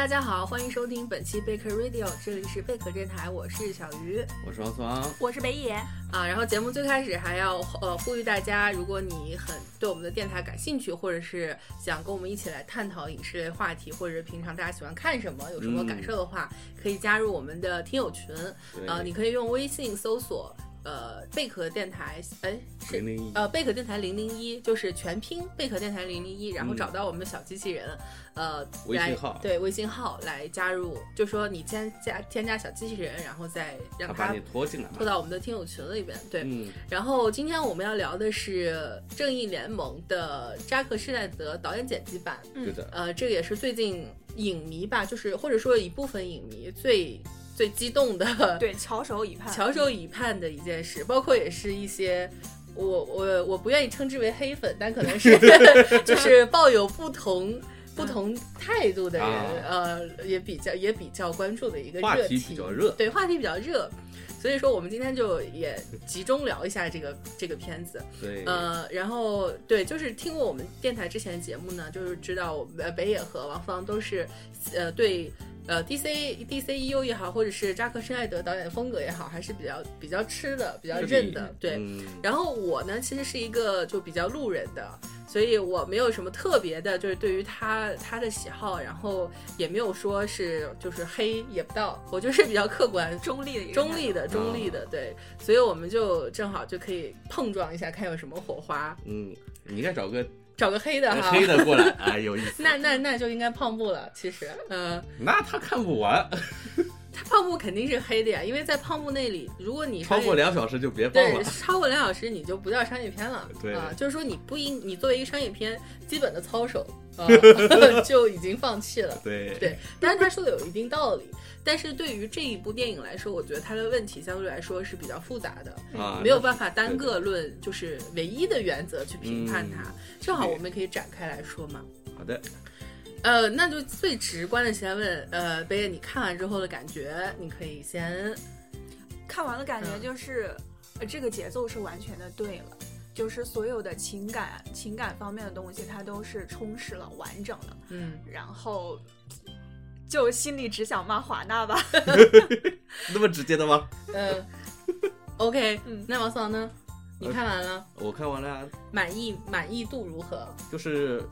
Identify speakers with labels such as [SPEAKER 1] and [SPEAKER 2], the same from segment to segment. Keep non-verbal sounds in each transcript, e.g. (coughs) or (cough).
[SPEAKER 1] 大家好，欢迎收听本期贝壳 Radio，这里是贝壳电台，我是小鱼，
[SPEAKER 2] 我是王思王，
[SPEAKER 3] 我是北野。
[SPEAKER 1] 啊，然后节目最开始还要呃呼吁大家，如果你很对我们的电台感兴趣，或者是想跟我们一起来探讨影视类话题，或者是平常大家喜欢看什么、有什么感受的话，可以加入我们的听友群。
[SPEAKER 2] 对
[SPEAKER 1] 呃，你可以用微信搜索呃贝壳电台，哎是
[SPEAKER 2] 零零一，
[SPEAKER 1] 呃，贝壳电台零零一就是全拼贝壳电台零零一，然后
[SPEAKER 2] 嗯
[SPEAKER 1] 找到我们的小机器人，呃，
[SPEAKER 2] 微
[SPEAKER 1] 来
[SPEAKER 2] 信号
[SPEAKER 1] 对微信号来加入，就说你先加添加小机器人，然后再让
[SPEAKER 2] 他
[SPEAKER 1] 他
[SPEAKER 2] 把你拖进来嘛
[SPEAKER 1] 拖到我们的听友群里边。对，
[SPEAKER 2] 嗯，
[SPEAKER 1] 然后今天我们要聊的是《正义联盟》的扎克施奈德导演剪辑版，
[SPEAKER 2] 对的，
[SPEAKER 1] 呃，这个也是最近影迷吧，就是或者说一部分影迷最最激动的
[SPEAKER 3] 对，翘首以
[SPEAKER 2] 啊
[SPEAKER 3] 盼。
[SPEAKER 1] 翘首以盼的一件事，包括也是一些。我我我不愿意称之为黑粉，但可能
[SPEAKER 2] (laughs)
[SPEAKER 1] 是就是抱有不同不同态度的人，
[SPEAKER 2] 啊
[SPEAKER 1] 呃，也比较也比较关注的一个
[SPEAKER 2] 话
[SPEAKER 1] 热
[SPEAKER 2] 题比较热
[SPEAKER 1] 对话题比较热，所以说我们今天就也集中聊一下这个这个片子。
[SPEAKER 2] 对，
[SPEAKER 1] 呃，然后对，就是听过我们电台之前的节目呢，就是知道我们呃北野和王芳都是呃对呃 DC DCEU 也好，或者是扎克施奈德导演的风格也好，还是比较比较吃的，比较
[SPEAKER 2] 是
[SPEAKER 1] 认
[SPEAKER 2] 的
[SPEAKER 1] 的，对。
[SPEAKER 2] 嗯
[SPEAKER 1] 然后我呢，其实是一个就比较路人的，所以我没有什么特别的，就是对于他他的喜好，然后也没有说是就是黑也不到，我就是比较客观。
[SPEAKER 3] 中立的一个
[SPEAKER 1] 中立的，中
[SPEAKER 2] 嗯
[SPEAKER 1] 立的，对，所以我们就正好就可以碰撞一下，看有什么火花，
[SPEAKER 2] 嗯，你应该找个
[SPEAKER 1] 找个黑的哈。
[SPEAKER 2] 黑的过来，
[SPEAKER 1] (laughs)
[SPEAKER 2] 哎，有意思，
[SPEAKER 1] 那那那就应该胖布了，其实，嗯、
[SPEAKER 2] 那他看不完，
[SPEAKER 1] 他胖布肯定是黑的呀，因为在胖布那里，如果你
[SPEAKER 2] 超过
[SPEAKER 1] 商业
[SPEAKER 2] 两小时就别报
[SPEAKER 1] 对
[SPEAKER 2] 了，
[SPEAKER 1] 超过两小时，你就不叫商业片了，
[SPEAKER 2] 对
[SPEAKER 1] 啊，就是说你不应你作为一个商业片基本的操守，
[SPEAKER 2] (laughs)
[SPEAKER 1] 呃，就已经放弃了。
[SPEAKER 2] 对
[SPEAKER 1] 对，但是他说的有一定道理，但是对于这一部电影来说，我觉得他的问题相对来说是比较复杂的，
[SPEAKER 2] 啊，
[SPEAKER 1] 没有办法单个论就是唯一的原则去评判它。
[SPEAKER 2] 嗯
[SPEAKER 1] 正好我们可以展开来说嘛。
[SPEAKER 2] 那好的，
[SPEAKER 1] 呃，那就最直观的先问，呃，北野，你看完之后的感觉，你可以先，
[SPEAKER 3] 看完的感觉
[SPEAKER 1] 嗯
[SPEAKER 3] 就是，呃这个节奏是完全的对了，就是所有的情感情感方面的东西，它都是充实了、完整了，
[SPEAKER 1] 嗯，
[SPEAKER 3] 然后。就心里只想骂华纳吧，
[SPEAKER 2] 那么直接的吗？
[SPEAKER 1] 呃
[SPEAKER 2] (laughs)
[SPEAKER 1] ，OK，
[SPEAKER 3] 嗯
[SPEAKER 1] 那王嫂呢？你看完了，
[SPEAKER 2] 我看完了啊，
[SPEAKER 1] 满意满意度如何？
[SPEAKER 2] 就是。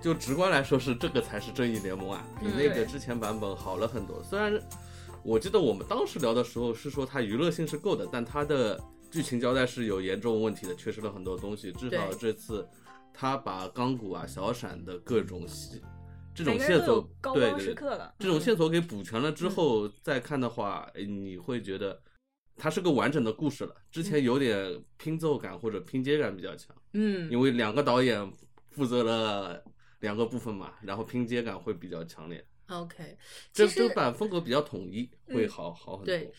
[SPEAKER 2] 就直观来说是这个才是正义联盟啊，比
[SPEAKER 1] 嗯
[SPEAKER 2] 那个
[SPEAKER 3] 对
[SPEAKER 2] 之前版本好了很多。虽然我记得我们当时聊的时候是说它娱乐性是够的，但它的剧情交代是有严重问题的，缺失了很多东西。至少
[SPEAKER 1] 对
[SPEAKER 2] 这次，他把钢骨啊、小闪的各种戏，这种
[SPEAKER 3] 每个
[SPEAKER 2] 线
[SPEAKER 3] 人都有
[SPEAKER 2] 索，
[SPEAKER 3] 高
[SPEAKER 2] 对
[SPEAKER 3] 光
[SPEAKER 2] 对对，
[SPEAKER 3] 时刻嗯了。
[SPEAKER 2] 这种线索给补全了之后再看的话，诶你会觉得它是个完整的故事了。之
[SPEAKER 3] 嗯
[SPEAKER 2] 前有点拼凑感或者拼接感比较强，
[SPEAKER 1] 嗯
[SPEAKER 2] 因为两个导演负责了两个部分嘛，然后拼接感会比较强烈。
[SPEAKER 1] ，OK，
[SPEAKER 2] 这
[SPEAKER 1] 其
[SPEAKER 2] 这
[SPEAKER 1] 实
[SPEAKER 2] 个。版风格比较统一，
[SPEAKER 1] 嗯
[SPEAKER 2] 会好好很多。
[SPEAKER 1] 对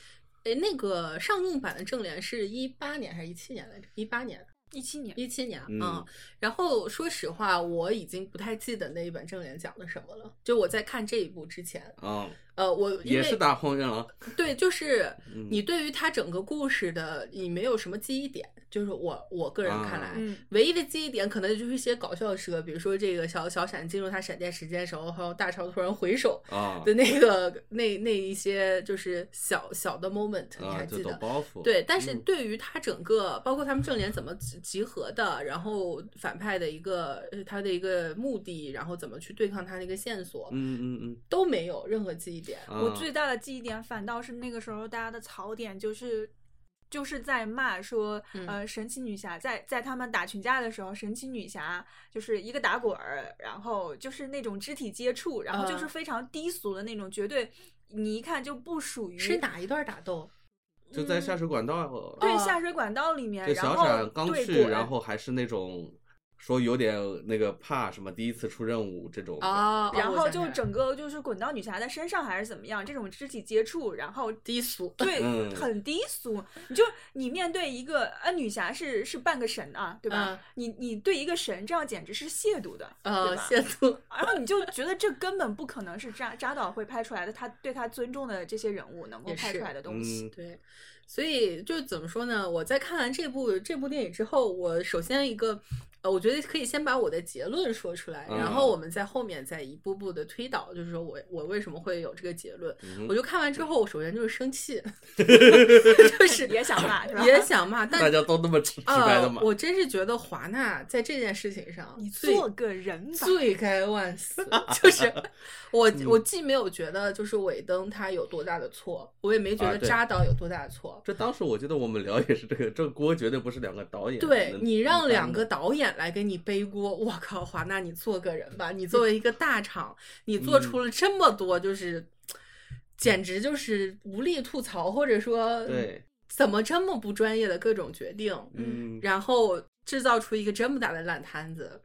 [SPEAKER 1] 哎，那个上映版的正联是一八年还是一七年来着？一八年，
[SPEAKER 3] 一七年，
[SPEAKER 1] 一七年
[SPEAKER 2] 嗯
[SPEAKER 1] 啊、然后说实话，我已经不太记得那一本正联讲的什么了。就我在看这一部之前，
[SPEAKER 2] 啊、
[SPEAKER 1] 呃，我因
[SPEAKER 2] 也
[SPEAKER 1] 为
[SPEAKER 2] 是打荒
[SPEAKER 1] (laughs)
[SPEAKER 2] 原狼。
[SPEAKER 1] 对，就是
[SPEAKER 2] 嗯
[SPEAKER 1] 你对于它整个故事的你没有什么记忆点，就是我我个人看来，
[SPEAKER 2] 啊
[SPEAKER 3] 嗯，
[SPEAKER 1] 唯一的记忆点可能就是一些搞笑的时刻，比如说这个小小闪进入他闪电时间的时候，还有大潮突然回首 (laughs)
[SPEAKER 2] 啊
[SPEAKER 1] 的那个那那一些就是小小的 moment，你
[SPEAKER 2] 啊，
[SPEAKER 1] 还
[SPEAKER 2] 这
[SPEAKER 1] 记
[SPEAKER 2] 种
[SPEAKER 1] 得？
[SPEAKER 2] 包袱。
[SPEAKER 1] 对，但是
[SPEAKER 2] 嗯
[SPEAKER 1] 对于他整个，包括他们正联怎么集集合的，然后反派的一个呃他的一个目的，然后怎么去对抗他的一个线索，
[SPEAKER 2] 嗯嗯
[SPEAKER 1] 都没有任何记忆点。
[SPEAKER 2] 嗯，
[SPEAKER 3] 我
[SPEAKER 2] 啊
[SPEAKER 3] 最大的记忆点反倒是那个时候大家的槽点就是。就是在骂说，
[SPEAKER 1] 嗯
[SPEAKER 3] 呃，神奇女侠在在他们打群架的时候，神奇女侠就是一个打滚儿，然后就是那种肢体接触，然后就是
[SPEAKER 1] 嗯
[SPEAKER 3] 非常低俗的那种，绝对你一看就不属于
[SPEAKER 1] 是哪一段打斗？
[SPEAKER 2] 就在下水管道，
[SPEAKER 3] 对
[SPEAKER 1] 哦
[SPEAKER 3] 下水管道里
[SPEAKER 1] 嗯
[SPEAKER 3] 面，
[SPEAKER 2] 这嗯
[SPEAKER 3] 然
[SPEAKER 2] 小
[SPEAKER 3] 后
[SPEAKER 2] 闪刚
[SPEAKER 3] 对
[SPEAKER 2] 去，
[SPEAKER 3] 滚，
[SPEAKER 2] 然后还是那种说有点那个怕什么，第一次出任务这种。
[SPEAKER 1] 哦，
[SPEAKER 3] 然
[SPEAKER 1] 我
[SPEAKER 3] 后
[SPEAKER 1] 想起
[SPEAKER 3] 就
[SPEAKER 1] 来了
[SPEAKER 3] 整个就是滚到女侠的身上还是怎么样，这种肢体接触，然后
[SPEAKER 1] 低俗。
[SPEAKER 3] 对，
[SPEAKER 2] 嗯
[SPEAKER 3] 很低俗。你就你面对一个呃女侠是是半个神啊，对吧？
[SPEAKER 1] 嗯
[SPEAKER 3] 你你对一个神这样简直是亵渎的，
[SPEAKER 1] 呃
[SPEAKER 3] 对，吧？
[SPEAKER 1] 亵渎。
[SPEAKER 3] 然后你就觉得这根本不可能是扎扎导会拍出来的，他对他尊重的这些人物能够
[SPEAKER 1] 也
[SPEAKER 3] 拍
[SPEAKER 1] 是
[SPEAKER 3] 出来的东西。
[SPEAKER 2] 嗯，
[SPEAKER 1] 对，所以就怎么说呢？我在看完这部这部电影之后，我首先一个呃，我觉觉得可以先把我的结论说出来，
[SPEAKER 2] 嗯
[SPEAKER 1] 然后我们在后面再一步步的推导，就是说我我为什么会有这个结论。
[SPEAKER 2] 嗯
[SPEAKER 1] 我就看完之后，我首先就是生
[SPEAKER 2] (laughs)
[SPEAKER 1] 气，就是
[SPEAKER 3] 也想
[SPEAKER 1] (laughs)
[SPEAKER 3] 骂是吧？
[SPEAKER 1] 也想骂，但
[SPEAKER 2] 大家都那么直直白的
[SPEAKER 1] 呃
[SPEAKER 2] 嘛，，
[SPEAKER 1] 我真是觉得华纳在这件事情上
[SPEAKER 3] 你
[SPEAKER 1] 最
[SPEAKER 3] 做个人吧。
[SPEAKER 1] 罪该万
[SPEAKER 2] (laughs)
[SPEAKER 1] 死，就是我，
[SPEAKER 2] 嗯
[SPEAKER 1] 我既没有觉得就是尾灯他有多大的错，我也没觉
[SPEAKER 2] 啊
[SPEAKER 1] 得
[SPEAKER 2] 对
[SPEAKER 1] 扎导有多大的错。
[SPEAKER 2] 这当时我记得我们聊也是这个，这个锅绝对不是两个导演能。
[SPEAKER 1] 对你让
[SPEAKER 2] 能
[SPEAKER 1] 两个
[SPEAKER 2] 担
[SPEAKER 1] 导演来给你背锅，我靠，华纳你做个人吧！你作为一个大厂，你做出
[SPEAKER 2] 嗯
[SPEAKER 1] 了这么多，就是简直就是无力吐槽，或者说
[SPEAKER 2] 的对，
[SPEAKER 1] 怎么这么不专业的各种决定，
[SPEAKER 2] 嗯，
[SPEAKER 1] 然后制造出一个这么大的烂摊子。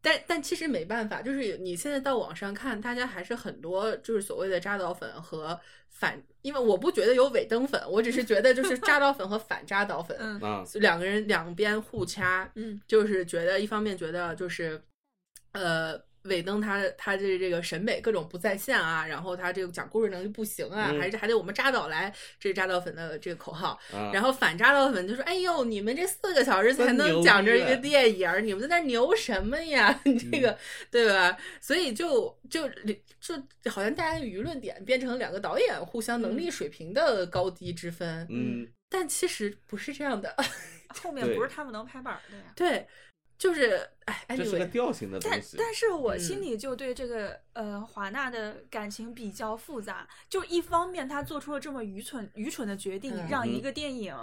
[SPEAKER 1] 但但其实没办法，就是你现在到网上看，大家还是很多就是所谓的扎导粉和反，因为我不觉得有尾灯粉，我只是觉得就是扎导粉和反扎导粉，
[SPEAKER 3] 嗯
[SPEAKER 2] 啊，
[SPEAKER 1] 两个人两边互掐，
[SPEAKER 3] 嗯，
[SPEAKER 1] 就是觉得一方面觉得就是，呃，尾灯他他这这个审美各种不在线啊，然后他这个讲故事能力不行啊，
[SPEAKER 2] 嗯
[SPEAKER 1] 还是还得我们扎导来，这是扎导粉的这个口号。
[SPEAKER 2] 然
[SPEAKER 1] 然后反扎导粉就说：“哎呦，你们这四个小时才
[SPEAKER 2] 真
[SPEAKER 1] 能
[SPEAKER 2] 牛逼啊嗯
[SPEAKER 1] 讲这一个
[SPEAKER 2] 了
[SPEAKER 1] 电影儿，你们在那儿牛什么呀？ (laughs) 你这个、对吧？所以就就就好像大家的舆论点变成两个导演互相能力水平的高低之分，
[SPEAKER 2] 嗯，
[SPEAKER 1] 但其实不是这样的。 (laughs)
[SPEAKER 3] 后面
[SPEAKER 2] 对
[SPEAKER 3] 不是他们能拍板儿的呀。
[SPEAKER 1] 对，就是哎
[SPEAKER 2] 这是个
[SPEAKER 1] ，anyway，
[SPEAKER 2] 调性的
[SPEAKER 3] 但
[SPEAKER 2] 东西。
[SPEAKER 3] 但是我
[SPEAKER 1] 嗯
[SPEAKER 3] 心里就对这个、呃华纳的感情比较复杂，就一方面他做出了这么愚蠢愚蠢的决定，
[SPEAKER 1] 嗯
[SPEAKER 3] 让一个电影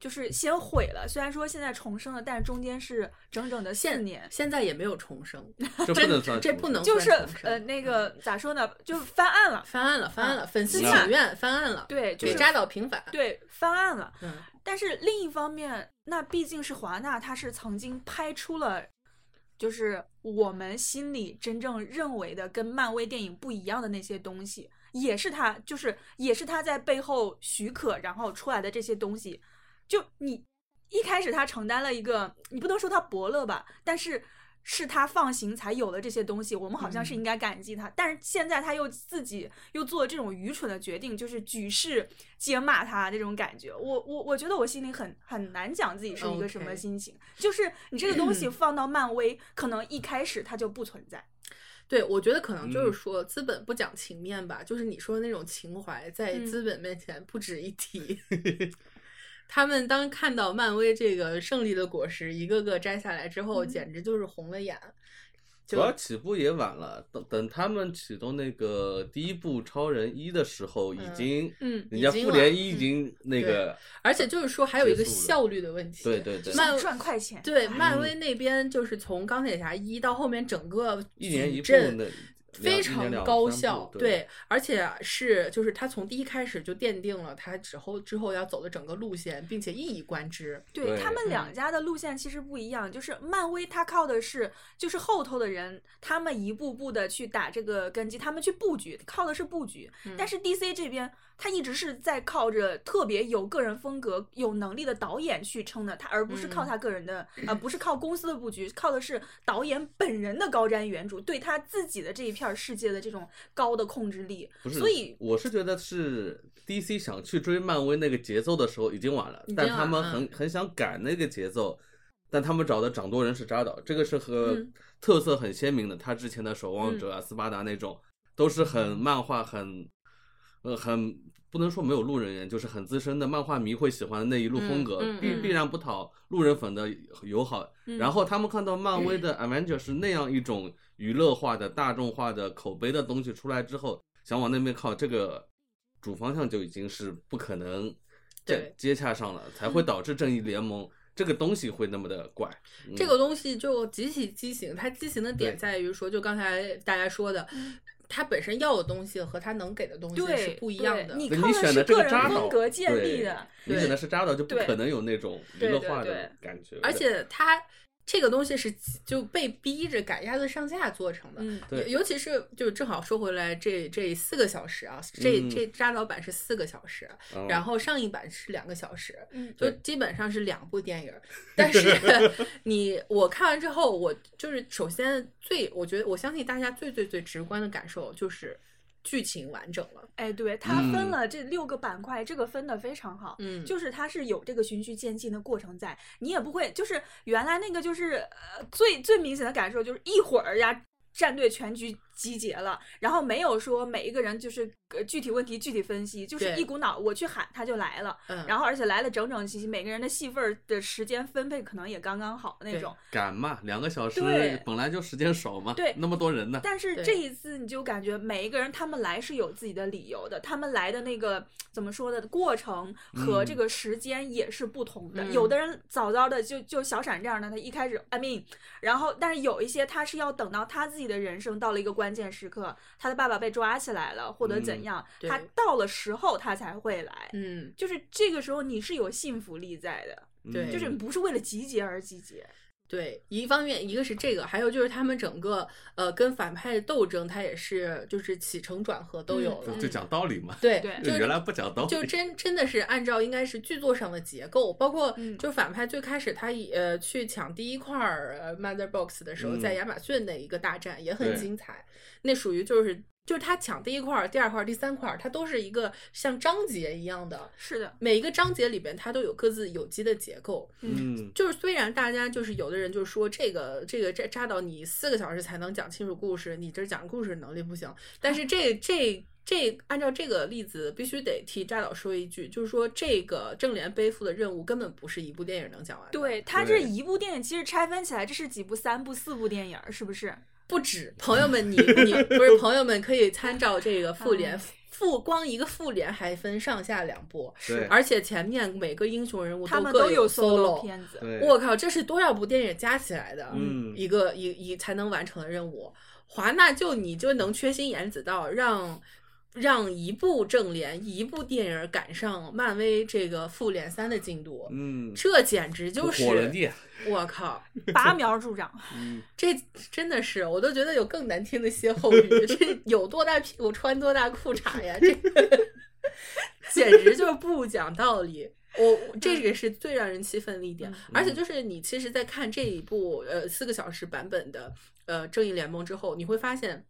[SPEAKER 3] 就是先毁了，虽然说现在重生了，但是中间是整整的四
[SPEAKER 1] 现
[SPEAKER 3] 年。
[SPEAKER 1] 现在也没有重
[SPEAKER 3] (laughs)
[SPEAKER 1] 生，
[SPEAKER 2] 这不能算
[SPEAKER 1] 这
[SPEAKER 2] 什么
[SPEAKER 1] 不能
[SPEAKER 2] 事
[SPEAKER 1] 算
[SPEAKER 3] 就是
[SPEAKER 1] 重生嗯
[SPEAKER 3] 呃，那个咋说呢，就是翻案了，
[SPEAKER 1] 翻案了，翻案了，粉丝
[SPEAKER 2] 嗯
[SPEAKER 1] 请愿翻案了，
[SPEAKER 3] 对，就
[SPEAKER 1] 给
[SPEAKER 3] 是
[SPEAKER 1] 扎导平反。
[SPEAKER 3] 对翻案了。
[SPEAKER 1] 嗯，
[SPEAKER 3] 但是另一方面，那毕竟是华纳，他是曾经拍出了，就是我们心里真正认为的跟漫威电影不一样的那些东西，也是他，就是也是他在背后许可，然后出来的这些东西，就你一开始他承担了一个，你不能说他伯乐吧，但是。是他放行才有了这些东西，我们好像是
[SPEAKER 1] 嗯
[SPEAKER 3] 应该感激他，但是现在他又自己又做这种愚蠢的决定，就是举世皆骂他这种感觉。我我我觉得我心里很很难讲自己是一个什么
[SPEAKER 1] OK
[SPEAKER 3] 心情就是你这个东
[SPEAKER 1] 嗯
[SPEAKER 3] 西放到漫威，可能一开始它就不存在。
[SPEAKER 1] 对，我觉得可能就是
[SPEAKER 2] 嗯
[SPEAKER 1] 说资本不讲情面吧，就是你说的那种情怀，在
[SPEAKER 3] 嗯
[SPEAKER 1] 资本面前不值一
[SPEAKER 2] (laughs)
[SPEAKER 1] 提。他们当看到漫威这个胜利的果实一个个摘下来之后，
[SPEAKER 3] 嗯
[SPEAKER 1] 简直就是红了眼。
[SPEAKER 2] 主要起步也晚了，等等他们启动那个第一部超人一的时候，已
[SPEAKER 1] 嗯
[SPEAKER 2] 经
[SPEAKER 3] 嗯
[SPEAKER 2] 人家
[SPEAKER 1] 已经
[SPEAKER 2] 复
[SPEAKER 1] 了
[SPEAKER 2] 联一已经那个，
[SPEAKER 1] 而且就是说，还有一个
[SPEAKER 2] 结束了
[SPEAKER 1] 效率的问题。
[SPEAKER 2] 对对对，
[SPEAKER 1] 漫
[SPEAKER 3] 想赚快钱，哎
[SPEAKER 1] 对，漫威那边就是从钢铁侠一到后面整个
[SPEAKER 2] 一年一
[SPEAKER 1] 矩
[SPEAKER 2] 部
[SPEAKER 1] 阵
[SPEAKER 2] 那
[SPEAKER 1] 非常高效，，
[SPEAKER 2] 两一年两三部对，
[SPEAKER 1] 而且是就是他从第一开始就奠定了他之后之后要走的整个路线，并且一以贯之。
[SPEAKER 3] 对
[SPEAKER 2] 对
[SPEAKER 3] 他们
[SPEAKER 1] 嗯
[SPEAKER 3] 两家的路线其实不一样，就是漫威它靠的是就是后头的人，他们一步步的去打这个根基，他们去布局，靠的是布局。但是 DC 这边，他一直是在靠着特别有个人风格、有能力的导演去撑的，他而不是靠
[SPEAKER 1] 嗯
[SPEAKER 3] 他个人的，呃，不是靠公司的布局，靠的是导演本人的高瞻远瞩，对他自己的这一片儿世界的这种高的控制力。
[SPEAKER 2] 不是，
[SPEAKER 3] 所以
[SPEAKER 2] 我是觉得是 DC 想去追漫威那个节奏的时候已经晚了
[SPEAKER 1] 已，经
[SPEAKER 2] 但他们
[SPEAKER 1] 晚了嗯
[SPEAKER 2] 很很想赶那个节奏，但他们找的掌舵人是扎导，这个是和
[SPEAKER 3] 嗯
[SPEAKER 2] 特色很鲜明的，他之前的守望
[SPEAKER 1] 嗯
[SPEAKER 2] 者啊、斯巴达那种都是很漫画很呃很。不能说没有路人缘，就是很资深的漫画迷会喜欢的那一路风格，
[SPEAKER 1] 嗯嗯
[SPEAKER 2] 必
[SPEAKER 1] 嗯
[SPEAKER 2] 必然不讨路人粉的友好。
[SPEAKER 3] 嗯
[SPEAKER 2] 然后他们看到漫威
[SPEAKER 3] (clears throat)
[SPEAKER 2] 的 Avenger 是那样一种娱乐化的、大众化的、口碑的东西出来之后，想往那边靠，这个主方向就已经是不可能接
[SPEAKER 1] 对
[SPEAKER 2] 接洽上了，才会
[SPEAKER 3] 嗯
[SPEAKER 2] 导致正义联盟这个东西会那么的怪。嗯
[SPEAKER 1] 这个东西就极其畸形，它畸形的点
[SPEAKER 2] 对
[SPEAKER 1] 在于说，就刚才大家说的，它本身要的东西和它能给的东西是
[SPEAKER 3] 嗯对，
[SPEAKER 1] 不一样的
[SPEAKER 3] 对。你
[SPEAKER 2] 对
[SPEAKER 3] 靠
[SPEAKER 2] 你选
[SPEAKER 3] 是
[SPEAKER 2] 的这
[SPEAKER 3] 个
[SPEAKER 2] 个
[SPEAKER 3] 人
[SPEAKER 2] 扎
[SPEAKER 3] 风
[SPEAKER 2] 导
[SPEAKER 3] 格建立
[SPEAKER 2] 对
[SPEAKER 3] 的，
[SPEAKER 2] 你选的是扎导，就不
[SPEAKER 3] 对
[SPEAKER 2] 可能有那种娱
[SPEAKER 3] 对
[SPEAKER 2] 乐
[SPEAKER 3] 对
[SPEAKER 2] 化的
[SPEAKER 3] 对
[SPEAKER 2] 感觉。
[SPEAKER 1] 而且它这个东西是就被逼着赶鸭子上架做成的。
[SPEAKER 3] 嗯，
[SPEAKER 2] 对
[SPEAKER 1] 尤尤其是就正好说回来这这四个小时啊，这、
[SPEAKER 2] 嗯
[SPEAKER 1] 这扎导版是四个小时，
[SPEAKER 2] 嗯，
[SPEAKER 1] 然后上一版是两个小时，
[SPEAKER 3] 嗯
[SPEAKER 1] 就
[SPEAKER 2] 对
[SPEAKER 1] 基本上是两部电影儿。但是你我看完之后，我就是首先最我觉得我相信大家最最最直观的感受就是剧情完整了。
[SPEAKER 3] 哎，对，它分
[SPEAKER 2] 嗯
[SPEAKER 3] 了这六个板块，这个分的非常好。
[SPEAKER 1] 嗯，
[SPEAKER 3] 就是它是有这个循序渐进的过程在，你也不会就是原来那个就是呃最最明显的感受就是一会儿呀。战队全局集结了，然后没有说每一个人就是呃具体问题具体分析，就是
[SPEAKER 1] 对
[SPEAKER 3] 一股脑我去喊他就来了，
[SPEAKER 1] 嗯，
[SPEAKER 3] 然后而且来了整整齐齐，每个人的戏份儿的时间分配可能也刚刚好那
[SPEAKER 1] 对
[SPEAKER 3] 种。
[SPEAKER 2] 赶嘛，两个小时
[SPEAKER 3] 对
[SPEAKER 2] 本来就时间少嘛，
[SPEAKER 3] 对
[SPEAKER 2] 那么多人呢，
[SPEAKER 3] 但是
[SPEAKER 1] 对
[SPEAKER 3] 这一次你就感觉每一个人他们来是有自己的理由的，他们来的那个怎么说的过程和
[SPEAKER 2] 嗯
[SPEAKER 3] 这个时间也是不同的。
[SPEAKER 1] 嗯
[SPEAKER 3] 有的人早早的就就小闪这样的，他一开始 I mean，然后但是有一些他是要等到他自己的人生到了一个关键时刻，他的爸爸被抓起来了或者怎
[SPEAKER 2] 嗯
[SPEAKER 3] 样，
[SPEAKER 1] 对
[SPEAKER 3] 他到了时候他才会来。
[SPEAKER 1] 嗯，
[SPEAKER 3] 就是这个时候你是有信服力在的，
[SPEAKER 1] 对
[SPEAKER 2] 嗯
[SPEAKER 3] 就是不是为了集结而集结。
[SPEAKER 1] 对，一方面一个是这个，还有就是他们整个呃跟反派的斗争，它也是就是起承转合都有
[SPEAKER 3] 嗯
[SPEAKER 1] 了。
[SPEAKER 2] 就就讲道理嘛，
[SPEAKER 1] 对，
[SPEAKER 3] 对
[SPEAKER 1] 就
[SPEAKER 2] 就是原来不讲道理，
[SPEAKER 1] 就真真的是按照应该是剧作上的结构，包括
[SPEAKER 3] 嗯
[SPEAKER 1] 就是反派最开始他以呃去抢第一块儿呃 Mother Box 的时候，
[SPEAKER 2] 嗯
[SPEAKER 1] 在亚马逊的一个大战也很
[SPEAKER 2] 对
[SPEAKER 1] 精彩，那属于就是就是他抢第一块儿、第二块儿、第三块儿，它都是一个像章节一样的，
[SPEAKER 3] 是的，
[SPEAKER 1] 每一个章节里边它都有各自有机的结构。
[SPEAKER 3] (laughs)
[SPEAKER 2] 嗯，
[SPEAKER 1] 就是虽然大家就是有的人就说这个这个扎扎到你四个小时才能讲清楚故事，你这讲故事能力不行，但是这这。这按照这个例子，必须得替扎导说一句，就是说这个正联背负的任务根本不是一部电影能讲完的，，
[SPEAKER 3] 对，它这
[SPEAKER 2] 对
[SPEAKER 3] 一部电影其实拆分起来，这是几部、三部、四部电影儿，是不是？
[SPEAKER 1] 不止。朋友们，你你不是朋友们可以参照这个复联
[SPEAKER 3] 嗯
[SPEAKER 1] 复光一个复联还分上下两部，
[SPEAKER 2] 对
[SPEAKER 1] 而且前面每个英雄人物
[SPEAKER 3] 他们
[SPEAKER 1] 各
[SPEAKER 3] 都有
[SPEAKER 1] solo，
[SPEAKER 3] 片子。
[SPEAKER 2] 对，
[SPEAKER 1] 我靠，这是多少部电影加起来的，
[SPEAKER 2] 嗯
[SPEAKER 1] 一个一一才能完成的任务。华纳就你就能缺心眼子到让让一部正联一部电影赶上漫威这个复联三的进度，
[SPEAKER 2] 嗯，
[SPEAKER 1] 这简直就
[SPEAKER 2] 火了
[SPEAKER 1] 是
[SPEAKER 2] 你，
[SPEAKER 1] 我靠，
[SPEAKER 3] 拔
[SPEAKER 2] (laughs)
[SPEAKER 3] 苗助长，
[SPEAKER 2] 嗯，
[SPEAKER 1] 这真的是我都觉得有更难听的歇后语，
[SPEAKER 3] (laughs)
[SPEAKER 1] 这有多大屁股穿多大裤衩呀，这个简直就是不讲道理。我这个是最让人气愤的一点
[SPEAKER 3] 嗯，
[SPEAKER 1] 而且就是你其实，在看这一部呃四个小时版本的呃《正义联盟》之后，你会发现。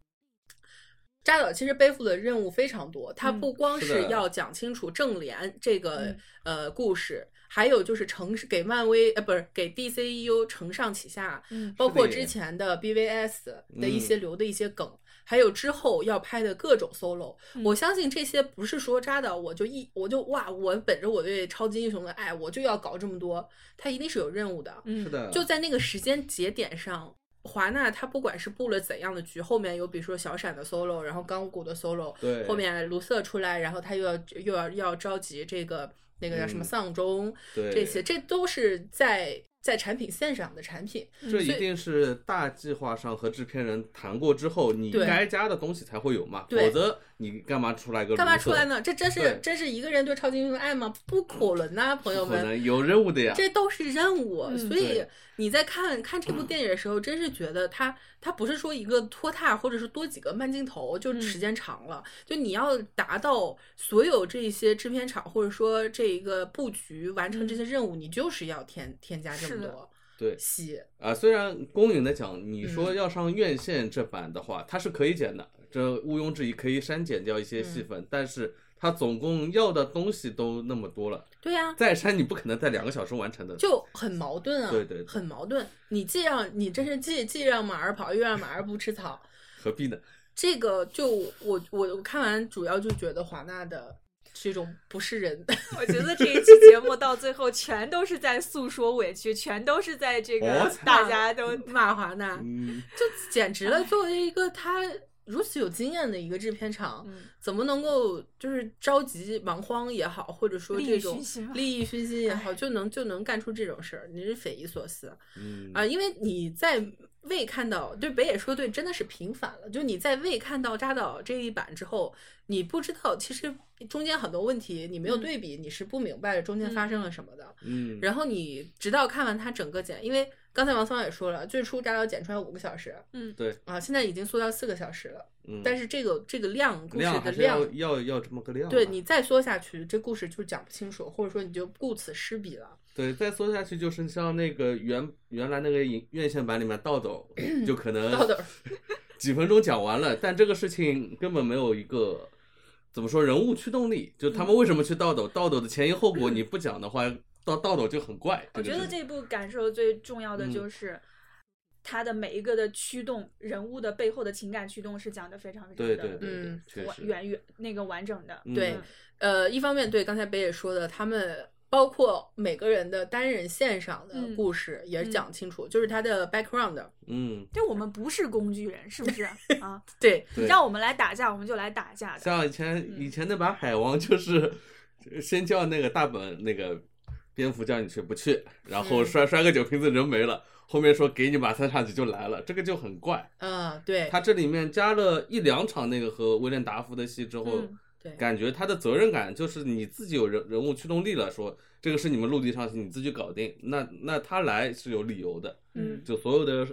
[SPEAKER 1] 扎导其实背负的任务非常多，他
[SPEAKER 3] 嗯
[SPEAKER 1] 不光
[SPEAKER 2] 是的
[SPEAKER 1] 是要讲清楚正联这个、
[SPEAKER 3] 嗯
[SPEAKER 1] 呃故事，还有就是承给漫威呃不是给 DCU 承上启下，
[SPEAKER 3] 嗯，
[SPEAKER 1] 包括
[SPEAKER 2] 是的
[SPEAKER 1] 之
[SPEAKER 2] 耶
[SPEAKER 1] 前的 BVS 的一
[SPEAKER 2] 嗯
[SPEAKER 1] 些留的一些梗，还有之后要拍的各种 solo，、
[SPEAKER 3] 嗯
[SPEAKER 1] 我相信这些不是说扎导我就一我就哇，我本着我对超级英雄的爱，我就要搞这么多，他一定是有任务的。
[SPEAKER 3] 嗯
[SPEAKER 2] 是，的，
[SPEAKER 1] 就在那个时间节点上，华纳他不管是布了怎样的局，后面有比如说小闪的 solo，然后钢骨的 solo，
[SPEAKER 2] 对，
[SPEAKER 1] 后面卢瑟出来，然后他又要又要要召集这个那个叫什么
[SPEAKER 2] 嗯
[SPEAKER 1] 丧钟、
[SPEAKER 2] 对
[SPEAKER 1] 这些，这都是在在产品线上的产品。
[SPEAKER 2] 这一
[SPEAKER 1] 所以
[SPEAKER 2] 定是大计划上和制片人谈过之后，你
[SPEAKER 1] 对
[SPEAKER 2] 该加的东西才会有嘛，
[SPEAKER 1] 对
[SPEAKER 2] 否则你干嘛出来个
[SPEAKER 1] 干嘛
[SPEAKER 2] 卢瑟
[SPEAKER 1] 出来？呢？这真是
[SPEAKER 2] 对
[SPEAKER 1] 真是一个人对超级英雄的爱吗？不可能呐、朋友
[SPEAKER 2] 不可
[SPEAKER 1] 们，
[SPEAKER 2] 能有任务的呀，
[SPEAKER 1] 这都是任务。
[SPEAKER 3] 嗯
[SPEAKER 1] 所以
[SPEAKER 2] 对
[SPEAKER 1] 你在看看这部电影的时候，真是觉得它它不是说一个拖沓，或者是多几个慢镜头，就
[SPEAKER 3] 嗯
[SPEAKER 1] 时间长了。就你要达到所有这些制片厂或者说这一个布局完成这些任务，你就是要添添加这
[SPEAKER 3] 嗯是
[SPEAKER 1] 么
[SPEAKER 3] 的
[SPEAKER 1] 多
[SPEAKER 2] 对
[SPEAKER 1] 戏。
[SPEAKER 2] 啊，虽然公允的讲，你说
[SPEAKER 1] 嗯
[SPEAKER 2] 要上院线这版的话，它是可以剪的，这毋庸置疑可以删减掉一些戏
[SPEAKER 1] 嗯
[SPEAKER 2] 份，但是它总共要的东西都那么多了，
[SPEAKER 1] 对呀、
[SPEAKER 2] 再删你不可能在两个小时完成的，
[SPEAKER 1] 就很矛盾啊，
[SPEAKER 2] 对对对
[SPEAKER 1] 很矛盾。你既让你真是既既让马儿跑，又让马儿不吃草，
[SPEAKER 2] 何必呢？
[SPEAKER 1] 这个就我我我看完主要就觉得华纳的这种不是人，
[SPEAKER 3] 我觉得这一期节目到最后全都是在诉说委屈，全都是在这
[SPEAKER 2] 我
[SPEAKER 3] 个
[SPEAKER 2] 操
[SPEAKER 3] 大家都
[SPEAKER 1] (laughs) 骂华纳
[SPEAKER 2] 嗯，
[SPEAKER 1] 就简直了。作为一个他如此有经验的一个制片厂，
[SPEAKER 3] 嗯
[SPEAKER 1] 怎么能够就是着急忙慌也好，或者说
[SPEAKER 3] 利
[SPEAKER 1] 这
[SPEAKER 3] 欲
[SPEAKER 1] 种
[SPEAKER 3] 熏心嘛
[SPEAKER 1] 利益熏心也好，
[SPEAKER 3] 哎
[SPEAKER 1] 就能就能干出这种事儿，你是匪夷所思。
[SPEAKER 2] 嗯
[SPEAKER 1] 啊，因为你在未看到，对北野说对，真的是平反了。就你在未看到扎导这一版之后，你不知道其实中间很多问题你没有
[SPEAKER 3] 嗯
[SPEAKER 1] 对比，你是不明白中间发生了什么的。
[SPEAKER 2] 嗯，
[SPEAKER 1] 然后你直到看完他整个剪，因为刚才王松也说了，最初扎导剪出来五个小时
[SPEAKER 3] 嗯，
[SPEAKER 2] 对，
[SPEAKER 1] 啊，现在已经缩到四个小时了。
[SPEAKER 2] 嗯，
[SPEAKER 1] 但是这个这个量，故事
[SPEAKER 2] 量
[SPEAKER 1] 的
[SPEAKER 2] 还是
[SPEAKER 1] 量
[SPEAKER 2] 要，要要这么个量啊，
[SPEAKER 1] 对你再缩下去，这故事就讲不清楚，或者说你就顾此失彼了。
[SPEAKER 2] 对，再缩下去就是
[SPEAKER 1] (clears throat)
[SPEAKER 2] 像那个原原来那个影院线版里面倒斗，就可能
[SPEAKER 1] 到底儿
[SPEAKER 2] 几分钟讲完了，但这个事情根本没有一个怎么说人物驱动力，就他
[SPEAKER 1] 嗯
[SPEAKER 2] 们为什么去倒斗，倒斗的前因后果你不讲的话，到倒斗就很怪。
[SPEAKER 3] 我觉
[SPEAKER 2] 个
[SPEAKER 3] 得
[SPEAKER 2] 事情
[SPEAKER 3] 这部感受最重要的
[SPEAKER 2] 嗯
[SPEAKER 3] 就是它的每一个的驱动，人物的背后的情感驱动是讲的非常非常
[SPEAKER 2] 对
[SPEAKER 3] 的
[SPEAKER 2] 对对对
[SPEAKER 1] 嗯，
[SPEAKER 2] 确
[SPEAKER 3] 完
[SPEAKER 2] 实，
[SPEAKER 3] 圆圆那个完整的。
[SPEAKER 2] 嗯
[SPEAKER 1] 对，呃，一方面对刚才北野说的，他们包括每个人的单人线上的
[SPEAKER 3] 嗯
[SPEAKER 1] 故事也
[SPEAKER 3] 嗯
[SPEAKER 1] 讲清楚，就是他的 background。
[SPEAKER 2] 嗯，
[SPEAKER 3] 对我们不是工具人，是不
[SPEAKER 2] (laughs)
[SPEAKER 3] 是啊？
[SPEAKER 1] 对，
[SPEAKER 3] 你
[SPEAKER 2] 对。
[SPEAKER 3] 让我们来打架，我们就来打架的。
[SPEAKER 2] 像以前
[SPEAKER 1] 嗯
[SPEAKER 2] 以前那版海王就是，先叫那个大本那个蝙蝠叫你去不去，然后
[SPEAKER 1] 嗯
[SPEAKER 2] 摔摔个酒瓶子人没了，后面说给你把三叉戟就来了，这个就很怪。
[SPEAKER 1] 嗯，对，
[SPEAKER 2] 他这里面加了一两场那个和威廉达夫的戏之后，
[SPEAKER 3] 嗯
[SPEAKER 1] 对
[SPEAKER 2] 感觉他的责任感就是你自己有人人物驱动力了，说这个是你们陆地上你自己搞定，那那他来是有理由的，
[SPEAKER 1] 嗯
[SPEAKER 2] 就所有的。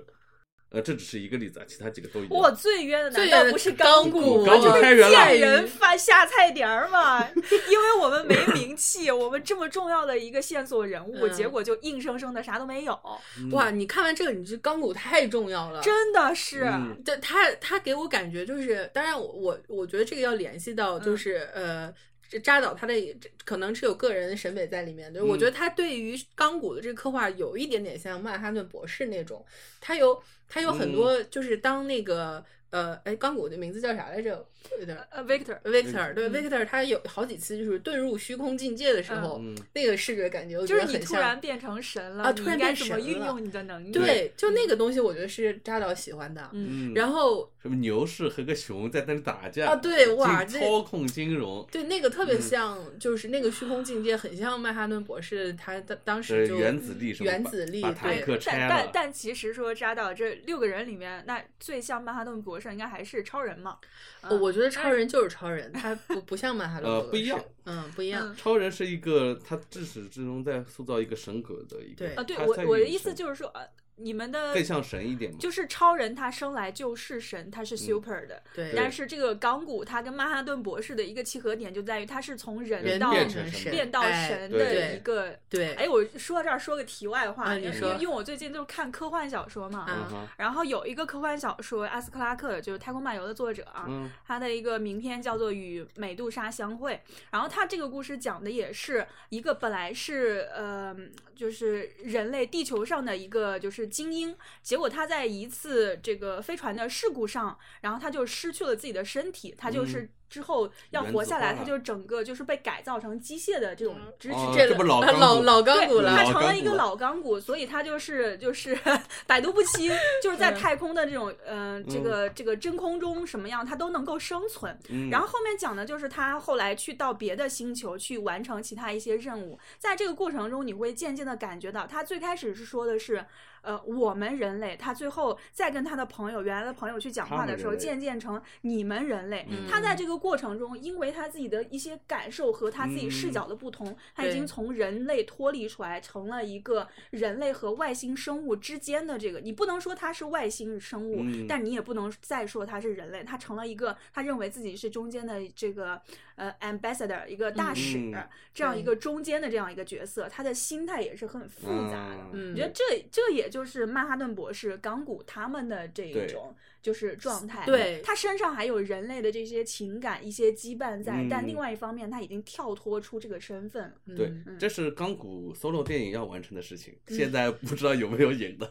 [SPEAKER 2] 呃，这只是一个例子啊，其他几个都一
[SPEAKER 3] 我
[SPEAKER 2] 样。
[SPEAKER 3] 最冤的
[SPEAKER 1] 最
[SPEAKER 3] 难
[SPEAKER 1] 远
[SPEAKER 3] 道
[SPEAKER 1] 的
[SPEAKER 3] 不是
[SPEAKER 1] 钢
[SPEAKER 2] 骨
[SPEAKER 1] 骨，哦
[SPEAKER 2] 钢骨开源了
[SPEAKER 3] (laughs) 见人发下菜碟
[SPEAKER 2] (laughs)
[SPEAKER 3] 儿嘛，因为我们没名气，我们这么重要的一个线索人物，
[SPEAKER 1] 嗯
[SPEAKER 3] 结果就硬生生的啥都没有，
[SPEAKER 2] 嗯
[SPEAKER 1] 哇，，你看完这个，你这钢骨太重要了。
[SPEAKER 3] 真的是，
[SPEAKER 2] 嗯
[SPEAKER 1] 对他，他给我感觉就是，当然我我我觉得这个要联系到
[SPEAKER 3] 嗯
[SPEAKER 1] 就是、呃。这扎导他的这可能是有个人审美在里面，就是我
[SPEAKER 2] 嗯
[SPEAKER 1] 觉得他对于钢骨的这个刻画有一点点像曼哈顿博士那种，他有他有
[SPEAKER 3] 嗯
[SPEAKER 1] 很多就是当那个、呃哎钢骨的名字叫啥来着？有点
[SPEAKER 3] 呃，Victor，
[SPEAKER 1] Victor 对
[SPEAKER 3] 嗯
[SPEAKER 1] Victor，他有好几次就是遁入虚空境界的时候，
[SPEAKER 2] 嗯，
[SPEAKER 1] 那个视觉感觉我觉
[SPEAKER 3] 就
[SPEAKER 1] 得
[SPEAKER 3] 是你
[SPEAKER 1] 很
[SPEAKER 3] 突
[SPEAKER 1] 像
[SPEAKER 3] 然变成神了，
[SPEAKER 1] 啊
[SPEAKER 3] 你
[SPEAKER 1] 突然
[SPEAKER 3] 应该
[SPEAKER 1] 变
[SPEAKER 3] 怎
[SPEAKER 1] 神
[SPEAKER 3] 么运
[SPEAKER 1] 了
[SPEAKER 3] 用你的能力？
[SPEAKER 1] 对，就那个东西我觉得是扎导喜欢的。
[SPEAKER 3] 嗯，
[SPEAKER 2] 嗯
[SPEAKER 1] 然后
[SPEAKER 2] 什么牛市和个熊在那里打架
[SPEAKER 1] 啊对哇
[SPEAKER 2] 金
[SPEAKER 1] 这
[SPEAKER 2] 操控金融，
[SPEAKER 1] 对，那个特别
[SPEAKER 2] 嗯
[SPEAKER 1] 像，就是那个虚空境界很像曼哈顿博士，他当当
[SPEAKER 2] 呃，
[SPEAKER 1] 时就
[SPEAKER 2] 原子力什么把，
[SPEAKER 1] 原子力
[SPEAKER 2] 把
[SPEAKER 1] 对
[SPEAKER 2] 坦克拆
[SPEAKER 3] 但但
[SPEAKER 2] 了，
[SPEAKER 3] 但其实说扎导这六个人里面，那最像曼哈顿博士应该还是超人嘛？嗯
[SPEAKER 1] 呃我觉得超人就是超人，他不不像曼哈顿
[SPEAKER 2] 呃
[SPEAKER 1] 博士，
[SPEAKER 2] 不一样，
[SPEAKER 1] 嗯，不一样，
[SPEAKER 3] 嗯
[SPEAKER 2] 超人是一个他至始至终在塑造一个神格的一个
[SPEAKER 1] 对，
[SPEAKER 3] 啊，对
[SPEAKER 2] 他
[SPEAKER 3] 我
[SPEAKER 2] 在
[SPEAKER 3] 我的
[SPEAKER 2] 演
[SPEAKER 3] 意思
[SPEAKER 2] 神
[SPEAKER 3] 就是说，呃，你们的
[SPEAKER 2] 更像神一点嘛，
[SPEAKER 3] 就是超人他生来就是神，他是 super 的，
[SPEAKER 1] 对，
[SPEAKER 3] 但是这个钢骨他跟曼哈顿博士的一个契合点就在于他是从人
[SPEAKER 1] 人
[SPEAKER 3] 到
[SPEAKER 2] 变
[SPEAKER 1] 变
[SPEAKER 2] 成神
[SPEAKER 1] 变
[SPEAKER 3] 变到
[SPEAKER 1] 哎
[SPEAKER 3] 神
[SPEAKER 2] 对
[SPEAKER 3] 的一个。
[SPEAKER 1] 对，
[SPEAKER 3] 哎，我说到这儿说个题外话，
[SPEAKER 1] 啊
[SPEAKER 3] 因
[SPEAKER 1] 你
[SPEAKER 3] 为
[SPEAKER 1] 说
[SPEAKER 3] 因为我最近就是看科幻小说嘛，
[SPEAKER 1] 啊
[SPEAKER 2] 嗯哼
[SPEAKER 3] 然后有一个科幻小说，阿斯克拉克就是《太空漫游》的作者啊，
[SPEAKER 2] 嗯
[SPEAKER 3] 他的一个名篇叫做《与美杜莎相会》，然后他这个故事讲的也是一个本来是呃，就是人类地球上的一个就是精英，结果他在一次这个飞船的事故上，然后他就失去了自己的身体，他就是之后要活下
[SPEAKER 2] 嗯
[SPEAKER 3] 来，
[SPEAKER 2] 原子化
[SPEAKER 3] 他就整个就是被改造成机械的这种支持。
[SPEAKER 2] 哦
[SPEAKER 1] 这
[SPEAKER 2] 这不
[SPEAKER 1] 老
[SPEAKER 2] 老钢骨
[SPEAKER 1] 老老
[SPEAKER 3] 对
[SPEAKER 1] 嗯钢骨
[SPEAKER 3] 他
[SPEAKER 1] 了，哦
[SPEAKER 3] 成了一
[SPEAKER 2] 老钢骨
[SPEAKER 3] 个
[SPEAKER 2] 了
[SPEAKER 3] 老钢骨，所以他就是就是 (laughs) 百毒不侵，就是在
[SPEAKER 1] 嗯
[SPEAKER 3] 太空的这种呃这个这个真空中什么样，他都能够生存。
[SPEAKER 2] 嗯，
[SPEAKER 3] 然后后面讲的就是他后来去到别的星球去完成其他一些任务，在这个过程中，你会渐渐的感觉到，他最开始是说的是，呃，我们人类，他最后再跟他的朋友原来的朋友去讲
[SPEAKER 2] 他
[SPEAKER 3] 话
[SPEAKER 2] 们
[SPEAKER 3] 的时候，
[SPEAKER 2] 人类
[SPEAKER 3] 渐渐成你们人类。
[SPEAKER 2] 嗯
[SPEAKER 3] 他在这个过程中，因为他自己的一些感受和他自己视
[SPEAKER 2] 嗯
[SPEAKER 3] 角的不同，他已
[SPEAKER 1] 对
[SPEAKER 3] 经从人类脱离出来，成了一个人类和外星生物之间的这个，你不能说他是外星生物，
[SPEAKER 2] 嗯
[SPEAKER 3] 但你也不能再说他是人类，他成了一个他认为自己是中间的这个呃 ambassador 一个大使、
[SPEAKER 2] 嗯
[SPEAKER 3] 这样一
[SPEAKER 1] 对
[SPEAKER 3] 个中间的这样一个角色，他的心态也是很复杂的。
[SPEAKER 2] 嗯
[SPEAKER 1] 嗯
[SPEAKER 3] 我觉，得这这也就是曼哈顿博士、港股他们的这一
[SPEAKER 2] 对
[SPEAKER 3] 种就是状态，
[SPEAKER 1] 对
[SPEAKER 3] 他身上还有人类的这些情感、一些羁绊在，
[SPEAKER 2] 嗯
[SPEAKER 3] 但另外一方面他已经跳脱出这个身份了。
[SPEAKER 1] 嗯
[SPEAKER 2] 对，这是钢骨 solo 电影要完成的事情，现在不知道有没有演的，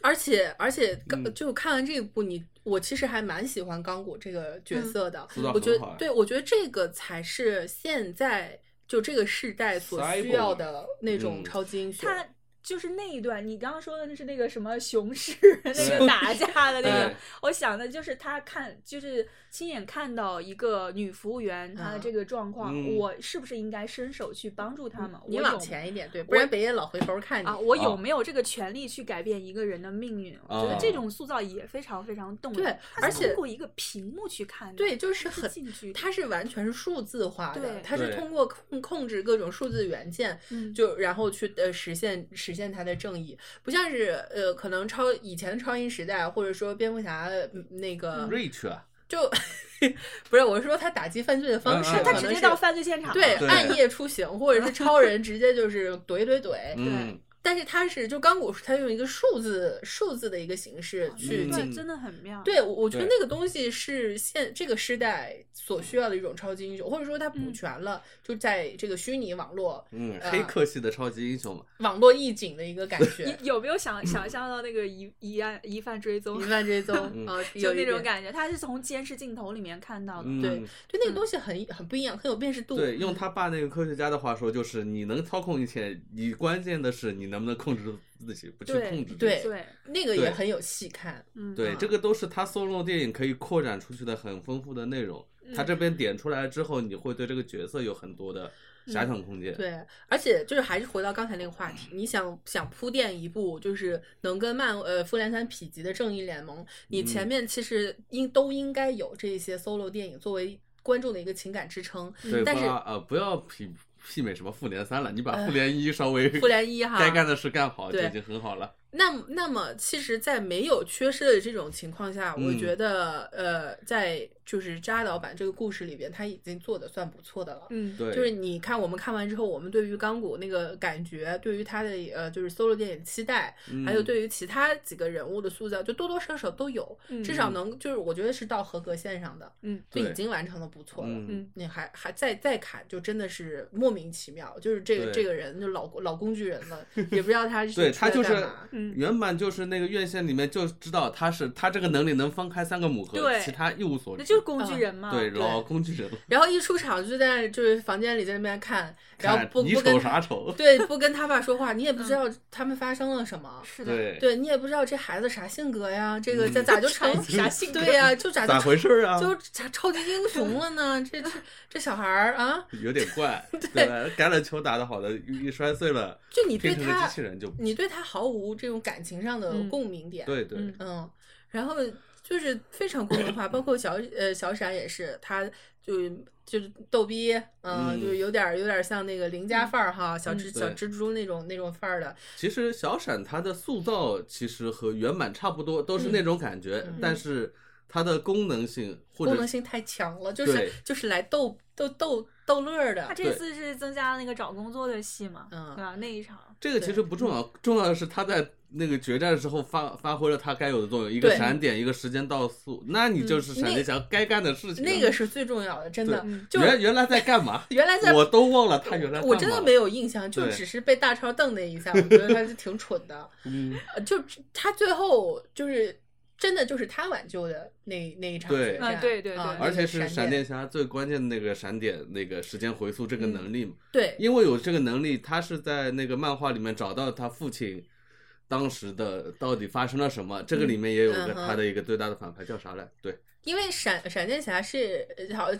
[SPEAKER 1] 而且而且刚
[SPEAKER 2] 嗯
[SPEAKER 1] 就看完这一部，你我其实还蛮喜欢钢骨这个角
[SPEAKER 3] 嗯
[SPEAKER 1] 色的，
[SPEAKER 2] 塑造
[SPEAKER 1] 我觉
[SPEAKER 2] 很好
[SPEAKER 1] 得，对，我觉得这个才是现在就这个时代所需要的那种
[SPEAKER 2] 嗯
[SPEAKER 1] 超级英雄。
[SPEAKER 3] 他就是那一段，你刚刚说的那是那个什么雄狮 (laughs) 那个打架的那个
[SPEAKER 2] 对，
[SPEAKER 3] 我想的就是他看，就是亲眼看到一个女服务员她的这个状况，
[SPEAKER 2] 嗯
[SPEAKER 3] 我是不是应该伸手去帮助他们？
[SPEAKER 1] 嗯你
[SPEAKER 3] 啊我
[SPEAKER 1] 往
[SPEAKER 3] 有
[SPEAKER 1] 前一嗯点，对，不然北野老回头看你
[SPEAKER 3] 啊，。我有
[SPEAKER 2] 啊
[SPEAKER 3] 没有这个权利去改变一个人的命运？我觉
[SPEAKER 2] 啊
[SPEAKER 3] 得这种塑造也非常非常动人。
[SPEAKER 1] 哦对
[SPEAKER 3] 它是
[SPEAKER 1] 而且
[SPEAKER 3] 通过一个屏幕去看的，
[SPEAKER 1] 对，就是
[SPEAKER 3] 它是
[SPEAKER 1] 很，
[SPEAKER 3] 近距离，
[SPEAKER 1] 它是完全是数字化的
[SPEAKER 3] 对，
[SPEAKER 1] 它是
[SPEAKER 2] 对
[SPEAKER 1] 通过控控制各种数字元件，
[SPEAKER 3] 嗯
[SPEAKER 1] 就然后去呃实现实现它的正义，不像是呃可能超以前的超英时代，或者说蝙蝠侠呃那个
[SPEAKER 3] 嗯
[SPEAKER 2] Rich 啊，
[SPEAKER 1] 就不是我是说他打击犯罪的方
[SPEAKER 2] 嗯
[SPEAKER 1] 式，
[SPEAKER 2] 嗯嗯
[SPEAKER 1] 可
[SPEAKER 3] 他
[SPEAKER 1] 能
[SPEAKER 3] 直接
[SPEAKER 1] 是
[SPEAKER 3] 到犯罪现场了，
[SPEAKER 1] 对
[SPEAKER 2] 对
[SPEAKER 1] 暗夜出行，或者是超人直接就是怼怼怼，
[SPEAKER 2] 嗯，
[SPEAKER 1] 但是它是就钢骨，它用一个数字数字的一个形式去
[SPEAKER 2] 嗯
[SPEAKER 1] 进
[SPEAKER 3] 对，真的很妙。
[SPEAKER 1] 对，我我觉得
[SPEAKER 2] 对
[SPEAKER 1] 那个东西是现这个时代所需要的一种超级英雄，或者说它补
[SPEAKER 3] 嗯
[SPEAKER 1] 全了，就在这个虚拟网络
[SPEAKER 2] 嗯，
[SPEAKER 1] 呃
[SPEAKER 2] 黑客系的超级英雄嘛，
[SPEAKER 1] 网络意境的一个
[SPEAKER 3] (laughs)
[SPEAKER 1] 感
[SPEAKER 3] 你
[SPEAKER 1] 觉，
[SPEAKER 3] 有没有想想象到那个疑疑案疑犯追踪
[SPEAKER 1] 嗯疑，犯追踪
[SPEAKER 2] 嗯
[SPEAKER 3] (laughs)
[SPEAKER 1] 啊，
[SPEAKER 3] 就
[SPEAKER 1] 有一
[SPEAKER 3] 那
[SPEAKER 1] 点，
[SPEAKER 3] 种感觉？他是从监视镜头里面看到的。
[SPEAKER 2] 嗯，
[SPEAKER 1] 对对那个
[SPEAKER 3] 嗯
[SPEAKER 1] 东西很很不一样，很有辨识度。
[SPEAKER 2] 对，用他爸那个科学家的话说，就是你能操控一切，你关键的是你能不能控制住自己，不去
[SPEAKER 3] 对
[SPEAKER 2] 控制自己。
[SPEAKER 1] 对
[SPEAKER 3] 对，
[SPEAKER 1] 那个也
[SPEAKER 2] 对
[SPEAKER 1] 很有戏看。
[SPEAKER 3] 嗯，
[SPEAKER 2] 对，
[SPEAKER 1] 嗯
[SPEAKER 2] 这个都是他 solo 电影可以扩展出去的很丰富的内容。
[SPEAKER 1] 嗯
[SPEAKER 2] 他这边点出来之后，你会对这个角色有很多的遐想空间。
[SPEAKER 1] 嗯对，而且就是还是回到刚才那个话题，你想想铺垫一部就是能跟漫呃复联三匹敌的正义联盟，你前
[SPEAKER 2] 嗯
[SPEAKER 1] 面其实应都应该有这些 solo 电影作为观众的一个情感支撑。嗯
[SPEAKER 2] 对，
[SPEAKER 1] 但
[SPEAKER 2] 不
[SPEAKER 1] 是呃
[SPEAKER 2] 要呃不要媲媲美什么复联三了，你把复联一稍微
[SPEAKER 1] 复联一哈，
[SPEAKER 2] 该干的事干好就
[SPEAKER 1] 对
[SPEAKER 2] 已经很好了。
[SPEAKER 1] 那么那么，其实，在没有缺失的这种情况下，我
[SPEAKER 2] 嗯
[SPEAKER 1] 觉得，呃，在就是扎导版这个故事里边，他已经做的算不错的了。
[SPEAKER 3] 嗯，
[SPEAKER 2] 对，
[SPEAKER 1] 就是你看，我们看完之后，我们对于钢骨那个感觉，对于他的呃，就是 solo 电影期待，还有
[SPEAKER 2] 嗯
[SPEAKER 1] 对于其他几个人物的塑造，就多多少少都有，
[SPEAKER 3] 嗯
[SPEAKER 1] 至少能就是我觉得是到合格线上的，
[SPEAKER 3] 嗯，
[SPEAKER 1] 就已
[SPEAKER 2] 对
[SPEAKER 1] 经完成的不错了。
[SPEAKER 2] 嗯
[SPEAKER 1] 你还还再再砍，就真的是莫名其妙，就是这个
[SPEAKER 2] 对
[SPEAKER 1] 这个人就老老工具人了，也不知道他是
[SPEAKER 2] 对
[SPEAKER 1] 出
[SPEAKER 2] 他
[SPEAKER 1] 来
[SPEAKER 2] 就是
[SPEAKER 1] 干嘛
[SPEAKER 3] 嗯，
[SPEAKER 2] 原版就是那个院线里面就知道他是他这个能力能翻开三个母盒，
[SPEAKER 3] 对
[SPEAKER 2] 其他一无所
[SPEAKER 3] 那
[SPEAKER 2] 知。
[SPEAKER 3] 就是工具
[SPEAKER 1] 嗯
[SPEAKER 3] 人嘛。
[SPEAKER 1] 啊
[SPEAKER 2] 对老工具人，
[SPEAKER 1] 然后一出场就在就是房间里在那边看，然后
[SPEAKER 2] 看
[SPEAKER 1] 不
[SPEAKER 2] 你
[SPEAKER 1] 不
[SPEAKER 2] 瞅
[SPEAKER 1] 跟
[SPEAKER 2] 啥瞅？
[SPEAKER 1] 对不跟他爸说话，你也不知道他们发生了什么，
[SPEAKER 3] 是的，
[SPEAKER 2] 对，
[SPEAKER 1] (laughs) 对你也不知道这孩子啥性格呀，这个
[SPEAKER 2] 嗯 (laughs)
[SPEAKER 1] 咋咋就成
[SPEAKER 3] 啥性格
[SPEAKER 1] 对呀，就咋
[SPEAKER 2] 咋
[SPEAKER 1] 就
[SPEAKER 2] 回事儿啊？
[SPEAKER 1] 就咋超级英雄了呢？这这这小孩儿啊，
[SPEAKER 2] 有点
[SPEAKER 1] (laughs)
[SPEAKER 2] 怪，对吧？橄榄球打得好的一一摔碎了，
[SPEAKER 1] 就你对
[SPEAKER 2] 变成个
[SPEAKER 1] 他
[SPEAKER 2] 机器，人就
[SPEAKER 1] 你对他毫无这种感情上的
[SPEAKER 3] 嗯
[SPEAKER 1] 共鸣点，
[SPEAKER 2] 对对
[SPEAKER 3] 嗯
[SPEAKER 1] 嗯，然后就是非常功能化，包括小呃小闪也是，他就是就是逗逼，嗯，
[SPEAKER 2] 嗯
[SPEAKER 1] 就是有点儿有点儿像那个邻家
[SPEAKER 3] 嗯
[SPEAKER 1] 范儿哈，小蜘
[SPEAKER 2] 对
[SPEAKER 1] 小蜘蛛那种那种范儿的，
[SPEAKER 2] 其实小闪它的塑造其实和原版差不多，都是那种感觉，
[SPEAKER 1] 嗯
[SPEAKER 2] 但是它的功能性或
[SPEAKER 1] 功能
[SPEAKER 2] 者
[SPEAKER 1] 性太强了，就是
[SPEAKER 2] 对
[SPEAKER 1] 就是来逗逗逗逗乐儿
[SPEAKER 3] 他
[SPEAKER 1] 的，
[SPEAKER 3] 这
[SPEAKER 2] 对
[SPEAKER 3] 次是增加了那个找工作的戏嘛，
[SPEAKER 1] 嗯
[SPEAKER 3] 对吧？那一场，
[SPEAKER 2] 这个其实不重要，重要的是它在那个决战的时候发发挥了它该有的作用，一个
[SPEAKER 1] 对嗯
[SPEAKER 2] 闪点，一个时间倒数，那你就是闪
[SPEAKER 1] 那
[SPEAKER 2] 电侠该干的事情啊。
[SPEAKER 1] 那个是最重要的，真的
[SPEAKER 3] 对嗯，
[SPEAKER 1] 就？
[SPEAKER 2] 原原来在干嘛
[SPEAKER 1] 原来在。
[SPEAKER 2] 我都忘了他原来干嘛
[SPEAKER 1] 我真的没有印象，就
[SPEAKER 2] 对
[SPEAKER 1] 只是被大超瞪那一下，我觉得他是挺蠢的。
[SPEAKER 2] 嗯，
[SPEAKER 1] 呃就他最后就是真的就是他挽救的那那一场
[SPEAKER 2] 对
[SPEAKER 1] 决战
[SPEAKER 3] 啊对对对
[SPEAKER 1] 啊
[SPEAKER 2] 而且是
[SPEAKER 1] 那个
[SPEAKER 2] 闪电侠最关键的那个闪点，那个时间回溯这个
[SPEAKER 1] 嗯
[SPEAKER 2] 能力嘛，
[SPEAKER 1] 对
[SPEAKER 2] 因为有这个能力，他是在那个漫画里面找到他父亲当时的到底发生了什么，这个里面也有
[SPEAKER 1] 嗯
[SPEAKER 2] 个
[SPEAKER 1] 嗯哼
[SPEAKER 2] 他的一个最大的反派叫啥来？对，
[SPEAKER 1] 因为闪闪电侠是呃好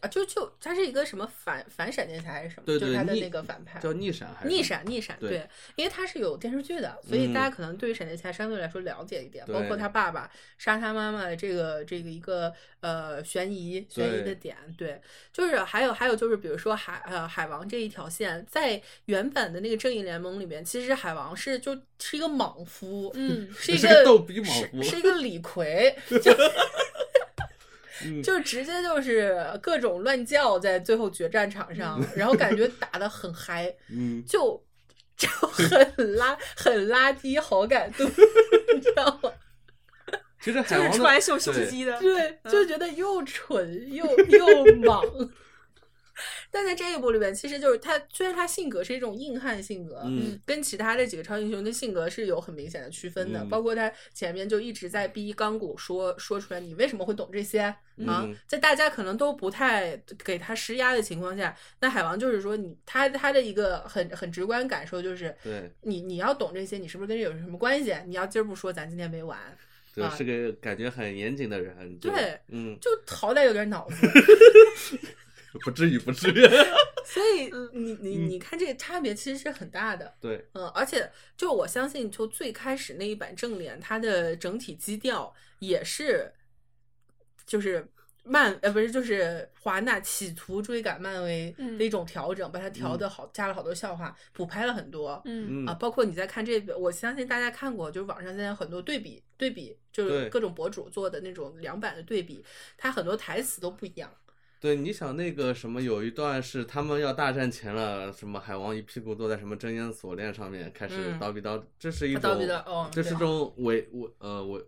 [SPEAKER 1] 啊，就就他是一个什么反反闪电侠还是什么？
[SPEAKER 2] 对
[SPEAKER 1] 就是
[SPEAKER 2] 对
[SPEAKER 1] 他的
[SPEAKER 2] 逆
[SPEAKER 1] 那个反派
[SPEAKER 2] 叫逆闪还是
[SPEAKER 1] 逆？闪逆闪
[SPEAKER 2] 对
[SPEAKER 1] 因为他是有电视剧的，所以
[SPEAKER 2] 嗯
[SPEAKER 1] 大家可能对于闪电侠相对来说了解一点，
[SPEAKER 2] 对
[SPEAKER 1] 包括他爸爸杀他妈妈的这个这个一个呃悬疑悬疑的
[SPEAKER 2] 对
[SPEAKER 1] 点，对，就是还有还有就是比如说海呃海王这一条线，在原本的那个正义联盟里面，其实海王是就是一个莽夫，
[SPEAKER 2] (laughs)
[SPEAKER 3] 嗯，
[SPEAKER 1] 是一
[SPEAKER 2] 是
[SPEAKER 1] 个
[SPEAKER 2] 个逗逼
[SPEAKER 1] 是
[SPEAKER 2] 莽夫
[SPEAKER 1] 是一个李
[SPEAKER 2] (laughs)
[SPEAKER 1] 逵，就
[SPEAKER 2] 嗯
[SPEAKER 1] 就直接就是各种乱叫，在最后决战场上，然后感觉打得很嗨，
[SPEAKER 2] 嗯，
[SPEAKER 1] 就就很拉很拉低好感度， (laughs) 你知道吗？
[SPEAKER 2] 其实
[SPEAKER 3] 就
[SPEAKER 2] 海
[SPEAKER 3] 是
[SPEAKER 2] 王
[SPEAKER 3] 出
[SPEAKER 2] 的
[SPEAKER 3] 来秀胸肌的，
[SPEAKER 1] 对，
[SPEAKER 3] 嗯
[SPEAKER 1] 就觉得又蠢又又莽。 (laughs) 但在这一部里面，其实就是他，虽然他性格是一种硬汉性格，
[SPEAKER 2] 嗯
[SPEAKER 1] 跟其他这几个超级英雄的性格是有很明显的区分的。
[SPEAKER 2] 嗯
[SPEAKER 1] 包括他前面就一直在逼钢骨说说出来，你为什么会懂这些啊？
[SPEAKER 2] 嗯
[SPEAKER 1] 在大家可能都不太给他施压的情况下，那海王就是说你他他的一个很很直观感受就是，
[SPEAKER 2] 对
[SPEAKER 1] 你你要懂这些，你是不是跟这有什么关系？啊你要今儿不说，咱今天没完。
[SPEAKER 2] 对
[SPEAKER 1] 啊
[SPEAKER 2] 是个感觉很严谨的人，就
[SPEAKER 1] 对，
[SPEAKER 2] 嗯，
[SPEAKER 1] 就好歹有点脑子，
[SPEAKER 2] 不至于不 (laughs) 至于，
[SPEAKER 1] 所以
[SPEAKER 3] 嗯
[SPEAKER 1] 你你
[SPEAKER 2] 嗯
[SPEAKER 1] 你看这个差别其实是很大的，
[SPEAKER 2] 对，
[SPEAKER 1] 嗯，而且就我相信，就最开始那一版正脸，它的整体基调也是，就是漫呃不是就是华纳企图追赶漫威
[SPEAKER 3] 嗯
[SPEAKER 1] 的一种调整，把它调的好，加了好多笑话，补拍了很多，
[SPEAKER 3] 嗯
[SPEAKER 2] 嗯
[SPEAKER 1] 啊，包括你在看这个，我相信大家看过，就是网上现在很多对比，对比就是
[SPEAKER 2] 对
[SPEAKER 1] 各种博主做的那种两版的对比，它很多台词都不一样。
[SPEAKER 2] 对，你想那个什么，有一段是他们要大战前了，什么海王一屁股坐在什么真烟锁链上面，开始
[SPEAKER 1] 嗯
[SPEAKER 2] 叨逼叨，这是一
[SPEAKER 1] 他叨
[SPEAKER 2] 种
[SPEAKER 1] 逼叨哦，
[SPEAKER 2] 这是
[SPEAKER 1] 对
[SPEAKER 2] 种伪伪呃伪，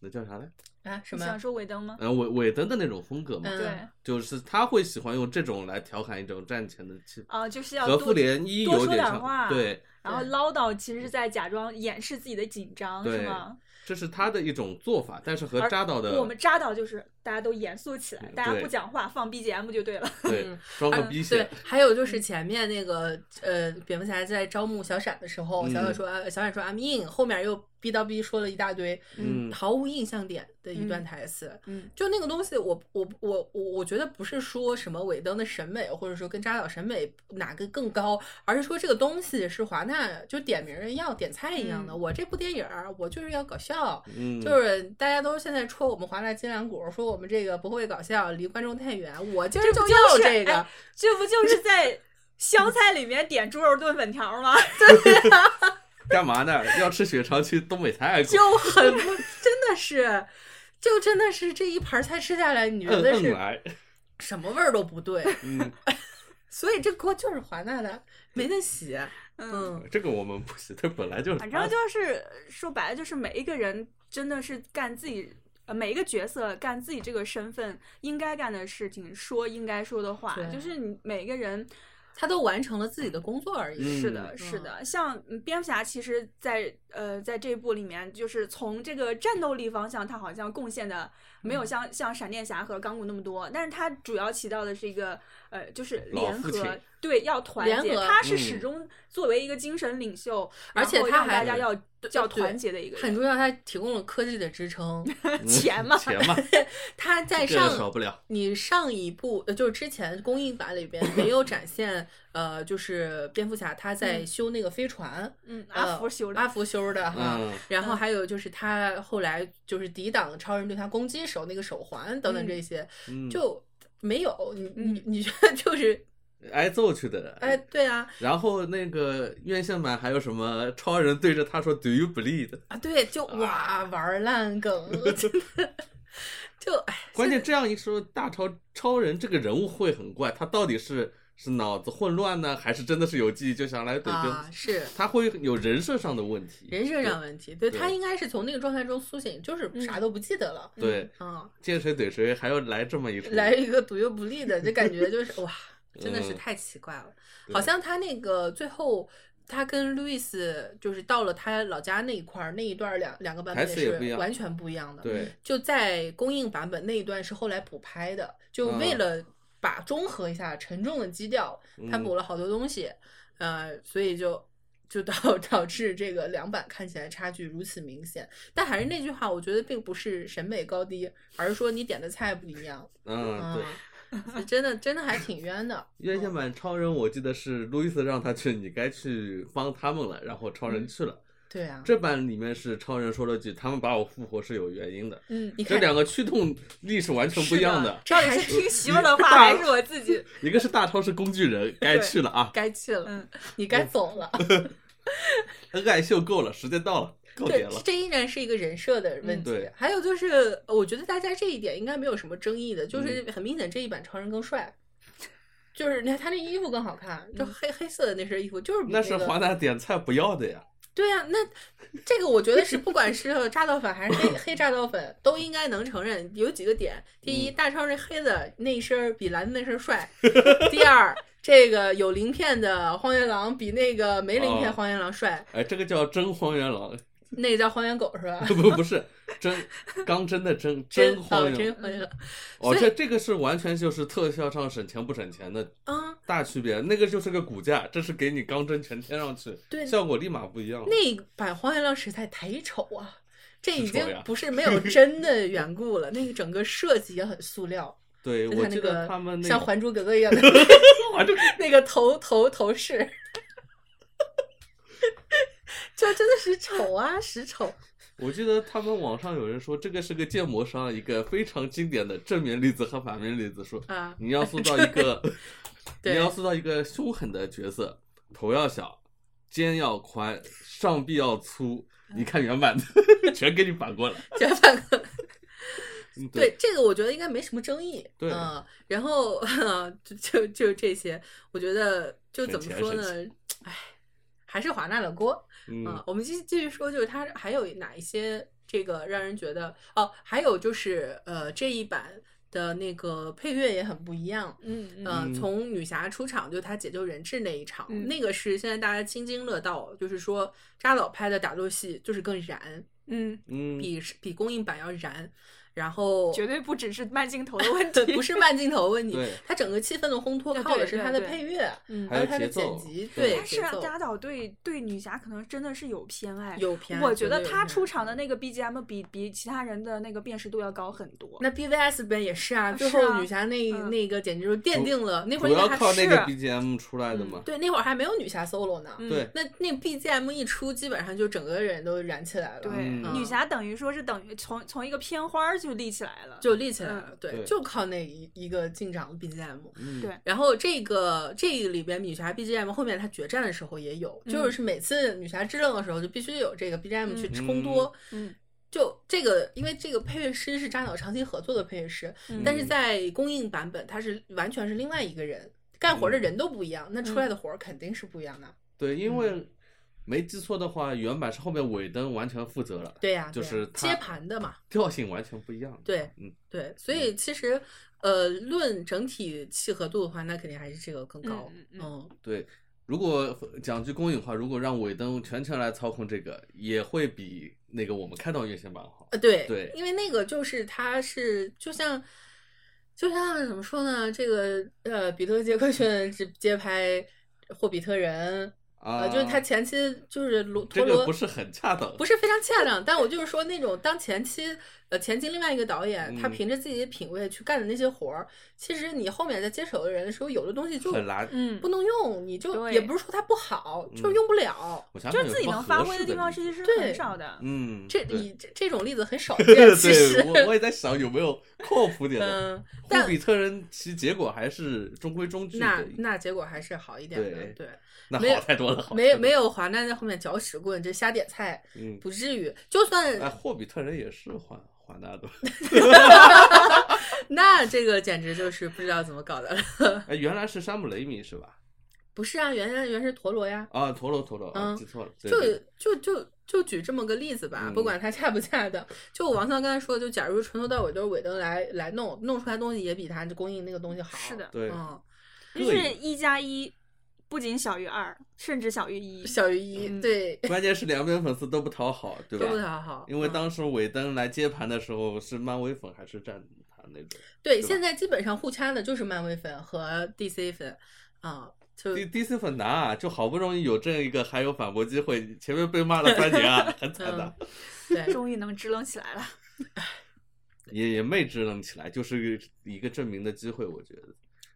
[SPEAKER 2] 那叫啥来？
[SPEAKER 1] 啊什
[SPEAKER 3] 你
[SPEAKER 1] 么
[SPEAKER 3] 想？说尾灯吗？
[SPEAKER 2] 呃伪伪登的那种风格嘛，
[SPEAKER 1] 嗯
[SPEAKER 3] 对
[SPEAKER 2] 就是他会喜欢用这种来调侃一种战前的气氛，
[SPEAKER 3] 啊、就是要
[SPEAKER 2] 和
[SPEAKER 3] 多
[SPEAKER 2] 复联一
[SPEAKER 3] 多
[SPEAKER 2] 有
[SPEAKER 3] 说
[SPEAKER 2] 点
[SPEAKER 3] 点
[SPEAKER 2] 像，
[SPEAKER 3] 话
[SPEAKER 2] 对，
[SPEAKER 3] 然后
[SPEAKER 1] 对
[SPEAKER 3] 唠叨其实是在假装掩饰自己的紧张，是
[SPEAKER 2] 对
[SPEAKER 3] 吗？
[SPEAKER 2] 这是他的一种做法，但是和
[SPEAKER 3] 而
[SPEAKER 2] 扎导的
[SPEAKER 3] 我们扎导就是大家都严肃起来，
[SPEAKER 2] 嗯
[SPEAKER 3] 大家
[SPEAKER 2] 对
[SPEAKER 3] 不讲话，放 BGM 就对了。
[SPEAKER 2] 对
[SPEAKER 1] 嗯
[SPEAKER 2] 装个
[SPEAKER 1] 啊
[SPEAKER 2] 逼
[SPEAKER 1] 对
[SPEAKER 2] 写，，
[SPEAKER 1] 还有
[SPEAKER 3] 嗯
[SPEAKER 1] 就是前面那个呃，蝙蝠侠在招募小闪的时候，小闪
[SPEAKER 2] 嗯
[SPEAKER 1] 说呃小闪说 I'm in，后面又逼叨逼说了一大堆
[SPEAKER 2] 嗯
[SPEAKER 1] 毫无印象点的一段
[SPEAKER 3] 嗯
[SPEAKER 1] 台词，
[SPEAKER 3] 嗯，
[SPEAKER 1] 就那个东西我，我我我我觉得不是说什么尾灯的审美，或者说跟扎导审美哪个更高，而是说这个东西是华纳就点名儿一样点菜一样的。
[SPEAKER 3] 嗯
[SPEAKER 1] 我这部电影儿我就是要搞笑，
[SPEAKER 2] 嗯，
[SPEAKER 1] 就是大家都现在戳我们华纳金两股，说我们这个不会搞笑，离观众太远。我今儿
[SPEAKER 3] 这
[SPEAKER 1] 就
[SPEAKER 3] 不就
[SPEAKER 1] 要
[SPEAKER 3] 是
[SPEAKER 1] 这个，
[SPEAKER 3] 哎这不就是在湘菜里面点猪肉炖粉条吗？ (laughs)
[SPEAKER 2] 干嘛呢？要吃血肠去东北菜过，
[SPEAKER 1] 就很不真的是。就真的是这一盘菜吃下来，你觉
[SPEAKER 2] 嗯
[SPEAKER 1] 得
[SPEAKER 2] 嗯
[SPEAKER 1] 是
[SPEAKER 2] 来，
[SPEAKER 1] 什么味儿都不对，
[SPEAKER 2] 嗯，
[SPEAKER 1] 所以这锅就是华纳的，没得洗。
[SPEAKER 3] 嗯，
[SPEAKER 1] 嗯，
[SPEAKER 2] 这个我们不行，这本来就是
[SPEAKER 3] 反
[SPEAKER 2] 他
[SPEAKER 3] 正
[SPEAKER 2] 的
[SPEAKER 3] 就是说白了，就是每一个人真的是干自己。呃每一个角色干自己这个身份应该干的事情，说应该说的话，
[SPEAKER 1] 对
[SPEAKER 3] 就是你每个人
[SPEAKER 1] 他都完成了自己的工作而已。
[SPEAKER 2] 嗯
[SPEAKER 3] 是的，是的。像嗯蝙蝠侠，其实在呃，在这一部里面，就是从这个战斗力方向，他好像贡献的
[SPEAKER 1] 嗯
[SPEAKER 3] 没有像、像闪电侠和钢骨那么多，但是他主要起到的是一个呃，就是
[SPEAKER 2] 老
[SPEAKER 3] 联
[SPEAKER 2] 父
[SPEAKER 3] 合
[SPEAKER 2] 亲，
[SPEAKER 3] 对，要团
[SPEAKER 1] 联
[SPEAKER 3] 结。
[SPEAKER 1] 合
[SPEAKER 3] 他是
[SPEAKER 2] 嗯
[SPEAKER 3] 始终作为一个精神领袖，
[SPEAKER 1] 而且
[SPEAKER 3] 然后
[SPEAKER 1] 他
[SPEAKER 3] 让
[SPEAKER 1] 还呃
[SPEAKER 3] 大家要要
[SPEAKER 1] 对
[SPEAKER 3] 团结的一个
[SPEAKER 1] 很
[SPEAKER 3] 人。
[SPEAKER 1] 重要，它提供了科技的支
[SPEAKER 2] (laughs)
[SPEAKER 1] 撑。
[SPEAKER 2] 嗯
[SPEAKER 3] (laughs) 钱嘛
[SPEAKER 2] 钱
[SPEAKER 1] (laughs)
[SPEAKER 2] 嘛，
[SPEAKER 1] 它在
[SPEAKER 2] 这个少
[SPEAKER 1] 上
[SPEAKER 2] 不了。
[SPEAKER 1] 你上一部，呃就是之前公映版里
[SPEAKER 2] (laughs)
[SPEAKER 1] 边没有展现，呃，就是蝙蝠侠他在
[SPEAKER 3] 嗯
[SPEAKER 1] 修那个飞船，
[SPEAKER 3] 嗯，阿
[SPEAKER 1] 呃
[SPEAKER 3] 福修的
[SPEAKER 1] 阿福修的哈。 (laughs)
[SPEAKER 2] 嗯，
[SPEAKER 1] 然后还有就是他后来就是抵挡超人对他攻击手那个手环等等这些，
[SPEAKER 2] 嗯
[SPEAKER 1] 就没有你你
[SPEAKER 3] 嗯
[SPEAKER 1] 你觉得就是
[SPEAKER 2] 挨揍去的。
[SPEAKER 1] 哎，对啊
[SPEAKER 2] 然后那个院线版还有什么超人对着他说 “Do you believe”？
[SPEAKER 1] 啊对就哇玩烂
[SPEAKER 2] (laughs)
[SPEAKER 1] 梗了，真的就哎
[SPEAKER 2] 关键这样一说，大超超人这个人物会很怪，他到底是是脑子混乱呢，还是真的是有记忆就想来怼
[SPEAKER 1] 啊
[SPEAKER 2] 兵？
[SPEAKER 1] 是
[SPEAKER 2] 他会有人设上的问题。
[SPEAKER 1] 人设上问题，对
[SPEAKER 2] 对
[SPEAKER 1] 他应该是从那个状态中苏醒，就是
[SPEAKER 3] 嗯
[SPEAKER 1] 啥都不记得了，
[SPEAKER 2] 对对，
[SPEAKER 1] 嗯，
[SPEAKER 2] 见谁怼谁，还要来这么一出。
[SPEAKER 1] 来一个赌又不利的，就感
[SPEAKER 2] (laughs)
[SPEAKER 1] 觉就是哇，真的是
[SPEAKER 2] 嗯
[SPEAKER 1] 太奇怪了，
[SPEAKER 2] 对
[SPEAKER 1] 好像他那个最后。他跟路易斯就是到了他老家那一块儿那一段儿两两个版本
[SPEAKER 2] 台词也不一
[SPEAKER 1] 是
[SPEAKER 2] 样
[SPEAKER 1] 完全不一样的。
[SPEAKER 2] 对，
[SPEAKER 1] 就在公映版本那一段是后来补拍的，就为
[SPEAKER 2] 嗯
[SPEAKER 1] 了把中和一下沉重的基调，他
[SPEAKER 2] 嗯
[SPEAKER 1] 补了好多东西，呃，所以就就导 (laughs) 导致这个两版看起来差距如此明显。但还是那句话，我觉得并不是审美高低，而是说你点的菜不一样。
[SPEAKER 2] 嗯，对，
[SPEAKER 1] 嗯，所以真的真的还挺冤的。
[SPEAKER 2] 院线版超人我记得是路易斯让他去，你该去帮他们了，然后超人去了。
[SPEAKER 1] 对啊，
[SPEAKER 2] 这版里面是超人说了句：“他们把我复活是有原因的。”
[SPEAKER 3] 嗯，
[SPEAKER 1] 你
[SPEAKER 2] 这
[SPEAKER 1] 看
[SPEAKER 2] 两个驱动力是完全不一样的，
[SPEAKER 1] 这
[SPEAKER 3] 到底
[SPEAKER 1] 还
[SPEAKER 3] 是
[SPEAKER 1] 是啊
[SPEAKER 3] 听媳妇儿的话，
[SPEAKER 2] 大
[SPEAKER 3] 还是我自己？
[SPEAKER 2] 一个是大超是工具人，该去了啊，
[SPEAKER 1] 该去了，
[SPEAKER 3] 嗯，
[SPEAKER 1] 你该走了。
[SPEAKER 2] 恩爱秀够了，时间到了，够
[SPEAKER 1] 对
[SPEAKER 2] 点，了。
[SPEAKER 1] 这依然是一个人设的问
[SPEAKER 3] 嗯
[SPEAKER 1] 题。
[SPEAKER 2] 对
[SPEAKER 1] 还有就是，呃我觉得大家这一点应该没有什么争议的，
[SPEAKER 2] 嗯
[SPEAKER 1] 就是很明显这一版超人更帅，就是你看他那衣服更好看，就
[SPEAKER 3] 嗯
[SPEAKER 1] 黑、黑色的那身衣服就是比
[SPEAKER 2] 那
[SPEAKER 1] 个
[SPEAKER 2] 是华纳点菜不要的呀，
[SPEAKER 1] 对呀、那这个我觉得是不管是炸豆粉还是黑黑炸豆粉，都应该能承认有几个点：第
[SPEAKER 2] 嗯
[SPEAKER 1] 一，大超这黑的那一身儿比蓝的那身儿
[SPEAKER 2] (laughs)
[SPEAKER 1] 帅；第二，这个有鳞片的荒原狼比那个没鳞片
[SPEAKER 2] 哦
[SPEAKER 1] 荒原狼帅，
[SPEAKER 2] 哎，这个叫真荒原狼， (laughs)
[SPEAKER 1] 那个叫荒原狗是吧？
[SPEAKER 2] 不不是真钢针的真 (laughs) 真
[SPEAKER 1] 哦
[SPEAKER 2] 荒
[SPEAKER 1] (laughs)
[SPEAKER 2] 原
[SPEAKER 1] 真
[SPEAKER 2] 狼，
[SPEAKER 1] 荒原狼，
[SPEAKER 2] 哦，
[SPEAKER 1] 所
[SPEAKER 2] 这这个是完全就是特效上省钱不省钱的
[SPEAKER 1] 嗯。
[SPEAKER 2] 大区别，那个就是个骨架，这是给你钢针全贴上去，
[SPEAKER 1] 对
[SPEAKER 2] 效果立马不一样。
[SPEAKER 1] 那版荒原狼实在太丑啊！这已
[SPEAKER 2] 是丑
[SPEAKER 1] 经
[SPEAKER 2] 呀
[SPEAKER 1] 不是没有真的缘故了，那个整个设计也很塑料，
[SPEAKER 2] 对，
[SPEAKER 1] 就
[SPEAKER 2] 我
[SPEAKER 1] 它那
[SPEAKER 2] 记
[SPEAKER 1] 个
[SPEAKER 2] 得他们那
[SPEAKER 1] 像《
[SPEAKER 2] 个
[SPEAKER 1] 还珠格格》一
[SPEAKER 2] (laughs)
[SPEAKER 1] 样的
[SPEAKER 2] 还珠
[SPEAKER 1] 那个头头头饰，就真的是丑啊，实丑！
[SPEAKER 2] 我记得他们网上有人说，这个是个建模上一个非常经典的正面例子和反面例子，说
[SPEAKER 1] 啊
[SPEAKER 2] 你要塑造一
[SPEAKER 1] (laughs)
[SPEAKER 2] 个，
[SPEAKER 1] 对
[SPEAKER 2] 你要塑造一个凶狠的角色，头要小，肩要宽，上 (laughs) 臂要粗。你看原版的，全给你反过来。
[SPEAKER 1] 全反过来。
[SPEAKER 2] 嗯
[SPEAKER 1] 对这个，我觉得应该没什么争议。
[SPEAKER 2] 对
[SPEAKER 1] 嗯，然后就就就这些，我觉得就怎么
[SPEAKER 2] 省钱
[SPEAKER 1] 说
[SPEAKER 2] 省
[SPEAKER 1] 呢？哎，还是华纳的锅。
[SPEAKER 2] 嗯
[SPEAKER 1] 啊，我们继继续说，就是它还有哪一些这个让人觉得哦，还有就是呃这一版的那个配乐也很不一样。
[SPEAKER 3] 嗯嗯
[SPEAKER 1] 呃，
[SPEAKER 2] 嗯
[SPEAKER 1] 从女侠出场，就她解救人质那一场，
[SPEAKER 3] 嗯
[SPEAKER 1] 那个是现在大家津津乐道，就是说扎导拍的打斗戏就是更燃，
[SPEAKER 3] 嗯，
[SPEAKER 2] 嗯，
[SPEAKER 1] 比比公映版要燃，
[SPEAKER 3] (laughs)
[SPEAKER 1] 然后 (laughs)
[SPEAKER 3] 绝对不只是慢镜头的问
[SPEAKER 1] 对
[SPEAKER 3] 题， (laughs)
[SPEAKER 1] 不是慢镜头问题，
[SPEAKER 2] 对，
[SPEAKER 1] 它整个气氛的烘托
[SPEAKER 3] 对
[SPEAKER 1] 靠的是
[SPEAKER 3] 对
[SPEAKER 1] 它的
[SPEAKER 3] 对
[SPEAKER 1] 配乐，
[SPEAKER 3] 嗯
[SPEAKER 2] 还
[SPEAKER 1] 还
[SPEAKER 2] 有
[SPEAKER 1] 有它的
[SPEAKER 2] 节奏
[SPEAKER 1] 剪辑，
[SPEAKER 2] 对
[SPEAKER 1] 对
[SPEAKER 3] 但是
[SPEAKER 1] 节
[SPEAKER 3] 啊
[SPEAKER 1] 奏
[SPEAKER 3] 扎导对对女侠可能真的是有偏爱。
[SPEAKER 1] 有偏爱，
[SPEAKER 3] 我
[SPEAKER 1] 绝
[SPEAKER 3] 觉得
[SPEAKER 1] 对有
[SPEAKER 3] 她
[SPEAKER 1] 偏
[SPEAKER 3] 出
[SPEAKER 1] 爱嗯
[SPEAKER 3] 场的那个 BGM 比比其他人的那个辨识度要高很多。
[SPEAKER 1] 那 BVS 本也是啊，
[SPEAKER 3] 啊
[SPEAKER 1] 最
[SPEAKER 3] 是啊
[SPEAKER 1] 后女侠那、
[SPEAKER 3] 嗯
[SPEAKER 1] 那个简直就奠定了那会儿
[SPEAKER 2] 主
[SPEAKER 1] 应
[SPEAKER 2] 要
[SPEAKER 1] 该还啊嗯
[SPEAKER 2] 靠那个
[SPEAKER 3] 是
[SPEAKER 2] BGM 出来的嘛。
[SPEAKER 1] 对那会儿还没有女侠 solo 呢。
[SPEAKER 3] 嗯
[SPEAKER 2] 对，
[SPEAKER 1] 那那 BGM 一出，基本上就整个人都燃起来了，
[SPEAKER 3] 对，
[SPEAKER 2] 嗯
[SPEAKER 3] 女侠等于说是等于从从一个片花儿就立起来了。
[SPEAKER 1] 就立起来了。对，
[SPEAKER 2] 嗯对
[SPEAKER 1] 就靠那一一个进场 BGM。
[SPEAKER 2] 嗯
[SPEAKER 3] 对
[SPEAKER 1] 然后这个这个里边女侠 BGM 后面她决战的时候也有，
[SPEAKER 3] 嗯
[SPEAKER 1] 就是每次女侠之争的时候就必须有这个 BGM 去
[SPEAKER 3] 嗯
[SPEAKER 1] 冲多。
[SPEAKER 3] 嗯
[SPEAKER 1] 就这个，因为这个配乐师是扎导长期合作的配乐师，
[SPEAKER 3] 嗯
[SPEAKER 1] 但是在公映版本，他是完全是另外一个人，干
[SPEAKER 2] 嗯
[SPEAKER 1] 活的人都不一样，那出
[SPEAKER 3] 嗯
[SPEAKER 1] 来的活儿肯定是不一样的。
[SPEAKER 2] 对，因为
[SPEAKER 1] 嗯
[SPEAKER 2] 没记错的话，原版是后面尾灯完全负责了，
[SPEAKER 1] 对呀、对
[SPEAKER 2] 就是
[SPEAKER 1] 呀
[SPEAKER 2] 他
[SPEAKER 1] 接盘的嘛。
[SPEAKER 2] 调性完全不一样。
[SPEAKER 1] 对
[SPEAKER 2] 嗯，
[SPEAKER 1] 对，所以其实，呃，论整体契合度的话，那肯定还是这个更高。
[SPEAKER 3] 嗯嗯
[SPEAKER 1] 嗯，
[SPEAKER 2] 对。如果讲句公允话，如果让尾灯全权来操控这个，也会比那个我们看到院线版好。
[SPEAKER 1] 呃，对，
[SPEAKER 2] 对
[SPEAKER 1] 因为那个就是它是就像。就像怎么说呢？这个呃，彼得·杰克逊接接拍《霍比特人》
[SPEAKER 2] 啊，
[SPEAKER 1] 呃，就是他前期就是罗
[SPEAKER 2] 这
[SPEAKER 1] 陀
[SPEAKER 2] 个
[SPEAKER 1] 螺
[SPEAKER 2] 不是很恰当，
[SPEAKER 1] 不
[SPEAKER 2] 是
[SPEAKER 1] 是非常恰当，但我就是说那种当前期呃前期另外一个导演，他
[SPEAKER 2] 嗯
[SPEAKER 1] 凭着自己的品味去干的那些活儿，其实你后面在接手的人的时候，有的东西就
[SPEAKER 2] 很垃圾。
[SPEAKER 3] 嗯
[SPEAKER 1] 不，能用，你就
[SPEAKER 3] 对
[SPEAKER 1] 也不是说它不好，就是
[SPEAKER 2] 嗯
[SPEAKER 1] 用不了。
[SPEAKER 2] 我想
[SPEAKER 3] 就
[SPEAKER 2] 想
[SPEAKER 3] 是
[SPEAKER 2] 有
[SPEAKER 3] 自己
[SPEAKER 2] 什么
[SPEAKER 3] 能发
[SPEAKER 2] 合
[SPEAKER 3] 挥
[SPEAKER 2] 适
[SPEAKER 3] 地方
[SPEAKER 2] 例子
[SPEAKER 3] 其实是
[SPEAKER 1] 对
[SPEAKER 3] 很少的。
[SPEAKER 2] 嗯，
[SPEAKER 1] 这
[SPEAKER 2] 对 (laughs)
[SPEAKER 1] 你这这种例子很少见，其
[SPEAKER 2] 对，
[SPEAKER 1] 实
[SPEAKER 2] 我我也在想有
[SPEAKER 1] (laughs)
[SPEAKER 2] 没有靠谱点的。
[SPEAKER 1] 嗯，
[SPEAKER 2] 霍
[SPEAKER 1] 但
[SPEAKER 2] 比特人其实结果还是中规中矩
[SPEAKER 1] 那
[SPEAKER 2] 的，
[SPEAKER 1] 那结果还是好一点的，
[SPEAKER 2] 对
[SPEAKER 1] 对，
[SPEAKER 2] 那
[SPEAKER 1] 没有
[SPEAKER 2] 好太多了，好
[SPEAKER 1] 没有
[SPEAKER 2] 太
[SPEAKER 1] 没
[SPEAKER 2] 多了，
[SPEAKER 1] 有华纳在后面搅屎棍，这瞎点菜
[SPEAKER 2] 嗯，
[SPEAKER 1] 不至于，就算
[SPEAKER 2] 哎，霍比特人也是华华纳的，
[SPEAKER 1] 那这个简直就是不知道怎么搞的了。 (laughs)
[SPEAKER 2] 哎，原来是山姆雷米是吧？
[SPEAKER 1] 不是啊，原来原是陀螺呀，
[SPEAKER 2] 啊，陀螺陀螺，啊
[SPEAKER 1] 嗯
[SPEAKER 2] 记错了，对
[SPEAKER 1] 就
[SPEAKER 2] 对
[SPEAKER 1] 就就就举这么个例子吧，
[SPEAKER 2] 嗯
[SPEAKER 1] 不管它恰不恰当，就王涛刚才说的，就假如从头到尾都是尾灯来来弄，弄出来东西也比它供应那个东西好。
[SPEAKER 3] 是的
[SPEAKER 2] 对
[SPEAKER 1] 嗯，
[SPEAKER 3] 就
[SPEAKER 2] 膈
[SPEAKER 3] 是
[SPEAKER 2] 应
[SPEAKER 3] 一加一不仅小于二，甚至小于一。
[SPEAKER 1] 小于一，
[SPEAKER 3] 嗯
[SPEAKER 1] 对，
[SPEAKER 2] 关键是两边粉丝都不讨好，对
[SPEAKER 1] 都不
[SPEAKER 2] 吧？
[SPEAKER 1] 太好。
[SPEAKER 2] 因为
[SPEAKER 1] 嗯
[SPEAKER 2] 当时尾灯来接盘的时候，是漫威粉还是站他那种
[SPEAKER 1] 对
[SPEAKER 2] 对吧
[SPEAKER 1] 现在基本上互掐的就是漫威粉和 DC 粉，啊、就
[SPEAKER 2] ？D D C 粉难啊，就好不容易有这一个还有反驳机会，前面被骂了三年
[SPEAKER 1] (laughs)
[SPEAKER 2] 啊，很惨的。
[SPEAKER 1] 嗯对。
[SPEAKER 3] 终于能支棱起来了。
[SPEAKER 2] 也也没支棱起来，就是一个证明的机会，我觉得。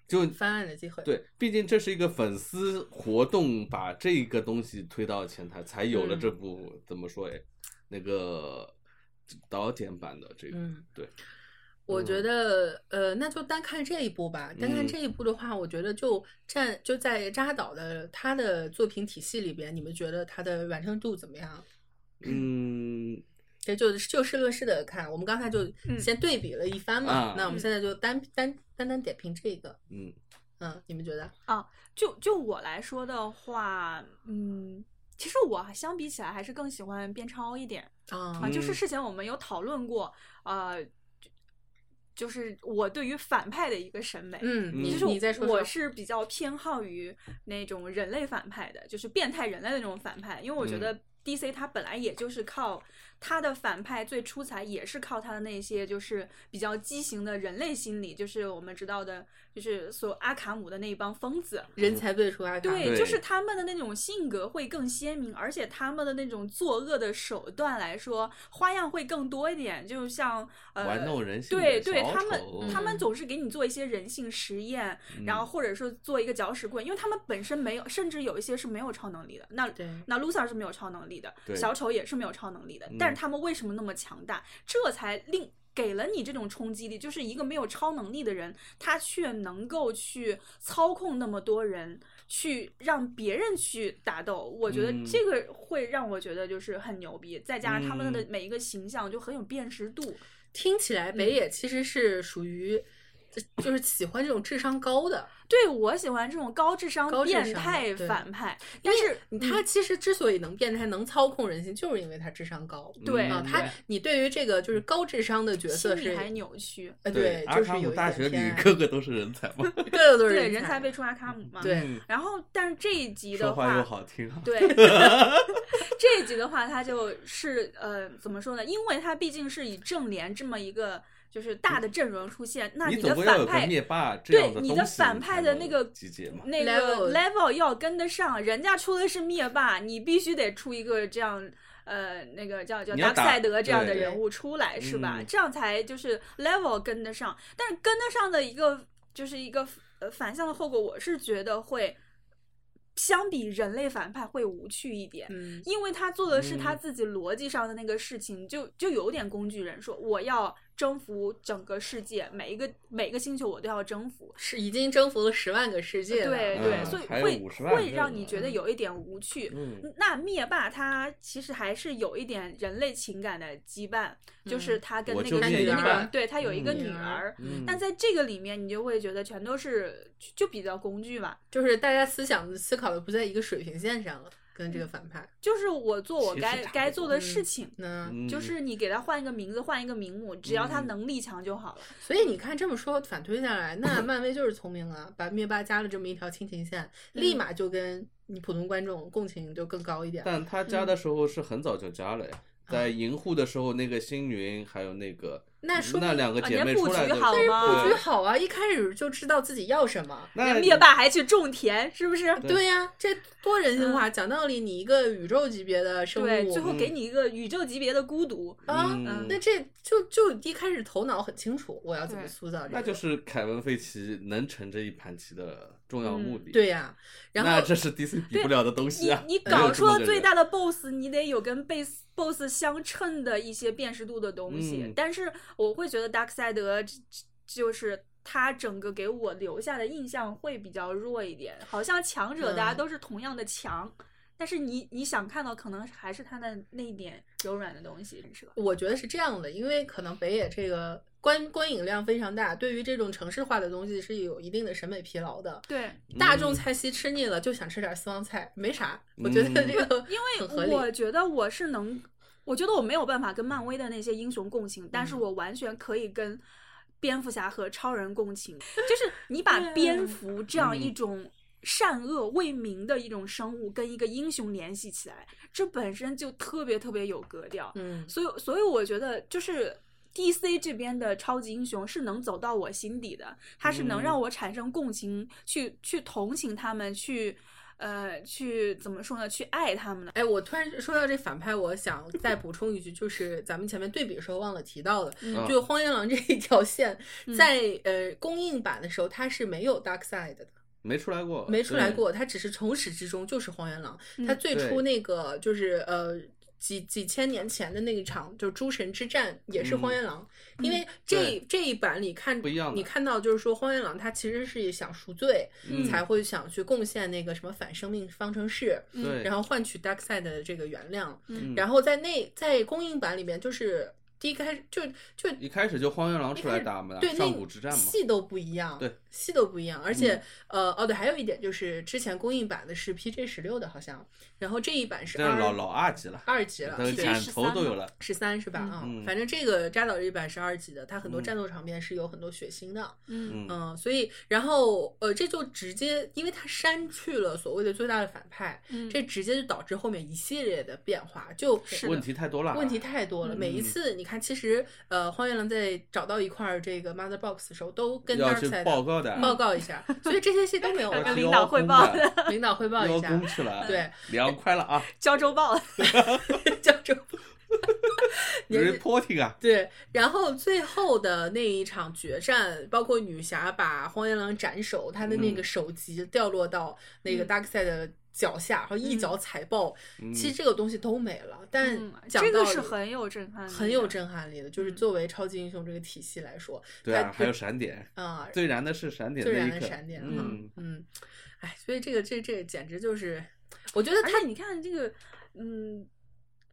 [SPEAKER 2] 就
[SPEAKER 1] 翻案的机会，
[SPEAKER 2] 对，毕竟这是一个粉丝活动，把这个东西推到前台，才有了
[SPEAKER 1] 嗯
[SPEAKER 2] 这部、怎么说哎，那个导剪版的这个，
[SPEAKER 1] 嗯，
[SPEAKER 2] 对。
[SPEAKER 1] 我觉
[SPEAKER 2] 嗯
[SPEAKER 1] 得，呃，那就单看这一部吧。单看
[SPEAKER 2] 嗯
[SPEAKER 1] 这一部的话，我觉得就站就在扎导的他的作品体系里边，你们觉得他的完成度怎么样？
[SPEAKER 2] 嗯，
[SPEAKER 1] 这就就事论事的看。我们刚才就
[SPEAKER 3] 嗯
[SPEAKER 1] 先对比了一番嘛，
[SPEAKER 2] 啊
[SPEAKER 1] 那我们现在就单单单单点评这个，
[SPEAKER 2] 嗯
[SPEAKER 1] 嗯，你们觉得？
[SPEAKER 3] 就就我来说的话，嗯，其实我还相比起来还是更喜欢边超一点
[SPEAKER 1] 啊、
[SPEAKER 3] 啊。就是
[SPEAKER 2] 嗯
[SPEAKER 3] 事前我们有讨论过，呃，就就是我对于反派的一个审美。
[SPEAKER 1] 嗯，你
[SPEAKER 3] 就是
[SPEAKER 1] 你再说
[SPEAKER 3] 我
[SPEAKER 1] 说，
[SPEAKER 3] 是比较偏好于那种人类反派的，就是变态人类的那种反派，因为我
[SPEAKER 1] 嗯
[SPEAKER 3] 觉得 DC 它本来也就是靠它的反派最出彩，也是靠它的那些就是比较畸形的人类心理，就是我们知道的，就是所有阿卡姆的那一帮疯子，
[SPEAKER 1] 人才辈出啊，
[SPEAKER 3] 对，
[SPEAKER 2] 对
[SPEAKER 3] 就是他们的那种性格会更鲜明，而且他们的那种作恶的手段来说，花样会更多一点。就像呃，
[SPEAKER 2] 玩弄人性的
[SPEAKER 3] 对对，
[SPEAKER 2] 小
[SPEAKER 3] 他们
[SPEAKER 2] 丑
[SPEAKER 3] 他们
[SPEAKER 1] 嗯
[SPEAKER 3] 总是给你做一些人性实验，然后
[SPEAKER 2] 嗯
[SPEAKER 3] 或者说做一个搅屎棍，因为他们本身没有，甚至有一些是没有超能力的。那
[SPEAKER 1] 对
[SPEAKER 3] 那 Lusa 是没有超能力的，
[SPEAKER 2] 对嗯
[SPEAKER 3] 小丑也是没有超能力的，但是他们为什么那么强大？这才令给了你这种冲击力，就是一个没有超能力的人，他却能够去操控那么多人，去让别人去打斗。我觉得
[SPEAKER 2] 嗯
[SPEAKER 3] 这个会让我觉得就是很牛逼，再加上他们的
[SPEAKER 2] 嗯
[SPEAKER 3] 每一个形象就很有辨识度。
[SPEAKER 1] 听起来
[SPEAKER 3] 嗯
[SPEAKER 1] 北野其实是属于。就是喜欢这种智商高的，
[SPEAKER 3] 对我喜欢这种高智商
[SPEAKER 1] 高智商
[SPEAKER 3] 变态
[SPEAKER 1] 的对
[SPEAKER 3] 反派，但是
[SPEAKER 1] 因
[SPEAKER 3] 嗯
[SPEAKER 1] 为他其实之所以能变态、能操控人心，就是因为他智商高。
[SPEAKER 3] 对
[SPEAKER 1] 啊，
[SPEAKER 2] 嗯
[SPEAKER 1] 他你对于这个就是高智商的角色
[SPEAKER 3] 心
[SPEAKER 1] 是
[SPEAKER 3] 理，还扭曲。
[SPEAKER 1] 呃，
[SPEAKER 2] 对，阿
[SPEAKER 1] 就是
[SPEAKER 2] 卡
[SPEAKER 1] 有
[SPEAKER 2] 姆
[SPEAKER 1] 一
[SPEAKER 2] 大
[SPEAKER 1] 点
[SPEAKER 2] 学里
[SPEAKER 1] (laughs) 偏爱
[SPEAKER 2] 个个都是人才嘛。
[SPEAKER 3] (laughs)
[SPEAKER 1] 个个都是
[SPEAKER 3] 对，人
[SPEAKER 1] 才
[SPEAKER 3] 才辈出阿卡姆嘛。
[SPEAKER 1] 对
[SPEAKER 2] 嗯，
[SPEAKER 3] 然后，但是这一集
[SPEAKER 2] 说
[SPEAKER 3] 的
[SPEAKER 2] 话又好听啊。 (laughs)
[SPEAKER 3] 对，这一集的话，它就是呃，怎么说呢？因为它毕竟是以正联这么一个就是大的阵容出现，那
[SPEAKER 2] 你总
[SPEAKER 3] 的
[SPEAKER 2] 归要
[SPEAKER 3] 反
[SPEAKER 2] 有个
[SPEAKER 3] 派
[SPEAKER 2] 灭霸这
[SPEAKER 3] 对
[SPEAKER 2] 样的
[SPEAKER 3] 你
[SPEAKER 2] 东
[SPEAKER 3] 的
[SPEAKER 2] 西
[SPEAKER 3] 反
[SPEAKER 2] 你
[SPEAKER 3] 派
[SPEAKER 2] 才
[SPEAKER 3] 的
[SPEAKER 2] 能
[SPEAKER 3] 那个
[SPEAKER 2] 集结嘛。
[SPEAKER 3] 那
[SPEAKER 1] level
[SPEAKER 3] 个 level 要跟得上，人家出的是灭霸，你必须得出一个这样。呃，那个叫叫
[SPEAKER 2] 你
[SPEAKER 3] 达
[SPEAKER 2] 要
[SPEAKER 3] 克
[SPEAKER 2] 打
[SPEAKER 3] 赛德这样的
[SPEAKER 2] 对
[SPEAKER 3] 人物出来是吧？
[SPEAKER 2] 嗯
[SPEAKER 3] 这样才就是 level 跟得上，但是跟得上的一个就是一个呃反向的后果，我是觉得会相比人类反派会无趣一点。
[SPEAKER 1] 嗯，
[SPEAKER 3] 因为他做的是他
[SPEAKER 2] 嗯
[SPEAKER 3] 自己逻辑上的那个事情，就就有点工具人说我要征服整个世界，每一个每个星球我都要征服。
[SPEAKER 1] 是已经征服了十万个世界
[SPEAKER 3] 对
[SPEAKER 1] 了。
[SPEAKER 3] 对，
[SPEAKER 2] 嗯
[SPEAKER 3] 所以
[SPEAKER 2] 还有
[SPEAKER 3] 会
[SPEAKER 2] 50万
[SPEAKER 3] 会
[SPEAKER 2] 这
[SPEAKER 3] 让
[SPEAKER 2] 个
[SPEAKER 3] 你觉得
[SPEAKER 1] 嗯
[SPEAKER 3] 有一点无趣。
[SPEAKER 2] 嗯，
[SPEAKER 3] 那灭霸他其实还是有一点人类情感的羁绊，就是
[SPEAKER 1] 嗯
[SPEAKER 3] 他跟
[SPEAKER 2] 我
[SPEAKER 3] 那
[SPEAKER 2] 就
[SPEAKER 3] 个
[SPEAKER 1] 灭
[SPEAKER 3] 女的那
[SPEAKER 1] 霸
[SPEAKER 3] 个，对他有一个
[SPEAKER 2] 嗯
[SPEAKER 3] 女
[SPEAKER 1] 女
[SPEAKER 3] 儿
[SPEAKER 1] 儿。
[SPEAKER 2] 嗯
[SPEAKER 3] 但在这个里面，你就会觉得全都是就就比较工具嘛，
[SPEAKER 1] 就是大家思想思考的不在一个水平线上了，跟
[SPEAKER 3] 嗯
[SPEAKER 1] 这个反派，
[SPEAKER 3] 就是我做我
[SPEAKER 2] 其实
[SPEAKER 3] 该
[SPEAKER 2] 差不
[SPEAKER 3] 该
[SPEAKER 2] 多
[SPEAKER 3] 做的
[SPEAKER 1] 嗯
[SPEAKER 3] 事情，
[SPEAKER 1] 嗯，
[SPEAKER 2] 嗯
[SPEAKER 3] 就是你给他换一个名字，换一个名目，只要他
[SPEAKER 2] 嗯
[SPEAKER 3] 能力强就好了。
[SPEAKER 1] 所以你看这么说反推下来，那漫威就是聪明啊，把灭霸加了这么一条亲情线，
[SPEAKER 3] 嗯
[SPEAKER 1] 立马就跟你普通观众共情就更高一点了。
[SPEAKER 2] 但他
[SPEAKER 1] 嗯
[SPEAKER 2] 加的时候是很早就加了呀，在银护的时候，那个星云还有那个
[SPEAKER 1] 那说明哦
[SPEAKER 2] 那两个
[SPEAKER 3] 啊
[SPEAKER 2] 姐
[SPEAKER 3] 你
[SPEAKER 2] 妹
[SPEAKER 3] 的布
[SPEAKER 2] 出来
[SPEAKER 3] 局
[SPEAKER 2] 的时
[SPEAKER 3] 好
[SPEAKER 2] 候，
[SPEAKER 3] 吗
[SPEAKER 1] 布局
[SPEAKER 2] 对，
[SPEAKER 1] 好啊，一开始就知道自己要什么。啊
[SPEAKER 2] 那
[SPEAKER 3] 灭霸还去种田，是不是？
[SPEAKER 2] 对
[SPEAKER 1] 对呀、这多人性化！讲道理，你一个宇宙级别的生
[SPEAKER 3] 嗯对，
[SPEAKER 1] 物
[SPEAKER 3] 最后给你一个宇宙级别的孤独。
[SPEAKER 1] 啊，
[SPEAKER 2] 嗯
[SPEAKER 1] 那这就就一开始头脑很清楚，我要怎么
[SPEAKER 3] 对
[SPEAKER 1] 塑造这个，
[SPEAKER 2] 那就是凯文·费奇能成这一盘棋的重要目的。
[SPEAKER 1] 嗯对，呀、然
[SPEAKER 2] 那
[SPEAKER 1] 后
[SPEAKER 2] 这 (laughs) 是 DC 比不了的东西
[SPEAKER 3] 你
[SPEAKER 2] 啊！
[SPEAKER 3] 你
[SPEAKER 2] 没有
[SPEAKER 3] 搞
[SPEAKER 2] 这
[SPEAKER 3] 出
[SPEAKER 2] 么
[SPEAKER 3] 了
[SPEAKER 2] 个
[SPEAKER 3] 最
[SPEAKER 2] 人
[SPEAKER 3] 大的 BOSS，你得有跟 base BOSS 相称的一些辨识度的东西。
[SPEAKER 2] 嗯
[SPEAKER 3] 但是我会觉得达克赛德这这就是他整个给我留下的印象会比较弱一点，好像强者大家
[SPEAKER 1] 嗯
[SPEAKER 3] 都是同样的强，但是你你想看到可能还是他的那一点柔软的东西，是吧？
[SPEAKER 1] 我觉得是这样的，因为可能北野这个观观影量非常大，对于这种城市化的东西是有一定的审美疲劳的。
[SPEAKER 3] 对，
[SPEAKER 1] 大众
[SPEAKER 2] 嗯
[SPEAKER 1] 菜系吃腻了，就想吃点私房菜，没啥。我觉得
[SPEAKER 2] 嗯
[SPEAKER 1] 这个很合
[SPEAKER 3] 因为
[SPEAKER 1] 理。
[SPEAKER 3] 我觉得我是能，我觉得我没有办法跟漫威的那些英雄共情，但是
[SPEAKER 1] 嗯
[SPEAKER 3] 我完全可以跟蝙蝠侠和超人共情。就是你把
[SPEAKER 1] (laughs) 对
[SPEAKER 3] 蝙蝠这样
[SPEAKER 2] 嗯
[SPEAKER 3] 一种善恶为民的一种生物跟一个英雄联系起来，这本身就特别特别有格调。
[SPEAKER 1] 嗯，
[SPEAKER 3] 所以，所以我觉得就是。D C 这边的超级英雄是能走到我心底的，它是能
[SPEAKER 2] 嗯
[SPEAKER 3] 让我产生共情，去去同情他们，去呃去怎么说呢？去爱他们的。
[SPEAKER 1] 哎，我突然说到这反派，我想再补充一句，就是咱们前面对比的时候忘了提到的，
[SPEAKER 3] 嗯
[SPEAKER 1] 就荒原狼这一条线
[SPEAKER 3] 嗯，
[SPEAKER 1] 在呃公映版的时候它是没有 Dark Side 的，
[SPEAKER 2] 没出来过，
[SPEAKER 1] 没出来
[SPEAKER 2] 哦对。
[SPEAKER 1] 过，它只是从始至终就是荒原狼。
[SPEAKER 3] 嗯
[SPEAKER 1] 它最初
[SPEAKER 2] 对
[SPEAKER 1] 那个就是呃。几几千年前的那一场，就是诸神之战，也是荒原狼，因
[SPEAKER 3] 嗯
[SPEAKER 1] 为这这一版里看
[SPEAKER 2] 嗯不一样的
[SPEAKER 1] 你看到就是说荒原狼他其实是想赎罪，
[SPEAKER 2] 嗯
[SPEAKER 1] 才会想去贡献那个什么反生命方程式，
[SPEAKER 2] 对，
[SPEAKER 1] 然后换取 Dark Side 的这个原谅。
[SPEAKER 2] 嗯
[SPEAKER 1] 然后在那在公映版里面，就是第一开始就就
[SPEAKER 2] 一开始就荒原狼出来打嘛，
[SPEAKER 1] 对那
[SPEAKER 2] 啊上古之战嘛，
[SPEAKER 1] 戏都不一样，
[SPEAKER 2] 对嗯
[SPEAKER 1] 戏都不一样。而且、呃哦对，还有一点就是之前公映版的是 PG 十六的，好像，然后这一版是
[SPEAKER 2] 这样老
[SPEAKER 1] 二
[SPEAKER 2] 老二级了，
[SPEAKER 1] 二级了
[SPEAKER 2] 他的
[SPEAKER 3] 已。经
[SPEAKER 2] 斩
[SPEAKER 3] 13
[SPEAKER 2] 头都有了。
[SPEAKER 1] 十三是吧？
[SPEAKER 3] 嗯
[SPEAKER 1] 啊、
[SPEAKER 2] 嗯
[SPEAKER 1] 反正这个扎导这一版是二级的，它很多
[SPEAKER 2] 嗯
[SPEAKER 1] 战斗场面是有很多血腥的，
[SPEAKER 3] 嗯
[SPEAKER 2] 嗯，
[SPEAKER 1] 嗯，所以然后呃，这就直接因为它删去了所谓的最大的反派，
[SPEAKER 3] 嗯
[SPEAKER 1] 这直接就导致后面一系列的变化，就是
[SPEAKER 2] 问题太多了，
[SPEAKER 1] 问题太多了。每一
[SPEAKER 2] 嗯
[SPEAKER 1] 次你看，其实呃，荒原狼在找到一块儿这个 Mother Box 的时候，都跟
[SPEAKER 2] 要去
[SPEAKER 1] Darkseid
[SPEAKER 2] 报告的，
[SPEAKER 1] 报告一下，所以这些戏都没有
[SPEAKER 3] 要
[SPEAKER 2] 要
[SPEAKER 3] 跟
[SPEAKER 2] 去
[SPEAKER 1] 了，
[SPEAKER 3] 领
[SPEAKER 2] 邀
[SPEAKER 3] 导汇
[SPEAKER 2] 功
[SPEAKER 3] 报
[SPEAKER 2] 的，
[SPEAKER 1] 领导汇报
[SPEAKER 2] 邀
[SPEAKER 1] 一下
[SPEAKER 2] 功，去了，
[SPEAKER 1] 对， (laughs)
[SPEAKER 2] 凉快了啊
[SPEAKER 3] 交周报，
[SPEAKER 1] 叫这
[SPEAKER 2] (laughs)
[SPEAKER 1] 年纪
[SPEAKER 2] ，reporting 啊，
[SPEAKER 1] 对，然后最后的那一场决战，包括女侠把荒原狼斩首，她的那个
[SPEAKER 2] 嗯
[SPEAKER 1] 首级掉落到那个
[SPEAKER 3] 嗯
[SPEAKER 1] Darkseid 的脚下，然后一
[SPEAKER 3] 嗯
[SPEAKER 1] 脚踩爆，
[SPEAKER 2] 嗯
[SPEAKER 1] 其实这个东西都没了。但
[SPEAKER 3] 嗯
[SPEAKER 1] 讲
[SPEAKER 3] 这
[SPEAKER 1] 道
[SPEAKER 3] 个
[SPEAKER 1] 理
[SPEAKER 3] 是很有震撼力的，
[SPEAKER 1] 很有震撼力的，就是
[SPEAKER 3] 嗯
[SPEAKER 1] 作为超级英雄这个体系来说，
[SPEAKER 2] 对啊，
[SPEAKER 1] 他
[SPEAKER 2] 还有闪点，
[SPEAKER 1] 啊，
[SPEAKER 2] 最燃的是闪点
[SPEAKER 1] 最
[SPEAKER 2] 那
[SPEAKER 1] 燃
[SPEAKER 2] 一
[SPEAKER 1] 的
[SPEAKER 2] 刻，
[SPEAKER 1] 闪点，
[SPEAKER 2] 嗯，
[SPEAKER 1] 嗯，哎，所以这个这这简直就是，我觉得
[SPEAKER 3] 而
[SPEAKER 1] 他
[SPEAKER 3] 且你看这个，嗯，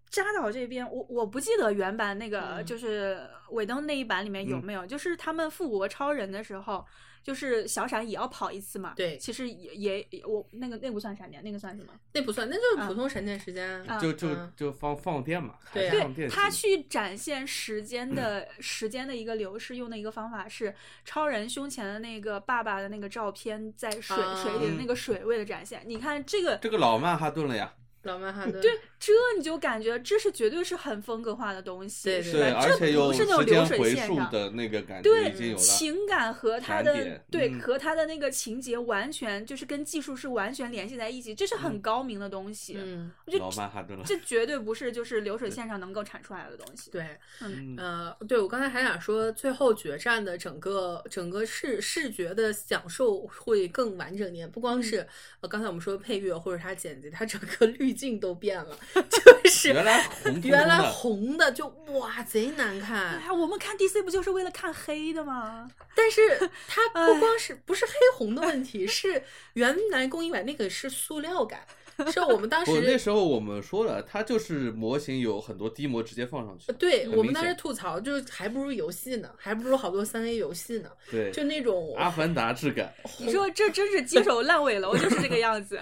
[SPEAKER 3] 扎导这边，我我不记得原版那个
[SPEAKER 1] 嗯
[SPEAKER 3] 就是尾灯那一版里面有
[SPEAKER 2] 嗯
[SPEAKER 3] 没有，就是他们复活超人的时候，就是小闪也要跑一次嘛。
[SPEAKER 1] 对
[SPEAKER 3] 其实也也也我那个那个不算闪电，那个算什么？
[SPEAKER 1] 那不算，那
[SPEAKER 2] 啊
[SPEAKER 1] 就是普通闪电时间。
[SPEAKER 3] 啊
[SPEAKER 2] 就就
[SPEAKER 1] 嗯
[SPEAKER 2] 就放放电嘛，还
[SPEAKER 1] 对
[SPEAKER 2] 是
[SPEAKER 1] 啊
[SPEAKER 2] 放电嗯
[SPEAKER 3] 对，
[SPEAKER 2] 机
[SPEAKER 3] 他去展现时间的、时间的一个流逝，用的一个方法是超人胸前的那个爸爸的那个照片，在水、
[SPEAKER 1] 啊
[SPEAKER 3] 水里的那个水位的展现。你看这个，
[SPEAKER 2] 这个老曼哈顿了呀，
[SPEAKER 1] 老曼
[SPEAKER 2] 嗯
[SPEAKER 1] 哈顿，
[SPEAKER 3] 对，这你就感觉这是绝对是很风格化的东西，
[SPEAKER 1] 对
[SPEAKER 3] 是
[SPEAKER 1] 对
[SPEAKER 2] 对，
[SPEAKER 3] 吧？
[SPEAKER 2] 而且
[SPEAKER 3] 这
[SPEAKER 2] 有
[SPEAKER 3] 不是
[SPEAKER 2] 时
[SPEAKER 3] 那种流
[SPEAKER 2] 间
[SPEAKER 3] 水
[SPEAKER 2] 回
[SPEAKER 3] 线
[SPEAKER 2] 溯
[SPEAKER 3] 的。
[SPEAKER 2] 的那个感觉已经
[SPEAKER 3] 对
[SPEAKER 2] 有了。
[SPEAKER 3] 情感和他
[SPEAKER 2] 闪
[SPEAKER 3] 的
[SPEAKER 2] 点
[SPEAKER 3] 对
[SPEAKER 2] 嗯
[SPEAKER 3] 和他的那个情节完全就是跟技术是完全联系在一起，这是
[SPEAKER 2] 嗯
[SPEAKER 3] 很高明的东西。
[SPEAKER 1] 嗯，
[SPEAKER 3] 我觉
[SPEAKER 2] 老
[SPEAKER 3] 得
[SPEAKER 2] 曼哈顿了，
[SPEAKER 3] 这绝对不是就是流水线上能够产出来的东西。，
[SPEAKER 1] 对，
[SPEAKER 2] 嗯
[SPEAKER 1] 呃，对我刚才还想说，最后决战的整个整个视视觉的享受会更完整点，不光
[SPEAKER 2] 嗯
[SPEAKER 1] 是、呃刚才我们说的配乐或者它剪辑，它整个滤镜都变了， (laughs) 就是
[SPEAKER 2] 原来红彤彤
[SPEAKER 1] 原来
[SPEAKER 2] 的
[SPEAKER 1] 红的就哇贼难看
[SPEAKER 3] 哎，呀，我们看 DC 不就是为了看黑的吗？
[SPEAKER 1] 但是它不光是不是黑红的问题，是原来工艺版那个是塑料感，是我们当
[SPEAKER 2] 不，那
[SPEAKER 1] 时。
[SPEAKER 2] 时候 (laughs) 我们说了，它就是模型有很多低模直接放上去。
[SPEAKER 1] 对
[SPEAKER 2] 很
[SPEAKER 1] 我们
[SPEAKER 2] 明
[SPEAKER 1] 当时
[SPEAKER 2] 显
[SPEAKER 1] 吐槽，就是还不如游戏呢，还不如好多三 A 游戏呢，
[SPEAKER 2] 对，
[SPEAKER 1] 呃就那种
[SPEAKER 2] 阿凡达质感，
[SPEAKER 3] 你说这真是接手烂尾楼就是这个样子，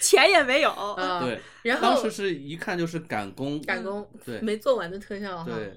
[SPEAKER 3] 钱也没有。
[SPEAKER 1] 啊，
[SPEAKER 2] 对，
[SPEAKER 1] 然
[SPEAKER 2] 当
[SPEAKER 1] 后
[SPEAKER 2] 时是一看就是赶工，
[SPEAKER 1] 赶工
[SPEAKER 2] 对
[SPEAKER 1] 没做完的特效哈，
[SPEAKER 2] 对，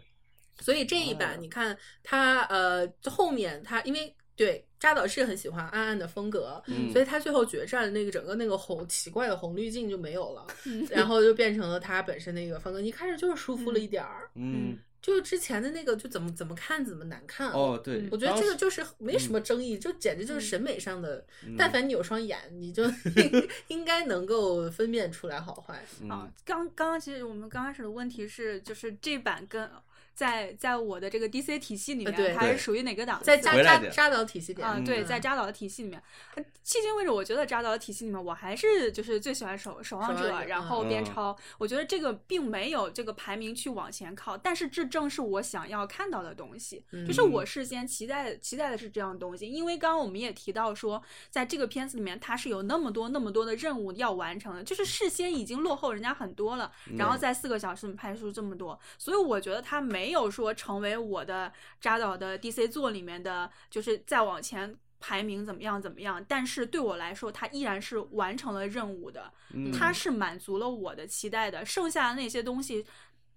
[SPEAKER 1] 所以这一
[SPEAKER 2] 哦
[SPEAKER 1] 版你看它呃后面它因为对扎导是很喜欢暗暗的风格，
[SPEAKER 2] 嗯
[SPEAKER 1] 所以他最后决战那个整个那个红奇怪的红滤镜就没有了，
[SPEAKER 3] 嗯
[SPEAKER 1] 然后就变成了他本身那个风格，你看着就是舒服了一点儿，
[SPEAKER 2] 嗯，
[SPEAKER 1] 就是之前的那个就怎么怎么看怎么难看。
[SPEAKER 2] 哦，对，
[SPEAKER 1] 嗯我觉得这个
[SPEAKER 2] 当时
[SPEAKER 1] 就是没
[SPEAKER 3] 嗯
[SPEAKER 1] 什么争议，就简直就是审美上的。但凡你有双眼，你
[SPEAKER 3] (laughs)
[SPEAKER 1] 就应应该能够分辨出来好坏。
[SPEAKER 3] 啊
[SPEAKER 2] 嗯，，
[SPEAKER 3] 刚刚刚其实我们刚开始的问题是，就是这版跟在在我的这个 DC 体系里
[SPEAKER 1] 呃对
[SPEAKER 3] 面，它是
[SPEAKER 2] 对
[SPEAKER 3] 属于哪个档次？
[SPEAKER 1] 在扎
[SPEAKER 2] 回来
[SPEAKER 1] 扎
[SPEAKER 2] 点
[SPEAKER 1] 扎导体系里
[SPEAKER 3] 啊，对，
[SPEAKER 1] 嗯
[SPEAKER 3] 在扎导的体系里面，呃迄今为止，我觉得扎导的体系里面，我还是就是最喜欢守守望
[SPEAKER 1] 守望
[SPEAKER 3] 者，
[SPEAKER 1] 者
[SPEAKER 3] 然后
[SPEAKER 2] 嗯
[SPEAKER 3] 边超。我觉得这个并没有这个排名去往前靠，但是这正是我想要看到的东西，就是
[SPEAKER 2] 嗯
[SPEAKER 3] 我事先期待期待的是这样的东西。因为刚刚我们也提到说，在这个片子里面，它是有那么多那么多的任务要完成的，就是事先已经落后人家很多了，
[SPEAKER 2] 嗯
[SPEAKER 3] 然后在四个小时里拍出这么多，所以我觉得它没有说成为我的扎导的 DC 作里面的，就是再往前排名怎么样怎么样。但是对我来说，它依然是完成了任务的，
[SPEAKER 2] 嗯
[SPEAKER 3] 它是满足了我的期待的。剩下的那些东西，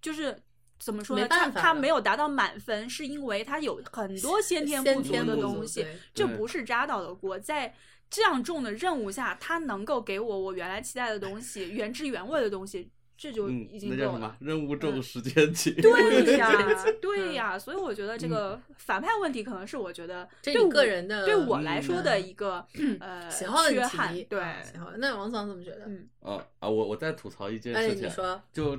[SPEAKER 3] 就是。怎么说呢？
[SPEAKER 1] 没
[SPEAKER 3] 它
[SPEAKER 1] 办法
[SPEAKER 3] 它
[SPEAKER 1] 了
[SPEAKER 3] 没有达到满分，是因为它有很多先天
[SPEAKER 1] 先
[SPEAKER 3] 不足
[SPEAKER 1] 天
[SPEAKER 3] 的
[SPEAKER 1] 不足
[SPEAKER 3] 东西，
[SPEAKER 1] 对
[SPEAKER 3] 这
[SPEAKER 2] 对
[SPEAKER 3] 不是扎导的锅，在这样重的任务下，他能够给我我原来期待的东西，原汁原味的东西，这就
[SPEAKER 2] 嗯
[SPEAKER 3] 已，
[SPEAKER 2] 那
[SPEAKER 3] 经
[SPEAKER 2] 叫
[SPEAKER 3] 够
[SPEAKER 1] (laughs)
[SPEAKER 2] 什么
[SPEAKER 3] 了？。
[SPEAKER 2] 任务
[SPEAKER 1] 嗯
[SPEAKER 2] 重，时间紧。
[SPEAKER 3] 对呀，对呀，所以我觉得这个反派问题可能是我觉得
[SPEAKER 1] 嗯这
[SPEAKER 3] 对
[SPEAKER 1] 你
[SPEAKER 3] 我
[SPEAKER 1] 个人的
[SPEAKER 3] 对我来
[SPEAKER 1] 嗯
[SPEAKER 3] 说的一个
[SPEAKER 1] (clears throat)
[SPEAKER 3] 呃
[SPEAKER 1] 喜好问
[SPEAKER 3] 缺
[SPEAKER 1] 题
[SPEAKER 3] 憾，，对，
[SPEAKER 1] 啊喜好。那王总怎么觉得？
[SPEAKER 3] 嗯
[SPEAKER 2] 哦啊，我我再吐槽一件
[SPEAKER 1] 哎，
[SPEAKER 2] 事情
[SPEAKER 1] 你，说，
[SPEAKER 2] 就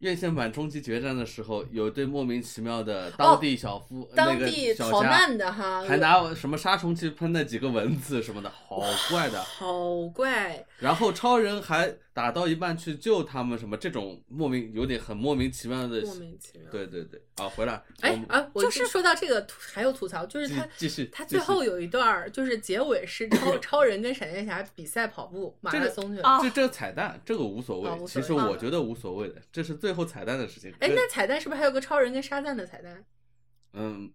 [SPEAKER 2] 院线版终极决战的时候，有一对莫名其妙的当地小夫，那
[SPEAKER 1] 哦当
[SPEAKER 2] 个
[SPEAKER 1] 地
[SPEAKER 2] 小
[SPEAKER 1] 逃
[SPEAKER 2] 家
[SPEAKER 1] 难的哈，
[SPEAKER 2] 还拿什么杀虫剂喷了几个蚊子什么的，好怪的。
[SPEAKER 1] 好怪，
[SPEAKER 2] 然后超人还打到一半去救他们，什么这种莫名有点很莫名其妙的，
[SPEAKER 1] 莫名其妙。，
[SPEAKER 2] 对对对，啊，回来，我
[SPEAKER 1] 哎
[SPEAKER 2] 们
[SPEAKER 1] 啊，我
[SPEAKER 3] 就
[SPEAKER 1] 说到这个吐还有吐槽，就是
[SPEAKER 2] 继
[SPEAKER 1] 他
[SPEAKER 2] 继续，
[SPEAKER 1] 他
[SPEAKER 2] 继
[SPEAKER 1] 最
[SPEAKER 2] 续
[SPEAKER 1] 后有一段儿，就是结尾是
[SPEAKER 2] (laughs)
[SPEAKER 1] 超超人跟闪电侠比赛跑步马
[SPEAKER 2] 这
[SPEAKER 1] 拉
[SPEAKER 2] 个
[SPEAKER 1] 松去了。
[SPEAKER 3] 啊
[SPEAKER 2] 这这彩蛋这个无所
[SPEAKER 1] 啊
[SPEAKER 2] 谓，
[SPEAKER 1] 无所
[SPEAKER 2] 其
[SPEAKER 1] 谓
[SPEAKER 2] 实
[SPEAKER 1] 啊
[SPEAKER 2] 我觉得无所谓的，这是最后彩蛋的事情。
[SPEAKER 1] 哎，
[SPEAKER 2] 这
[SPEAKER 1] 那彩蛋是不是还有个超人跟沙赞的彩蛋？
[SPEAKER 2] 嗯，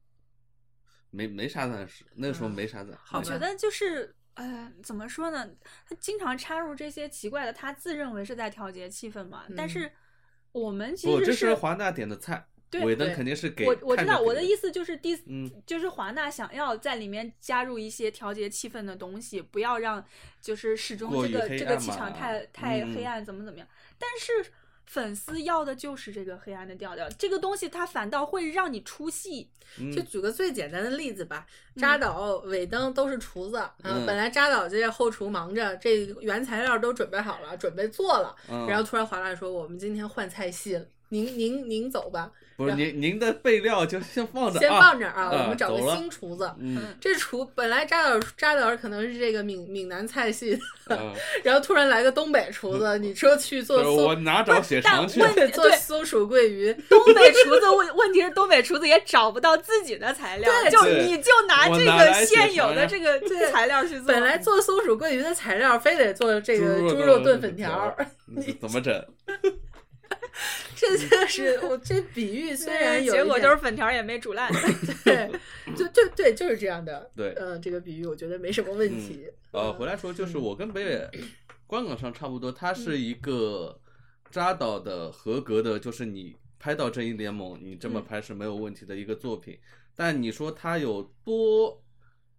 [SPEAKER 2] 没没啥蛋事，那个时候没啥蛋。
[SPEAKER 1] 好
[SPEAKER 3] 我觉
[SPEAKER 1] 吧
[SPEAKER 3] 得就是。呃，怎么说呢？他经常插入这些奇怪的，他自认为是在调节气氛嘛。但
[SPEAKER 1] 嗯
[SPEAKER 3] 是我们其
[SPEAKER 2] 不，
[SPEAKER 3] 实
[SPEAKER 2] 这
[SPEAKER 3] 是
[SPEAKER 2] 是华纳点的菜，
[SPEAKER 3] 对
[SPEAKER 2] 尾灯
[SPEAKER 1] 对
[SPEAKER 2] 肯定是给
[SPEAKER 3] 我我知道我的意
[SPEAKER 2] 思，
[SPEAKER 3] 思就是第，
[SPEAKER 2] 嗯
[SPEAKER 3] 就是华纳想要在里面加入一些调节气氛的东西，不要让就是始终
[SPEAKER 2] 过
[SPEAKER 3] 这
[SPEAKER 2] 于
[SPEAKER 3] 个
[SPEAKER 2] 黑
[SPEAKER 3] 这个
[SPEAKER 2] 暗
[SPEAKER 3] 气场
[SPEAKER 2] 嘛
[SPEAKER 3] 太太
[SPEAKER 2] 嗯
[SPEAKER 3] 黑暗，怎么怎么样？但是粉丝要的就是这个黑暗的调调，这个东西它反倒会让你出戏。
[SPEAKER 2] 嗯
[SPEAKER 1] 就举个最简单的例子吧，
[SPEAKER 3] 嗯
[SPEAKER 1] 扎导、尾灯都是厨子啊。
[SPEAKER 2] 嗯
[SPEAKER 1] 本来扎导这后厨忙着，这原材料都准备好了，准备做了，
[SPEAKER 2] 嗯
[SPEAKER 1] 然后突然华纳说：“我们今天换菜系了，您您您走吧，
[SPEAKER 2] 不是您您的备料就先放着，
[SPEAKER 1] 先
[SPEAKER 2] 啊
[SPEAKER 1] 放这儿啊，
[SPEAKER 2] 啊
[SPEAKER 1] 我们找
[SPEAKER 2] 走
[SPEAKER 1] 个
[SPEAKER 2] 了
[SPEAKER 1] 新厨子。
[SPEAKER 2] 嗯
[SPEAKER 1] 这厨本来扎导扎导可能是这个闽闽南菜系 (laughs) 的，
[SPEAKER 2] 嗯，
[SPEAKER 1] 然后突然来个东北厨子，你说去做
[SPEAKER 2] 不是嗯我
[SPEAKER 1] 松
[SPEAKER 2] 哪找血肠去？ (laughs)
[SPEAKER 3] 但问
[SPEAKER 1] (laughs) 做
[SPEAKER 3] 对
[SPEAKER 1] 松鼠桂鱼，
[SPEAKER 3] 东北厨子问问题是东北厨子也找不到自己的材料，
[SPEAKER 1] 对
[SPEAKER 3] 就
[SPEAKER 2] 对
[SPEAKER 3] 你就拿
[SPEAKER 2] 我
[SPEAKER 3] 这
[SPEAKER 2] 哪
[SPEAKER 3] 个
[SPEAKER 2] 来写
[SPEAKER 3] 现有
[SPEAKER 2] 啥
[SPEAKER 3] 的
[SPEAKER 2] 呀
[SPEAKER 3] 这个
[SPEAKER 1] 对
[SPEAKER 3] 材料去做。
[SPEAKER 1] 本来做松鼠桂鱼的材料，非得做这个
[SPEAKER 2] 猪
[SPEAKER 1] 猪
[SPEAKER 2] 肉
[SPEAKER 1] 肉炖
[SPEAKER 2] 粉嗯
[SPEAKER 1] 粉条儿，
[SPEAKER 2] 儿，你怎么整？
[SPEAKER 1] (laughs) 这就是我这比喻，虽然有一
[SPEAKER 3] 结果
[SPEAKER 1] 点
[SPEAKER 3] 就是粉条也没煮
[SPEAKER 1] (laughs)
[SPEAKER 3] 烂。
[SPEAKER 1] 对，就就对，就是这样的。
[SPEAKER 2] 对
[SPEAKER 1] 嗯、这个比喻我觉得没什么问题。
[SPEAKER 2] 呃，回来说就是
[SPEAKER 3] 嗯
[SPEAKER 2] 我跟北野观感上差不多，他是一个扎导的合格的，就是你拍到《正义联盟》，你这么
[SPEAKER 3] 嗯
[SPEAKER 2] 拍是没有问题的一个作品。但你说他有多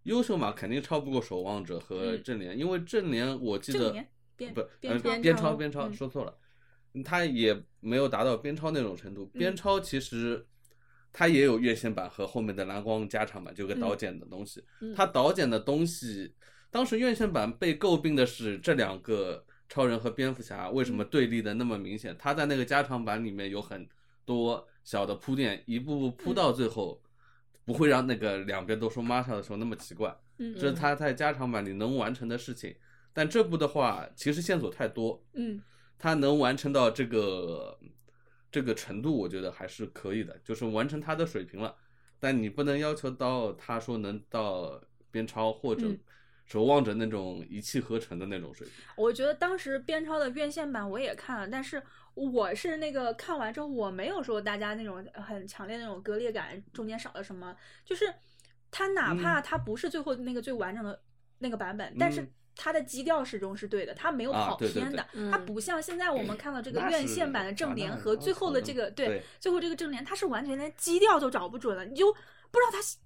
[SPEAKER 2] 优秀嘛？肯定超不过《守望者》和
[SPEAKER 3] 嗯
[SPEAKER 2] 《正联》，因为《正联》我记
[SPEAKER 3] 正
[SPEAKER 2] 得
[SPEAKER 3] 联边
[SPEAKER 2] 不
[SPEAKER 3] 边
[SPEAKER 2] 呃
[SPEAKER 3] 超
[SPEAKER 2] 边
[SPEAKER 3] 超
[SPEAKER 2] 超边超
[SPEAKER 3] 嗯
[SPEAKER 2] 说错了，嗯他也没有达到边超那种程度。边
[SPEAKER 3] 嗯
[SPEAKER 2] 超其实他也有院线版和后面的蓝光加长版，就有个导
[SPEAKER 3] 嗯
[SPEAKER 2] 剪的东西。
[SPEAKER 3] 嗯
[SPEAKER 2] 他导剪的东西，当时院线版被诟病的是这两个超人和蝙蝠侠为
[SPEAKER 3] 嗯
[SPEAKER 2] 什么对立的那么明显？他在那个加长版里面有很多小的铺垫，一步步
[SPEAKER 3] 嗯
[SPEAKER 2] 铺到最后，不会让那个两边都说 Martha 的时候那么奇怪。
[SPEAKER 3] 嗯
[SPEAKER 2] 这是他在加长版里能完成的事情。但这部的话，其实线索太多，
[SPEAKER 3] 嗯
[SPEAKER 2] 他能完成到这个这个程度，我觉得还是可以的，就是完成他的水平了。但你不能要求到他说能到边超或者
[SPEAKER 3] 嗯
[SPEAKER 2] 守望者那种一气呵成的那种水平。
[SPEAKER 3] 我觉得当时边超的院线版我也看了，但是我是那个看完之后，我没有说大家那种呃很强烈的那种割裂感，中间少了什么，就是它哪怕它不是最后那个最完整的那个版本，但是
[SPEAKER 2] 嗯
[SPEAKER 3] 它的基调始终是对的，它没有
[SPEAKER 2] 啊
[SPEAKER 3] 跑
[SPEAKER 2] 对对
[SPEAKER 3] 偏
[SPEAKER 2] 对
[SPEAKER 3] 的，
[SPEAKER 1] 嗯
[SPEAKER 3] 它不像现在我们看到这个
[SPEAKER 2] 那
[SPEAKER 3] 院
[SPEAKER 2] 是
[SPEAKER 3] 线版的
[SPEAKER 2] 啊
[SPEAKER 3] 正联
[SPEAKER 2] 那
[SPEAKER 3] 和
[SPEAKER 2] 那
[SPEAKER 3] 最后的
[SPEAKER 2] 可
[SPEAKER 3] 这
[SPEAKER 2] 能
[SPEAKER 3] 个对
[SPEAKER 2] 对
[SPEAKER 3] 最后这个正联，它是完全连基调都找不准了，你就不知道它是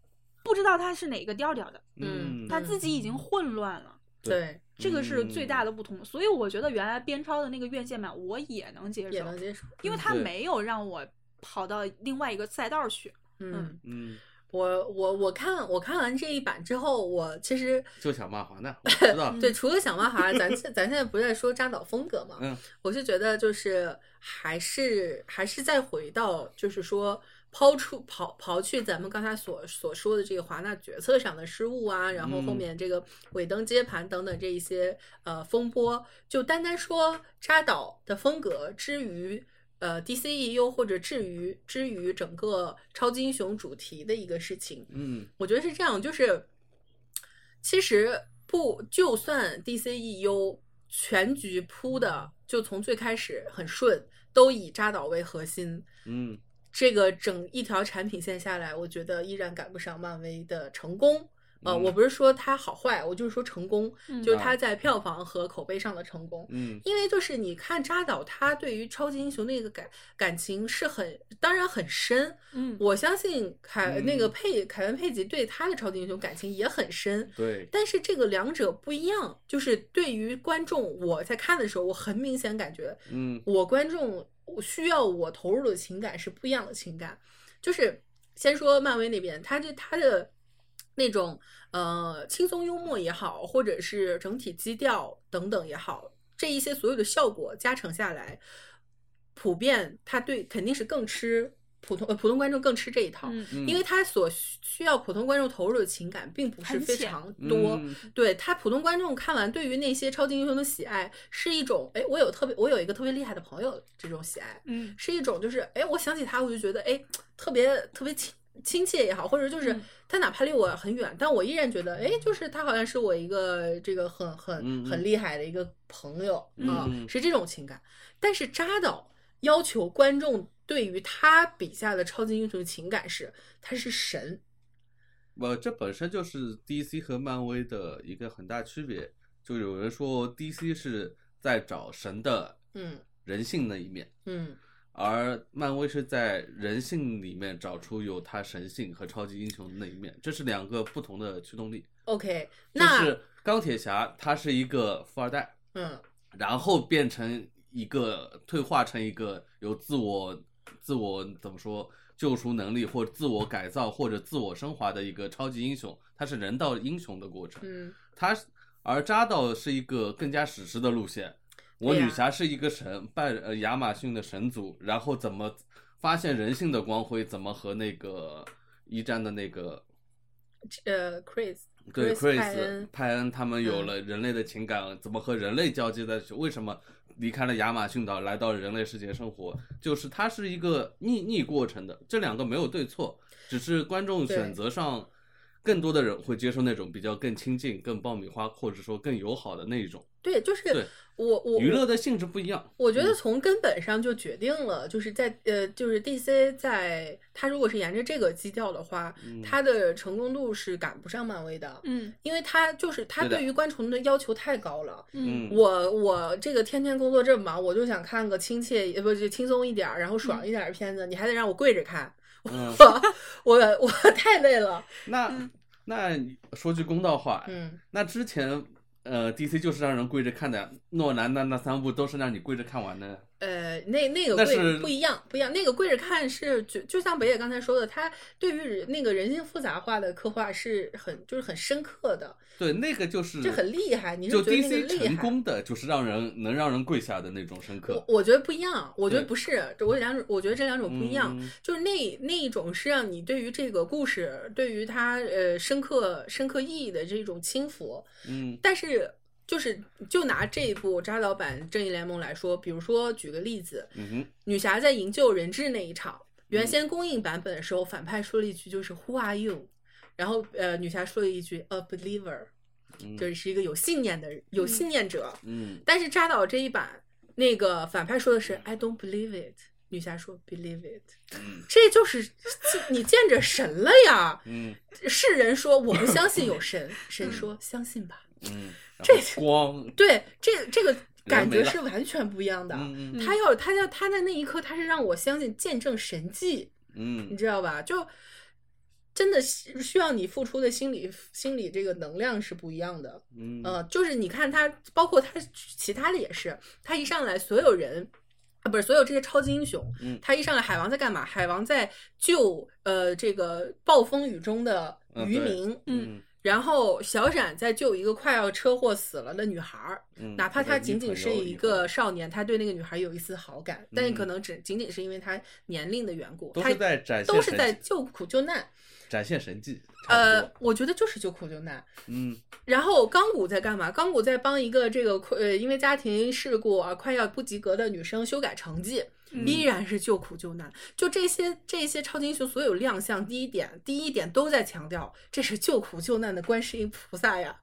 [SPEAKER 3] 不知道它是哪个调调的，
[SPEAKER 1] 嗯
[SPEAKER 3] 它自己已经混乱了。
[SPEAKER 1] 对，
[SPEAKER 3] 这个是最大
[SPEAKER 2] 的。
[SPEAKER 3] 的不同。所以我觉得原来边超的那个院线版我也能接
[SPEAKER 1] 也
[SPEAKER 3] 受，
[SPEAKER 1] 能接受，嗯
[SPEAKER 3] 因为它
[SPEAKER 2] 对
[SPEAKER 3] 没有让我跑到另外一个赛道去。
[SPEAKER 1] 嗯，
[SPEAKER 2] 嗯，
[SPEAKER 1] 我我我看我看完这一版之后，我其实。
[SPEAKER 2] 就想骂华纳，我知道
[SPEAKER 3] (laughs)
[SPEAKER 1] 对，除了想办法，咱现咱现在不是在说扎导风格嘛？
[SPEAKER 2] 嗯，
[SPEAKER 1] 我是觉得就是还是还是再回到就是说抛出刨刨去咱们刚才所所说的这个华纳决策上的失误啊，然后后
[SPEAKER 2] 嗯
[SPEAKER 1] 面这个尾灯接盘等等这一些呃风波，就单单说扎导的风格之于。呃，DCEU 或者至于至于整个超级英雄主题的一个事情，
[SPEAKER 2] 嗯
[SPEAKER 1] 我觉得是这样，就是其实不，就算 DCEU 全局铺的，就从最开始很顺，都以扎导为核心，
[SPEAKER 2] 嗯
[SPEAKER 1] 这个整一条产品线下来，我觉得依然赶不上漫威的成功。呃，
[SPEAKER 2] 嗯
[SPEAKER 1] 我不是说它好坏，我就是说成功，
[SPEAKER 3] 嗯
[SPEAKER 1] 就是它在票房和口碑上的成功。
[SPEAKER 2] 嗯
[SPEAKER 1] 因为就是你看扎导，他对于超级英雄那个感感情是很，当然很深，
[SPEAKER 3] 嗯，
[SPEAKER 1] 我相信凯
[SPEAKER 2] 嗯
[SPEAKER 1] 那个佩凯文佩吉对他的超级英雄感情也很深，
[SPEAKER 2] 对，
[SPEAKER 1] 但是这个两者不一样，就是对于观众，我在看的时候，我很明显感觉
[SPEAKER 2] 嗯
[SPEAKER 1] 我观众我需要我投入的情感是不一样的情感，就是先说漫威那边，他这他的那种呃轻松幽默也好，或者是整体基调等等也好，这一些所有的效果加成下来，普遍他对肯定是更吃普通呃普通观众更吃这一套，
[SPEAKER 3] 嗯
[SPEAKER 2] 嗯，
[SPEAKER 1] 因为他所需需要普通观众投入的情感并不是
[SPEAKER 3] 很
[SPEAKER 1] 非
[SPEAKER 3] 浅
[SPEAKER 1] 常多，
[SPEAKER 2] 嗯
[SPEAKER 1] 对他普通观众看完对于那些超级英雄的喜爱是一种，哎，我有特别我有一个特别厉害的朋友这种喜爱，
[SPEAKER 3] 嗯
[SPEAKER 1] 是一种就是哎，我想起他我就觉得哎特别特别亲亲切也好，或者就是
[SPEAKER 3] 嗯
[SPEAKER 1] 他哪怕离我很远，但我依然觉得哎，就是他好像是我一个这个很很
[SPEAKER 2] 嗯嗯
[SPEAKER 1] 很厉害的一个朋友啊、
[SPEAKER 2] 嗯嗯
[SPEAKER 1] 是这种情感。但是扎导要求观众对于他笔下的超级英雄情感是他是神，
[SPEAKER 2] 呃，这本身就是 DC 和漫威的一个很大区别。就有人说 DC 是在找神的
[SPEAKER 1] 嗯
[SPEAKER 2] 人性那一面，
[SPEAKER 1] 嗯
[SPEAKER 2] 而漫威是在人性里面找出有他神性和超级英雄的那一面，这是两个不同的驱动力。
[SPEAKER 1] ，OK，
[SPEAKER 2] 就
[SPEAKER 1] 那、
[SPEAKER 2] 是钢铁侠他是一个富二代，
[SPEAKER 1] 嗯
[SPEAKER 2] 然后变成一个退化成一个有自我自我怎么说救赎能力或者自我改造或者自我升华的一个超级英雄，他是人道英雄的过程。
[SPEAKER 1] 嗯
[SPEAKER 2] 他是而扎导是一个更加史诗的路线。我
[SPEAKER 1] 对呀
[SPEAKER 2] 女侠是一个神，拜呃亚马逊的神族，然后怎么发现人性的光辉，怎么和那个一战的那个
[SPEAKER 1] 呃，Chris
[SPEAKER 2] 对
[SPEAKER 1] Chris 派恩嗯
[SPEAKER 2] Chris 派恩他们有了人类的情感，怎么和人类交接在一起？为什么离开了亚马逊岛来到人类世界生活？就是它是一个逆逆过程的，这两个没有对错，只是观众
[SPEAKER 1] 对
[SPEAKER 2] 选择上，更多的人会接受那种比较更亲近、更爆米花，或者说更友好的那一种。
[SPEAKER 1] 对，就是
[SPEAKER 2] 对
[SPEAKER 1] 我我
[SPEAKER 2] 娱乐的嗯性质不一样。
[SPEAKER 1] 我觉得从根本上就决定了，就是在呃，就是 DC 在它如果是沿着这个基调的话，
[SPEAKER 2] 嗯
[SPEAKER 1] 它的成功度是赶不上漫威的，
[SPEAKER 3] 嗯
[SPEAKER 1] 因为它就是它
[SPEAKER 2] 对的
[SPEAKER 1] 对于观众的要求太高了。
[SPEAKER 3] 嗯
[SPEAKER 2] 嗯，
[SPEAKER 1] 我我这个天天工作这么忙，我就想看个亲切呃不就轻松一点儿，然后爽一点儿的片子，你还得让我跪着看， (laughs)
[SPEAKER 2] 嗯，
[SPEAKER 1] 我我太累了。
[SPEAKER 2] 那
[SPEAKER 3] 嗯
[SPEAKER 2] 那说句公道话，
[SPEAKER 1] 嗯，
[SPEAKER 2] 那之前呃 DC 就是让人跪着看的，诺兰那那三部都是让你跪着看完的。
[SPEAKER 1] 呃，那那个
[SPEAKER 2] 那
[SPEAKER 1] 跪
[SPEAKER 2] 是
[SPEAKER 1] 不一样，不一样。那个跪着看是就就像北野刚才说的，他对于人那个人性复杂化的刻画是很就是很深刻的，
[SPEAKER 2] 对，那个就是
[SPEAKER 1] 这很厉害。你是
[SPEAKER 2] 就
[SPEAKER 1] 觉得那
[SPEAKER 2] DC
[SPEAKER 1] 个厉害？
[SPEAKER 2] 成功的就是让人能让人跪下的那种深刻
[SPEAKER 1] 我。我觉得不一样，我觉得
[SPEAKER 2] 对
[SPEAKER 1] 不是，这我两种，我觉得这两种不一样。
[SPEAKER 2] 嗯
[SPEAKER 1] 就是那那一种是让你对于这个故事，对于它呃深刻深刻意义的这种轻浮，
[SPEAKER 2] 嗯
[SPEAKER 1] 但是就是就拿这一部扎导版《正义联盟》来说，比如说举个例子，
[SPEAKER 2] 嗯哼，
[SPEAKER 1] 女侠在营救人质那一场，
[SPEAKER 2] 嗯
[SPEAKER 1] 原先公映版本的时候，反派说了一句就是 “Who are you”，然后呃，女侠说了一句 “A believer”，
[SPEAKER 2] 嗯
[SPEAKER 1] 就是是一个有信念的人，有信念者。
[SPEAKER 2] 嗯
[SPEAKER 1] 但是扎导这一版，那个反派说的是 “I don't believe it”，女侠说 “believe it”，
[SPEAKER 2] 嗯
[SPEAKER 1] 这就是你见着神了呀！
[SPEAKER 2] 嗯
[SPEAKER 1] 是人说我不相
[SPEAKER 2] (laughs)
[SPEAKER 1] 信有神，神说相信吧。
[SPEAKER 2] 嗯，然
[SPEAKER 1] 这
[SPEAKER 2] 后光
[SPEAKER 1] (laughs) 对，这这个感觉
[SPEAKER 2] 没了
[SPEAKER 1] 是完全不一样的。
[SPEAKER 2] 嗯嗯
[SPEAKER 1] 他要他要他在那一刻，他是让我相信见证神迹，你
[SPEAKER 2] 嗯
[SPEAKER 1] 知道吧？就真的是需要你付出的心理心理这个能量是不一样的。
[SPEAKER 2] 嗯
[SPEAKER 1] 呃，就是你看他，包括他其他的也是，他一上来所有人。啊，不是所有这些超级英雄，
[SPEAKER 2] 嗯
[SPEAKER 1] 他一上来海王在干嘛？海王在救呃这个暴风雨中的
[SPEAKER 2] 嗯
[SPEAKER 1] 渔
[SPEAKER 2] 对
[SPEAKER 1] 民，
[SPEAKER 2] 嗯
[SPEAKER 1] 然后小闪在救一个快要车祸死了的女孩儿，
[SPEAKER 2] 嗯，
[SPEAKER 1] 哪怕他
[SPEAKER 2] 他
[SPEAKER 1] 仅仅是一个少年，他对那个女孩有一丝好感，但是可能只仅仅是因为他年龄的缘故，
[SPEAKER 2] 嗯都
[SPEAKER 1] 他
[SPEAKER 2] 是在展现
[SPEAKER 1] 都是在
[SPEAKER 2] 神迹
[SPEAKER 1] 救苦救难。
[SPEAKER 2] 展现神迹，差不
[SPEAKER 1] 呃
[SPEAKER 2] 多，
[SPEAKER 1] 我觉得就是救苦救难。
[SPEAKER 2] 嗯
[SPEAKER 1] 然后钢骨在干嘛？钢骨在帮一个这个快呃因为家庭事故啊快要不及格的女生修改成绩，
[SPEAKER 3] 嗯
[SPEAKER 1] 依然是救苦救难。就这些这些超级英雄所有亮相，第一点第一点都在强调这是救苦救难的观世音菩萨呀，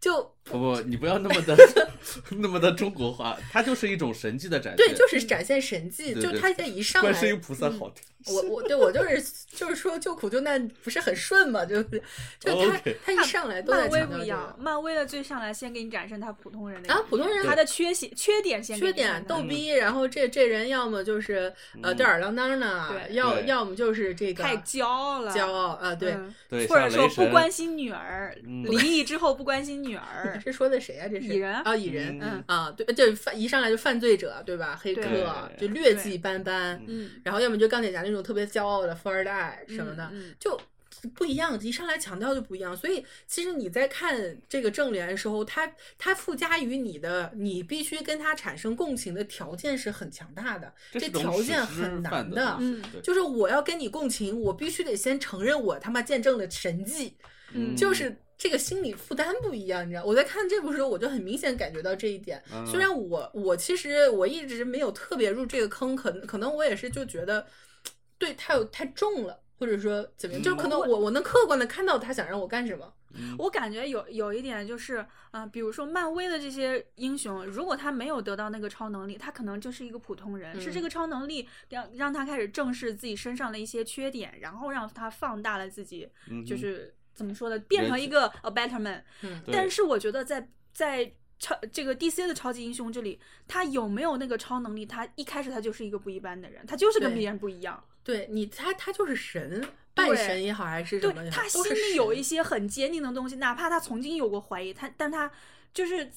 [SPEAKER 1] 就
[SPEAKER 2] 不不，你不要那么
[SPEAKER 1] (laughs)
[SPEAKER 2] 的那么的中国化，它就是一种神迹的展现。
[SPEAKER 1] 对，就是展现神迹，
[SPEAKER 2] 嗯对
[SPEAKER 1] 就
[SPEAKER 2] 对
[SPEAKER 1] 他在一上来嗯
[SPEAKER 2] 观世音菩萨好听。
[SPEAKER 1] 我我对我就是就是说救苦救难不是很顺嘛，
[SPEAKER 2] (laughs)
[SPEAKER 1] 就是就是他
[SPEAKER 2] 哦 OK
[SPEAKER 1] 他一上来都在
[SPEAKER 3] 漫威
[SPEAKER 1] 强
[SPEAKER 3] 不
[SPEAKER 1] 调这
[SPEAKER 3] 一样，
[SPEAKER 1] 个
[SPEAKER 3] 漫威的最上来先给你展示他普通人的
[SPEAKER 1] 啊，普通人
[SPEAKER 3] 他的缺陷、缺点先给
[SPEAKER 1] 缺
[SPEAKER 3] 你
[SPEAKER 1] 点
[SPEAKER 3] 看到
[SPEAKER 1] 逗逼，然后这这人要么就是呃
[SPEAKER 2] 嗯
[SPEAKER 1] 吊儿郎当的，
[SPEAKER 3] 对
[SPEAKER 1] 要
[SPEAKER 2] 对
[SPEAKER 1] 要么就是这个
[SPEAKER 3] 太骄傲了，
[SPEAKER 1] 骄傲啊，对，
[SPEAKER 3] 嗯
[SPEAKER 2] 对，
[SPEAKER 3] 或者
[SPEAKER 2] 像
[SPEAKER 3] 说
[SPEAKER 2] 雷
[SPEAKER 3] 不
[SPEAKER 2] 神，
[SPEAKER 3] 关心女儿，
[SPEAKER 2] 嗯
[SPEAKER 3] 离异之后不关心女儿，
[SPEAKER 1] 这说的谁呀？这是
[SPEAKER 3] 蚁人
[SPEAKER 1] 啊，蚁人
[SPEAKER 3] 嗯
[SPEAKER 1] 啊，对，这犯一上来就犯罪者对吧？黑
[SPEAKER 3] 对
[SPEAKER 1] 客就劣
[SPEAKER 3] 对
[SPEAKER 1] 迹斑斑，
[SPEAKER 3] 嗯
[SPEAKER 1] 然后要么就钢铁侠那种特别骄傲的富二代什么的，
[SPEAKER 3] 嗯嗯
[SPEAKER 1] 就不一样，一上来强调就不一样。所以其实你在看这个正联的时候，它它附加于你的，你必须跟它产生共情的条件是很强大的。
[SPEAKER 2] 这
[SPEAKER 1] 这
[SPEAKER 2] 是种
[SPEAKER 1] 条件
[SPEAKER 2] 史诗
[SPEAKER 1] 很难
[SPEAKER 2] 范
[SPEAKER 1] 的
[SPEAKER 2] 的东西，
[SPEAKER 3] 嗯
[SPEAKER 2] 对
[SPEAKER 1] 就是我要跟你共情，我必须得先承认我他妈见证了神迹，
[SPEAKER 3] 嗯
[SPEAKER 1] 就是。这个心理负担不一样，你知道？我在看这部时候，我就很明显感觉到这一点。
[SPEAKER 2] 嗯
[SPEAKER 1] 虽然我我其实我一直没有特别入这个坑，可能可能我也是就觉得，对他有太重了，或者说怎么样，就
[SPEAKER 2] 嗯
[SPEAKER 1] 可能我我能客观的看到他想让我干什么。
[SPEAKER 3] 我感觉有有一点就是，嗯、比如说漫威的这些英雄，如果他没有得到那个超能力，他可能就是一个普通人。是这
[SPEAKER 1] 嗯
[SPEAKER 3] 个超能力让让他开始正视自己身上的一些缺点，然后让他放大了自己，
[SPEAKER 2] 嗯
[SPEAKER 3] 就
[SPEAKER 2] 哼
[SPEAKER 3] 是怎么说呢，变
[SPEAKER 2] 人
[SPEAKER 3] 成一
[SPEAKER 2] 性
[SPEAKER 3] 个 a better man。
[SPEAKER 1] 嗯，
[SPEAKER 2] 对
[SPEAKER 3] 但是我觉得在在超这个 DC 的超级英雄这里，他有没有那个超能力，他一开始他就是一个不一般的人，他就是跟
[SPEAKER 1] 对
[SPEAKER 3] 别人不一样。
[SPEAKER 1] 对你，他他就是神，半神也好，还是什么
[SPEAKER 3] 对
[SPEAKER 1] 也好，
[SPEAKER 3] 他
[SPEAKER 1] 都
[SPEAKER 3] 心
[SPEAKER 1] 是
[SPEAKER 3] 里有
[SPEAKER 1] 神
[SPEAKER 3] 一些很坚定的东西，哪怕他曾经有过怀疑，他但他就是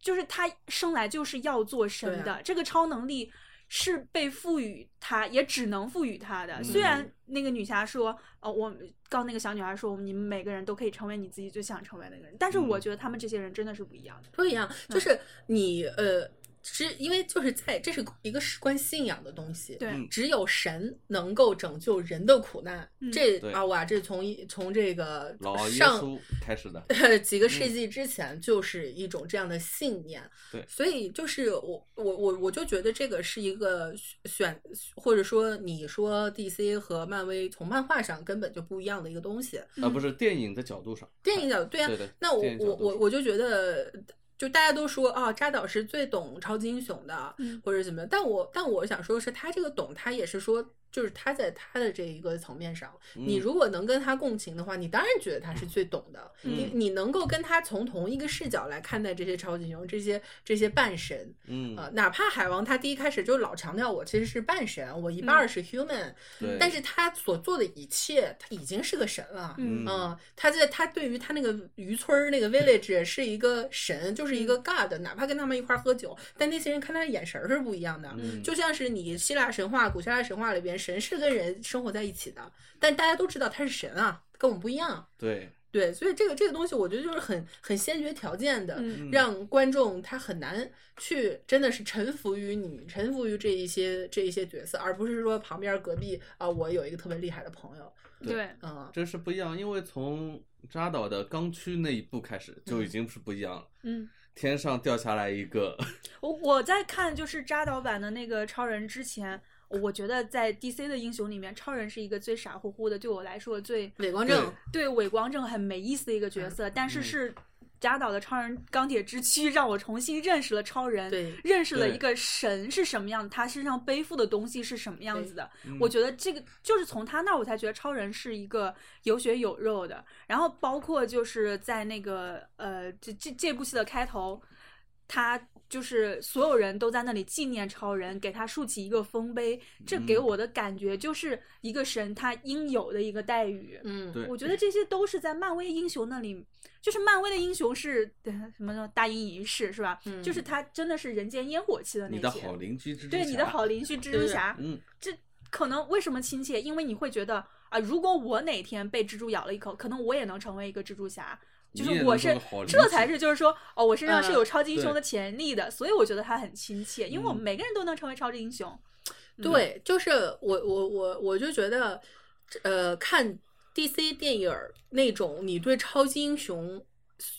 [SPEAKER 3] 就是他生来就是要做神
[SPEAKER 1] 对
[SPEAKER 3] 的，这个超能力是被赋予他，也只能赋予他的。虽
[SPEAKER 1] 嗯
[SPEAKER 3] 然那个女侠说，呃，我们告那个小女孩说，你们每个人都可以成为你自己最想成为的那个人，但是我
[SPEAKER 2] 嗯
[SPEAKER 3] 觉得他们这些人真的是不一样的。
[SPEAKER 1] 不一样，
[SPEAKER 3] 嗯
[SPEAKER 1] 就是你呃，只因为就是在这是一个事关信仰的东西，
[SPEAKER 3] 对，
[SPEAKER 2] 嗯
[SPEAKER 1] 只有神能够拯救人的苦难。
[SPEAKER 3] 嗯
[SPEAKER 1] 这
[SPEAKER 2] 对
[SPEAKER 1] 啊哇，这从一从这个
[SPEAKER 2] 老耶
[SPEAKER 1] 上
[SPEAKER 2] 稣开始
[SPEAKER 1] (laughs)
[SPEAKER 2] 的，
[SPEAKER 1] 几个世纪之前就是一种这样的信念。
[SPEAKER 2] 对
[SPEAKER 1] 所以就是我我我我就觉得这个是一个选，或者说你说 DC 和漫威从漫画上根本就不一样的一个东西。
[SPEAKER 2] 呃啊，不是电影的角度上，
[SPEAKER 1] 电影角度对啊，
[SPEAKER 2] 对的，
[SPEAKER 1] 那我
[SPEAKER 2] 电影角
[SPEAKER 1] 我
[SPEAKER 2] 度
[SPEAKER 1] 我我就觉得就大家都说啊，扎导是最懂超级英雄的，
[SPEAKER 3] 嗯
[SPEAKER 1] 或者怎么样。但我但我想说的是，他这个懂，他也是说，就是他在他的这一个层面上，你
[SPEAKER 2] 嗯
[SPEAKER 1] 如果能跟他共情的话，你当然觉得他是最懂的。你
[SPEAKER 2] 嗯
[SPEAKER 1] 你能够跟他从同一个视角来看待这些超级英雄，这些这些半神
[SPEAKER 2] 嗯
[SPEAKER 1] 啊、呃哪怕海王他第一开始就老强调我其实是半神，我一半儿是 human，、
[SPEAKER 2] 嗯对，
[SPEAKER 1] 但是他所做的一切，他已经是个神了。
[SPEAKER 3] 嗯
[SPEAKER 1] 嗯，他在他对于他那个渔村儿那个 village 是一个神，就是一个 god，哪怕跟他们一块儿喝酒，但那些人看他的眼神儿是不一样的。
[SPEAKER 2] 嗯
[SPEAKER 1] 就像是你希腊神话、古希腊神话里边，神是跟人生活在一起的，但大家都知道他是神啊，跟我们不一样。
[SPEAKER 2] 对，
[SPEAKER 1] 对，所以这个这个东西，我觉得就是很很先决条件的，
[SPEAKER 3] 嗯
[SPEAKER 1] 让观众他很难去真的是臣服于你，臣服于这一些这一些角色，而不是说旁边隔壁啊、我有一个特别厉害的朋友，
[SPEAKER 3] 对，
[SPEAKER 1] 嗯
[SPEAKER 2] 真是不一样，因为从扎导的《钢区》那一部开始就已经是不一样了。
[SPEAKER 3] 嗯，
[SPEAKER 2] 天上掉下来一个，
[SPEAKER 3] 我我在看就是扎导版的那个超人之前，我觉得在 DC 的英雄里面，超人是一个最傻乎乎的，对我来说最
[SPEAKER 1] 伪光正
[SPEAKER 2] 对。
[SPEAKER 3] 对伪光正很没意思的一个角色，但是是扎导的《超人钢铁之躯》让我重新认识了超人，
[SPEAKER 1] 对
[SPEAKER 3] 认识了
[SPEAKER 2] 对
[SPEAKER 3] 一个神是什么样，他身上背负的东西是什么样子的。
[SPEAKER 2] 嗯
[SPEAKER 3] 我觉得这个就是从他那儿我才觉得超人是一个有血有肉的。然后包括就是在那个呃这这这部戏的开头，他就是所有人都在那里纪念超人，给他竖起一个丰碑，这给
[SPEAKER 2] 嗯
[SPEAKER 3] 我的感觉就是一个神他应有的一个待遇。
[SPEAKER 1] 嗯，
[SPEAKER 2] 对
[SPEAKER 3] 我觉得这些都是在漫威英雄那里，就是漫威的英雄是 (laughs) 什么呢？大英一世是吧？
[SPEAKER 1] 嗯
[SPEAKER 3] 就是他真的是人间烟火气的
[SPEAKER 2] 你
[SPEAKER 3] 那些。
[SPEAKER 2] 的好邻居之
[SPEAKER 3] 对
[SPEAKER 2] 之
[SPEAKER 3] 你的
[SPEAKER 2] 侠
[SPEAKER 3] 好，邻居蜘
[SPEAKER 1] 对
[SPEAKER 3] 蛛
[SPEAKER 1] 对
[SPEAKER 3] 侠，
[SPEAKER 2] 嗯，
[SPEAKER 3] 这可能为什么亲切？因为你会觉得啊，如果我哪天被蜘蛛咬了一口，可能我也能成为一个蜘蛛侠。就
[SPEAKER 2] 你也
[SPEAKER 3] 是
[SPEAKER 2] 能
[SPEAKER 3] 我
[SPEAKER 2] 做
[SPEAKER 3] 是
[SPEAKER 2] 个好，邻
[SPEAKER 3] 这
[SPEAKER 2] 居
[SPEAKER 3] 才是就是说，哦，我身上
[SPEAKER 1] 嗯
[SPEAKER 3] 是有超级英雄
[SPEAKER 2] 对
[SPEAKER 3] 的潜力的，所以我觉得他很亲切，因为我们
[SPEAKER 2] 嗯
[SPEAKER 3] 每个人都能成为超级英雄。嗯
[SPEAKER 1] 对，就是我我我我就觉得，呃，看 DC 电影儿那种你对超级英雄，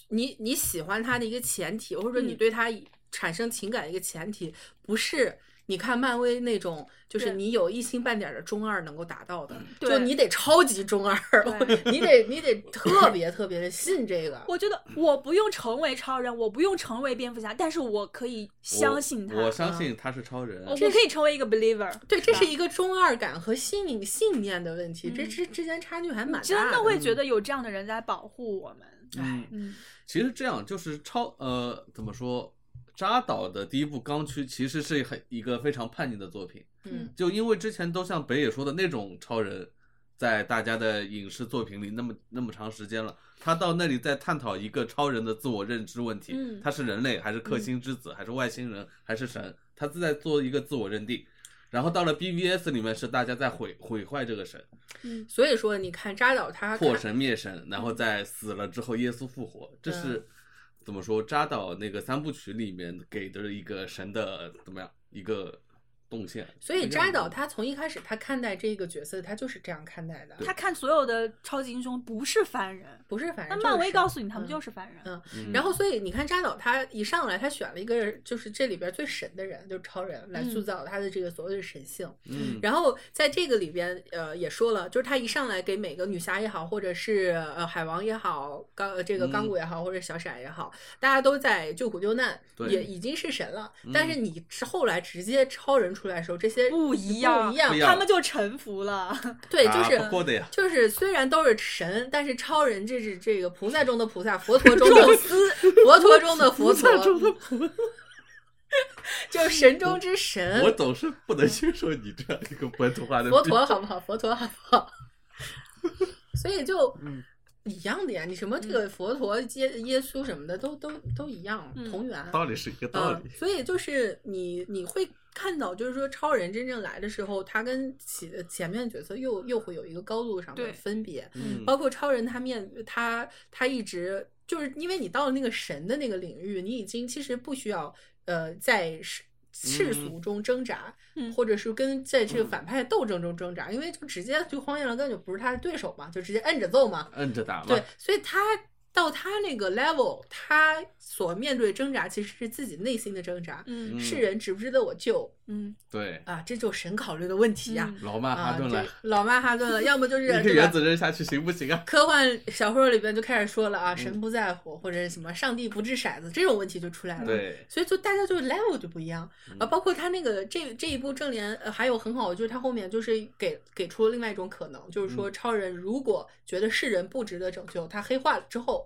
[SPEAKER 1] 你你喜欢他的一个前提，或者说你
[SPEAKER 3] 嗯
[SPEAKER 1] 对他产生情感的一个前提，不是。你看漫威那种，就是
[SPEAKER 3] 对嗯
[SPEAKER 1] 你有一星半点儿的中二能够达到的，就
[SPEAKER 3] 对
[SPEAKER 1] 你得超级中二，
[SPEAKER 3] 对
[SPEAKER 1] (laughs) 你得你得特别特别的信这个。
[SPEAKER 3] 我觉得我不用成为超人，我不用成为蝙蝠侠，但是我可以相信他，哦
[SPEAKER 2] 我，我
[SPEAKER 3] 我
[SPEAKER 2] 相信他是超人。
[SPEAKER 3] 我可以成为一个 believer。
[SPEAKER 1] 对，这
[SPEAKER 3] 吧
[SPEAKER 1] 是一个中二感和信信念的问题，这
[SPEAKER 3] 嗯
[SPEAKER 1] 之之间差距还蛮大
[SPEAKER 3] 真
[SPEAKER 1] 的
[SPEAKER 3] 的会觉得有这样的人在保护我们。
[SPEAKER 2] 嗯，
[SPEAKER 3] 嗯
[SPEAKER 2] 其实这样就是超呃怎么说，扎导的第一部《钢区》其实是很一个非常叛逆的作品，
[SPEAKER 1] 嗯
[SPEAKER 2] 就因为之前都像北野说的那种超人，在大家的影视作品里那么那么长时间了，他到那里在探讨一个超人的自我认知问题，
[SPEAKER 3] 嗯
[SPEAKER 2] 他是人类还是克星之子，还是外星人还是神，他是在做一个自我认定。然后到了 BVS 里面是大家在毁毁坏这个神，
[SPEAKER 3] 嗯，
[SPEAKER 1] 所以说，你看扎导啊他嗯
[SPEAKER 2] 破
[SPEAKER 1] 看
[SPEAKER 2] 神灭神，然后在死了之后耶稣复活，这
[SPEAKER 1] 嗯
[SPEAKER 2] 是怎么说？扎导那个三部曲里面给的一个神的怎么样一个动线？
[SPEAKER 1] 所以扎导
[SPEAKER 2] 他。
[SPEAKER 1] 他从一开始他看待这个角色，他就是这样看待的，
[SPEAKER 3] 他看所有的超级英雄不是凡人，
[SPEAKER 1] 不是反
[SPEAKER 3] 那
[SPEAKER 1] 正
[SPEAKER 3] 漫威告诉你他们
[SPEAKER 1] 就
[SPEAKER 3] 就是是凡人。
[SPEAKER 1] 嗯
[SPEAKER 2] 嗯
[SPEAKER 1] 神。然后，所以你看扎导，他一上来他选了一个就是这里边最神的人，就是超人，来
[SPEAKER 3] 嗯
[SPEAKER 1] 塑造他的这个所谓的神性。
[SPEAKER 2] 嗯，
[SPEAKER 1] 然后在这个里边，呃，也说了，就是他一上来给每个女侠也好，或者是呃海王也好，钢呃这个
[SPEAKER 2] 嗯
[SPEAKER 1] 钢骨也好，或者小闪也好，大家都在救苦救难，
[SPEAKER 2] 对嗯
[SPEAKER 1] 也已经是神了。但是你之后来直接超人出来的时候，这些
[SPEAKER 3] 不一样，
[SPEAKER 1] 不一样
[SPEAKER 2] 不一，样
[SPEAKER 3] 他们就臣服了。
[SPEAKER 1] 对，就是、
[SPEAKER 2] 打不啊过的呀。
[SPEAKER 1] 就是虽然都是神，但是超人这是这个菩萨中的菩萨，佛陀中的佛陀中的佛陀，就是神中之
[SPEAKER 2] 我
[SPEAKER 1] 神。
[SPEAKER 2] 总是不能接受你这样一个本土化的
[SPEAKER 1] 嗯佛
[SPEAKER 2] 比
[SPEAKER 1] 陀好不好？佛陀好不好？ (laughs) 所以就
[SPEAKER 2] 嗯
[SPEAKER 1] 一样的呀，你什么这个佛陀、耶耶稣什么的都都都一样，
[SPEAKER 3] 嗯
[SPEAKER 1] 同源。
[SPEAKER 2] 道理是一个道
[SPEAKER 1] 嗯
[SPEAKER 2] 理，，
[SPEAKER 1] 所以就是你你会看到，就是说超人真正来的时候，他跟前前面的角色又又会有一个高度上的
[SPEAKER 3] 对
[SPEAKER 1] 分别。
[SPEAKER 2] 嗯，
[SPEAKER 1] 包括超人，他面他他一直就是因为你到了那个神的那个领域，你已经其实不需要呃在世
[SPEAKER 2] 嗯
[SPEAKER 1] 世俗中挣扎，
[SPEAKER 3] 嗯
[SPEAKER 1] 或者是跟在这个反派斗争中挣扎，因为就直接就荒野狼根本就不是他的对手嘛，就直接摁着揍嘛。
[SPEAKER 2] 摁着打嘛
[SPEAKER 1] 对，，所以他到他那个 level，他所面对挣扎其实是自己内心的挣扎，
[SPEAKER 3] 嗯
[SPEAKER 2] 嗯
[SPEAKER 1] 是人值不值得我救
[SPEAKER 3] 嗯，
[SPEAKER 2] 对，
[SPEAKER 1] 啊？这就是神考虑的问题呀、
[SPEAKER 3] 嗯
[SPEAKER 2] 老曼哈
[SPEAKER 1] 啊，
[SPEAKER 2] 顿了
[SPEAKER 1] 这，老曼哈顿了，要么就是
[SPEAKER 2] 一个
[SPEAKER 1] 对吧
[SPEAKER 2] 原子扔下去行不行啊？
[SPEAKER 1] 科幻小说里边就开始说
[SPEAKER 2] 嗯
[SPEAKER 1] 了啊，神不在乎或者什么上帝不掷骰子这种问题就出来了。，
[SPEAKER 2] 对，
[SPEAKER 1] 所以就大家就是 level 就不一样啊，
[SPEAKER 2] 嗯
[SPEAKER 1] 包括他那个这这一部正联呃还有很好，就是他后面就是给给出了另外一种可能，就是
[SPEAKER 2] 嗯
[SPEAKER 1] 说超人如果觉得是人不值得拯救，他黑化了之后，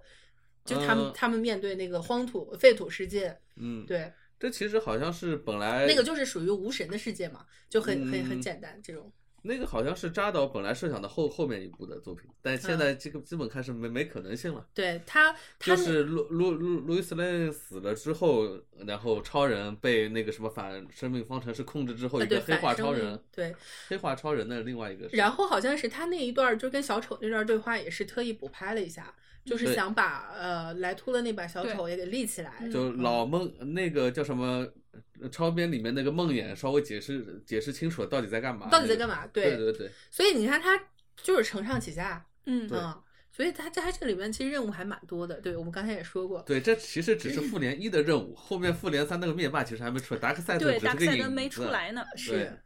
[SPEAKER 1] 就他们、
[SPEAKER 2] 嗯
[SPEAKER 1] 他们面对那个荒土废土世界，
[SPEAKER 2] 嗯，
[SPEAKER 1] 对，
[SPEAKER 2] 这其实好像是本来
[SPEAKER 1] 那个就是属于无神的世界嘛，就很很很
[SPEAKER 2] 嗯
[SPEAKER 1] 简单这种。
[SPEAKER 2] 那个好像是扎导本来设想的后后面一部的作品，但现在这个基本看是没没可能性了。
[SPEAKER 1] 对他，嗯他
[SPEAKER 2] 就
[SPEAKER 1] 那
[SPEAKER 2] 是路路路路易斯莱死了之后，然后超人被那个什么反生命方程式控制之后，
[SPEAKER 1] 呃
[SPEAKER 2] 一
[SPEAKER 1] 对
[SPEAKER 2] 个黑化
[SPEAKER 1] 反生
[SPEAKER 2] 超
[SPEAKER 1] 命
[SPEAKER 2] 人，
[SPEAKER 1] 对，
[SPEAKER 2] 黑化超人的另外一个是，
[SPEAKER 1] 然后好像是他那一段儿，就跟小丑那段儿对话也是特意补拍了一下，就是
[SPEAKER 2] 对
[SPEAKER 1] 想把呃莱秃的那把小
[SPEAKER 3] 对嗯
[SPEAKER 1] 丑也给立起来。
[SPEAKER 2] 就老梦那个叫什么呃超编里面那个梦魇稍微解释解释清楚了到底在干嘛，
[SPEAKER 1] 到底在
[SPEAKER 2] 那
[SPEAKER 1] 干
[SPEAKER 2] 个？
[SPEAKER 1] 嘛？
[SPEAKER 2] 对对对，
[SPEAKER 1] 所以你看他就是承上启下，
[SPEAKER 3] 嗯
[SPEAKER 2] 对
[SPEAKER 1] 嗯，所以他在他这里面其实任务还蛮多的。对我们刚才也说过，
[SPEAKER 2] 对，这其实只是复联一的任务，后面复联三那个灭霸其实还没出来，达克赛德
[SPEAKER 3] 对，
[SPEAKER 2] 只
[SPEAKER 3] 达
[SPEAKER 2] 是
[SPEAKER 3] 克
[SPEAKER 2] 个
[SPEAKER 3] 赛
[SPEAKER 2] 影
[SPEAKER 3] 德
[SPEAKER 2] 子，
[SPEAKER 3] 没出来呢，
[SPEAKER 2] 对
[SPEAKER 1] 是。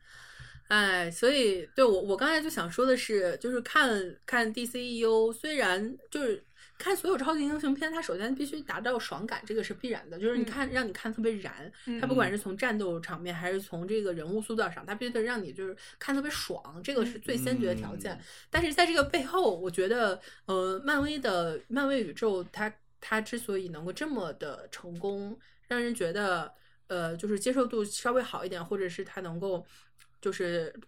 [SPEAKER 1] 哎，所以对我我刚才就想说的是，就是看看 DCEU，虽然就是看所有超级英雄片，它首先必须达到爽感，这个是必然的。就是你
[SPEAKER 3] 嗯
[SPEAKER 1] 看，让你看特别燃，
[SPEAKER 3] 嗯
[SPEAKER 1] 它不管是从战斗场面还是从这个人物塑造上，它必须得让你就是看特别爽，这个是最先决的条件
[SPEAKER 2] 嗯。
[SPEAKER 1] 但是在这个背后，我觉得，呃，漫威的漫威宇宙它，它之所以能够这么的成功，让人觉得，呃，就是接受度稍微好一点，或者是它能够，就是 (laughs)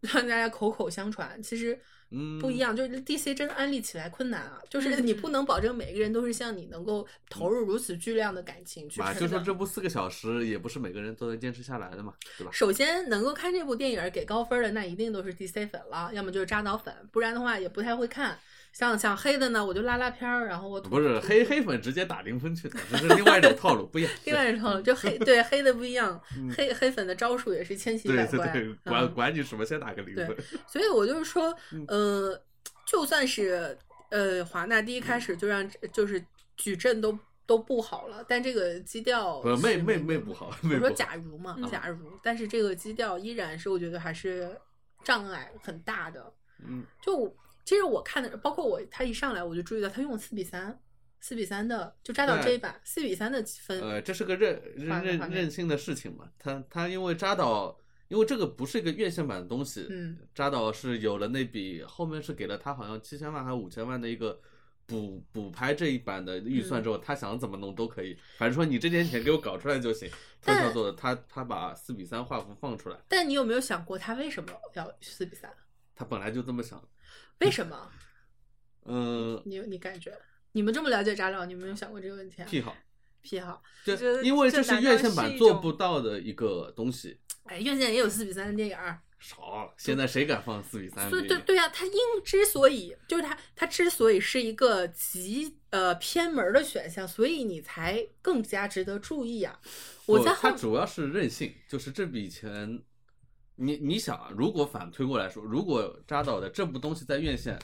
[SPEAKER 1] 让大家口口相传，其实。
[SPEAKER 2] 嗯，
[SPEAKER 1] 不一样，就是 DC 真安利起来困难啊，就是
[SPEAKER 3] 嗯
[SPEAKER 1] 你不能保证每个人都是像你能够投入如此巨量的感情去
[SPEAKER 2] 嘛，就
[SPEAKER 1] 成
[SPEAKER 2] 说
[SPEAKER 1] 长。
[SPEAKER 2] 这部四个小时也不是每个人都能坚持下来的嘛，对吧？
[SPEAKER 1] 首先，能够看这部电影儿给高分儿的，那一定都是 DC 粉了，要么就是扎导粉，不然的话也不太会看。像像黑的呢，我就拉拉片儿，然后我吐
[SPEAKER 2] 不是黑黑粉直接打零分去的，这是另外一种套路，不一样。
[SPEAKER 1] 另外一种就黑
[SPEAKER 2] (laughs)
[SPEAKER 1] 对黑的不一样，
[SPEAKER 2] 嗯
[SPEAKER 1] 黑黑粉的招数也是千奇
[SPEAKER 2] 对
[SPEAKER 1] 百
[SPEAKER 2] 对
[SPEAKER 1] 怪。
[SPEAKER 2] 对，
[SPEAKER 1] 嗯
[SPEAKER 2] 管管你什么，先打个零
[SPEAKER 1] 对
[SPEAKER 2] 分。
[SPEAKER 1] 所以我就是说
[SPEAKER 2] 嗯，
[SPEAKER 1] 呃，就算是呃华纳第一开始就让就是矩阵都都布好了，但这个基调
[SPEAKER 2] 不，妹
[SPEAKER 1] 哦是
[SPEAKER 2] 妹
[SPEAKER 1] 没
[SPEAKER 2] 妹
[SPEAKER 1] 有
[SPEAKER 2] 不好，
[SPEAKER 1] 我
[SPEAKER 2] 妹
[SPEAKER 1] 说
[SPEAKER 2] 不好。
[SPEAKER 1] 假如嘛
[SPEAKER 3] 嗯，
[SPEAKER 1] 假如，但是这个基调依然是我觉得还是障碍很大的。
[SPEAKER 2] 嗯，
[SPEAKER 1] 就我其实我看的，包括我他一上来我就注意到他用四比三。四比三的，就扎到
[SPEAKER 2] 对
[SPEAKER 1] 这一版四比三的分，
[SPEAKER 2] 呃，这是个任
[SPEAKER 1] 画
[SPEAKER 2] 任
[SPEAKER 1] 面画面
[SPEAKER 2] 任任性的事情嘛。他他因为扎导，因为这个不是一个院线版的东西，
[SPEAKER 1] 嗯，
[SPEAKER 2] 扎导是有了那笔，后面是给了他好像七千万还五千万的一个。补补拍这一版的预算之后，他想怎么弄都可以，反正说你这点钱给我搞出来就行。特
[SPEAKER 1] 但
[SPEAKER 2] 效做的，他他把四比三画幅放出来，
[SPEAKER 1] 但你有没有想过他为什么要四比三？
[SPEAKER 2] 他本来就这么想。
[SPEAKER 1] 为什么？
[SPEAKER 2] 嗯，
[SPEAKER 1] 你你感觉？你们这么了解扎导，你们有想过这个问题啊？
[SPEAKER 2] 癖好，
[SPEAKER 1] 癖好，
[SPEAKER 2] 就
[SPEAKER 3] 觉得
[SPEAKER 2] 因为
[SPEAKER 3] 这
[SPEAKER 2] 这是
[SPEAKER 3] 难
[SPEAKER 2] 院
[SPEAKER 3] 道
[SPEAKER 2] 线
[SPEAKER 3] 是
[SPEAKER 2] 版
[SPEAKER 3] 一
[SPEAKER 2] 做
[SPEAKER 3] 种
[SPEAKER 2] 不到的一个东西，
[SPEAKER 1] 哎，院线也有四比三的电影儿，
[SPEAKER 2] 少了。现在谁敢放四比三？
[SPEAKER 1] 所以对对啊，他应之所以就是他他之所以是一个极呃偏门儿的选项，所以你才更加值得注意啊。我
[SPEAKER 2] 不
[SPEAKER 1] 在后
[SPEAKER 2] 它主要是任性，就是这笔钱，你你想啊，如果反推过来说，如果扎导的这部东西在院线，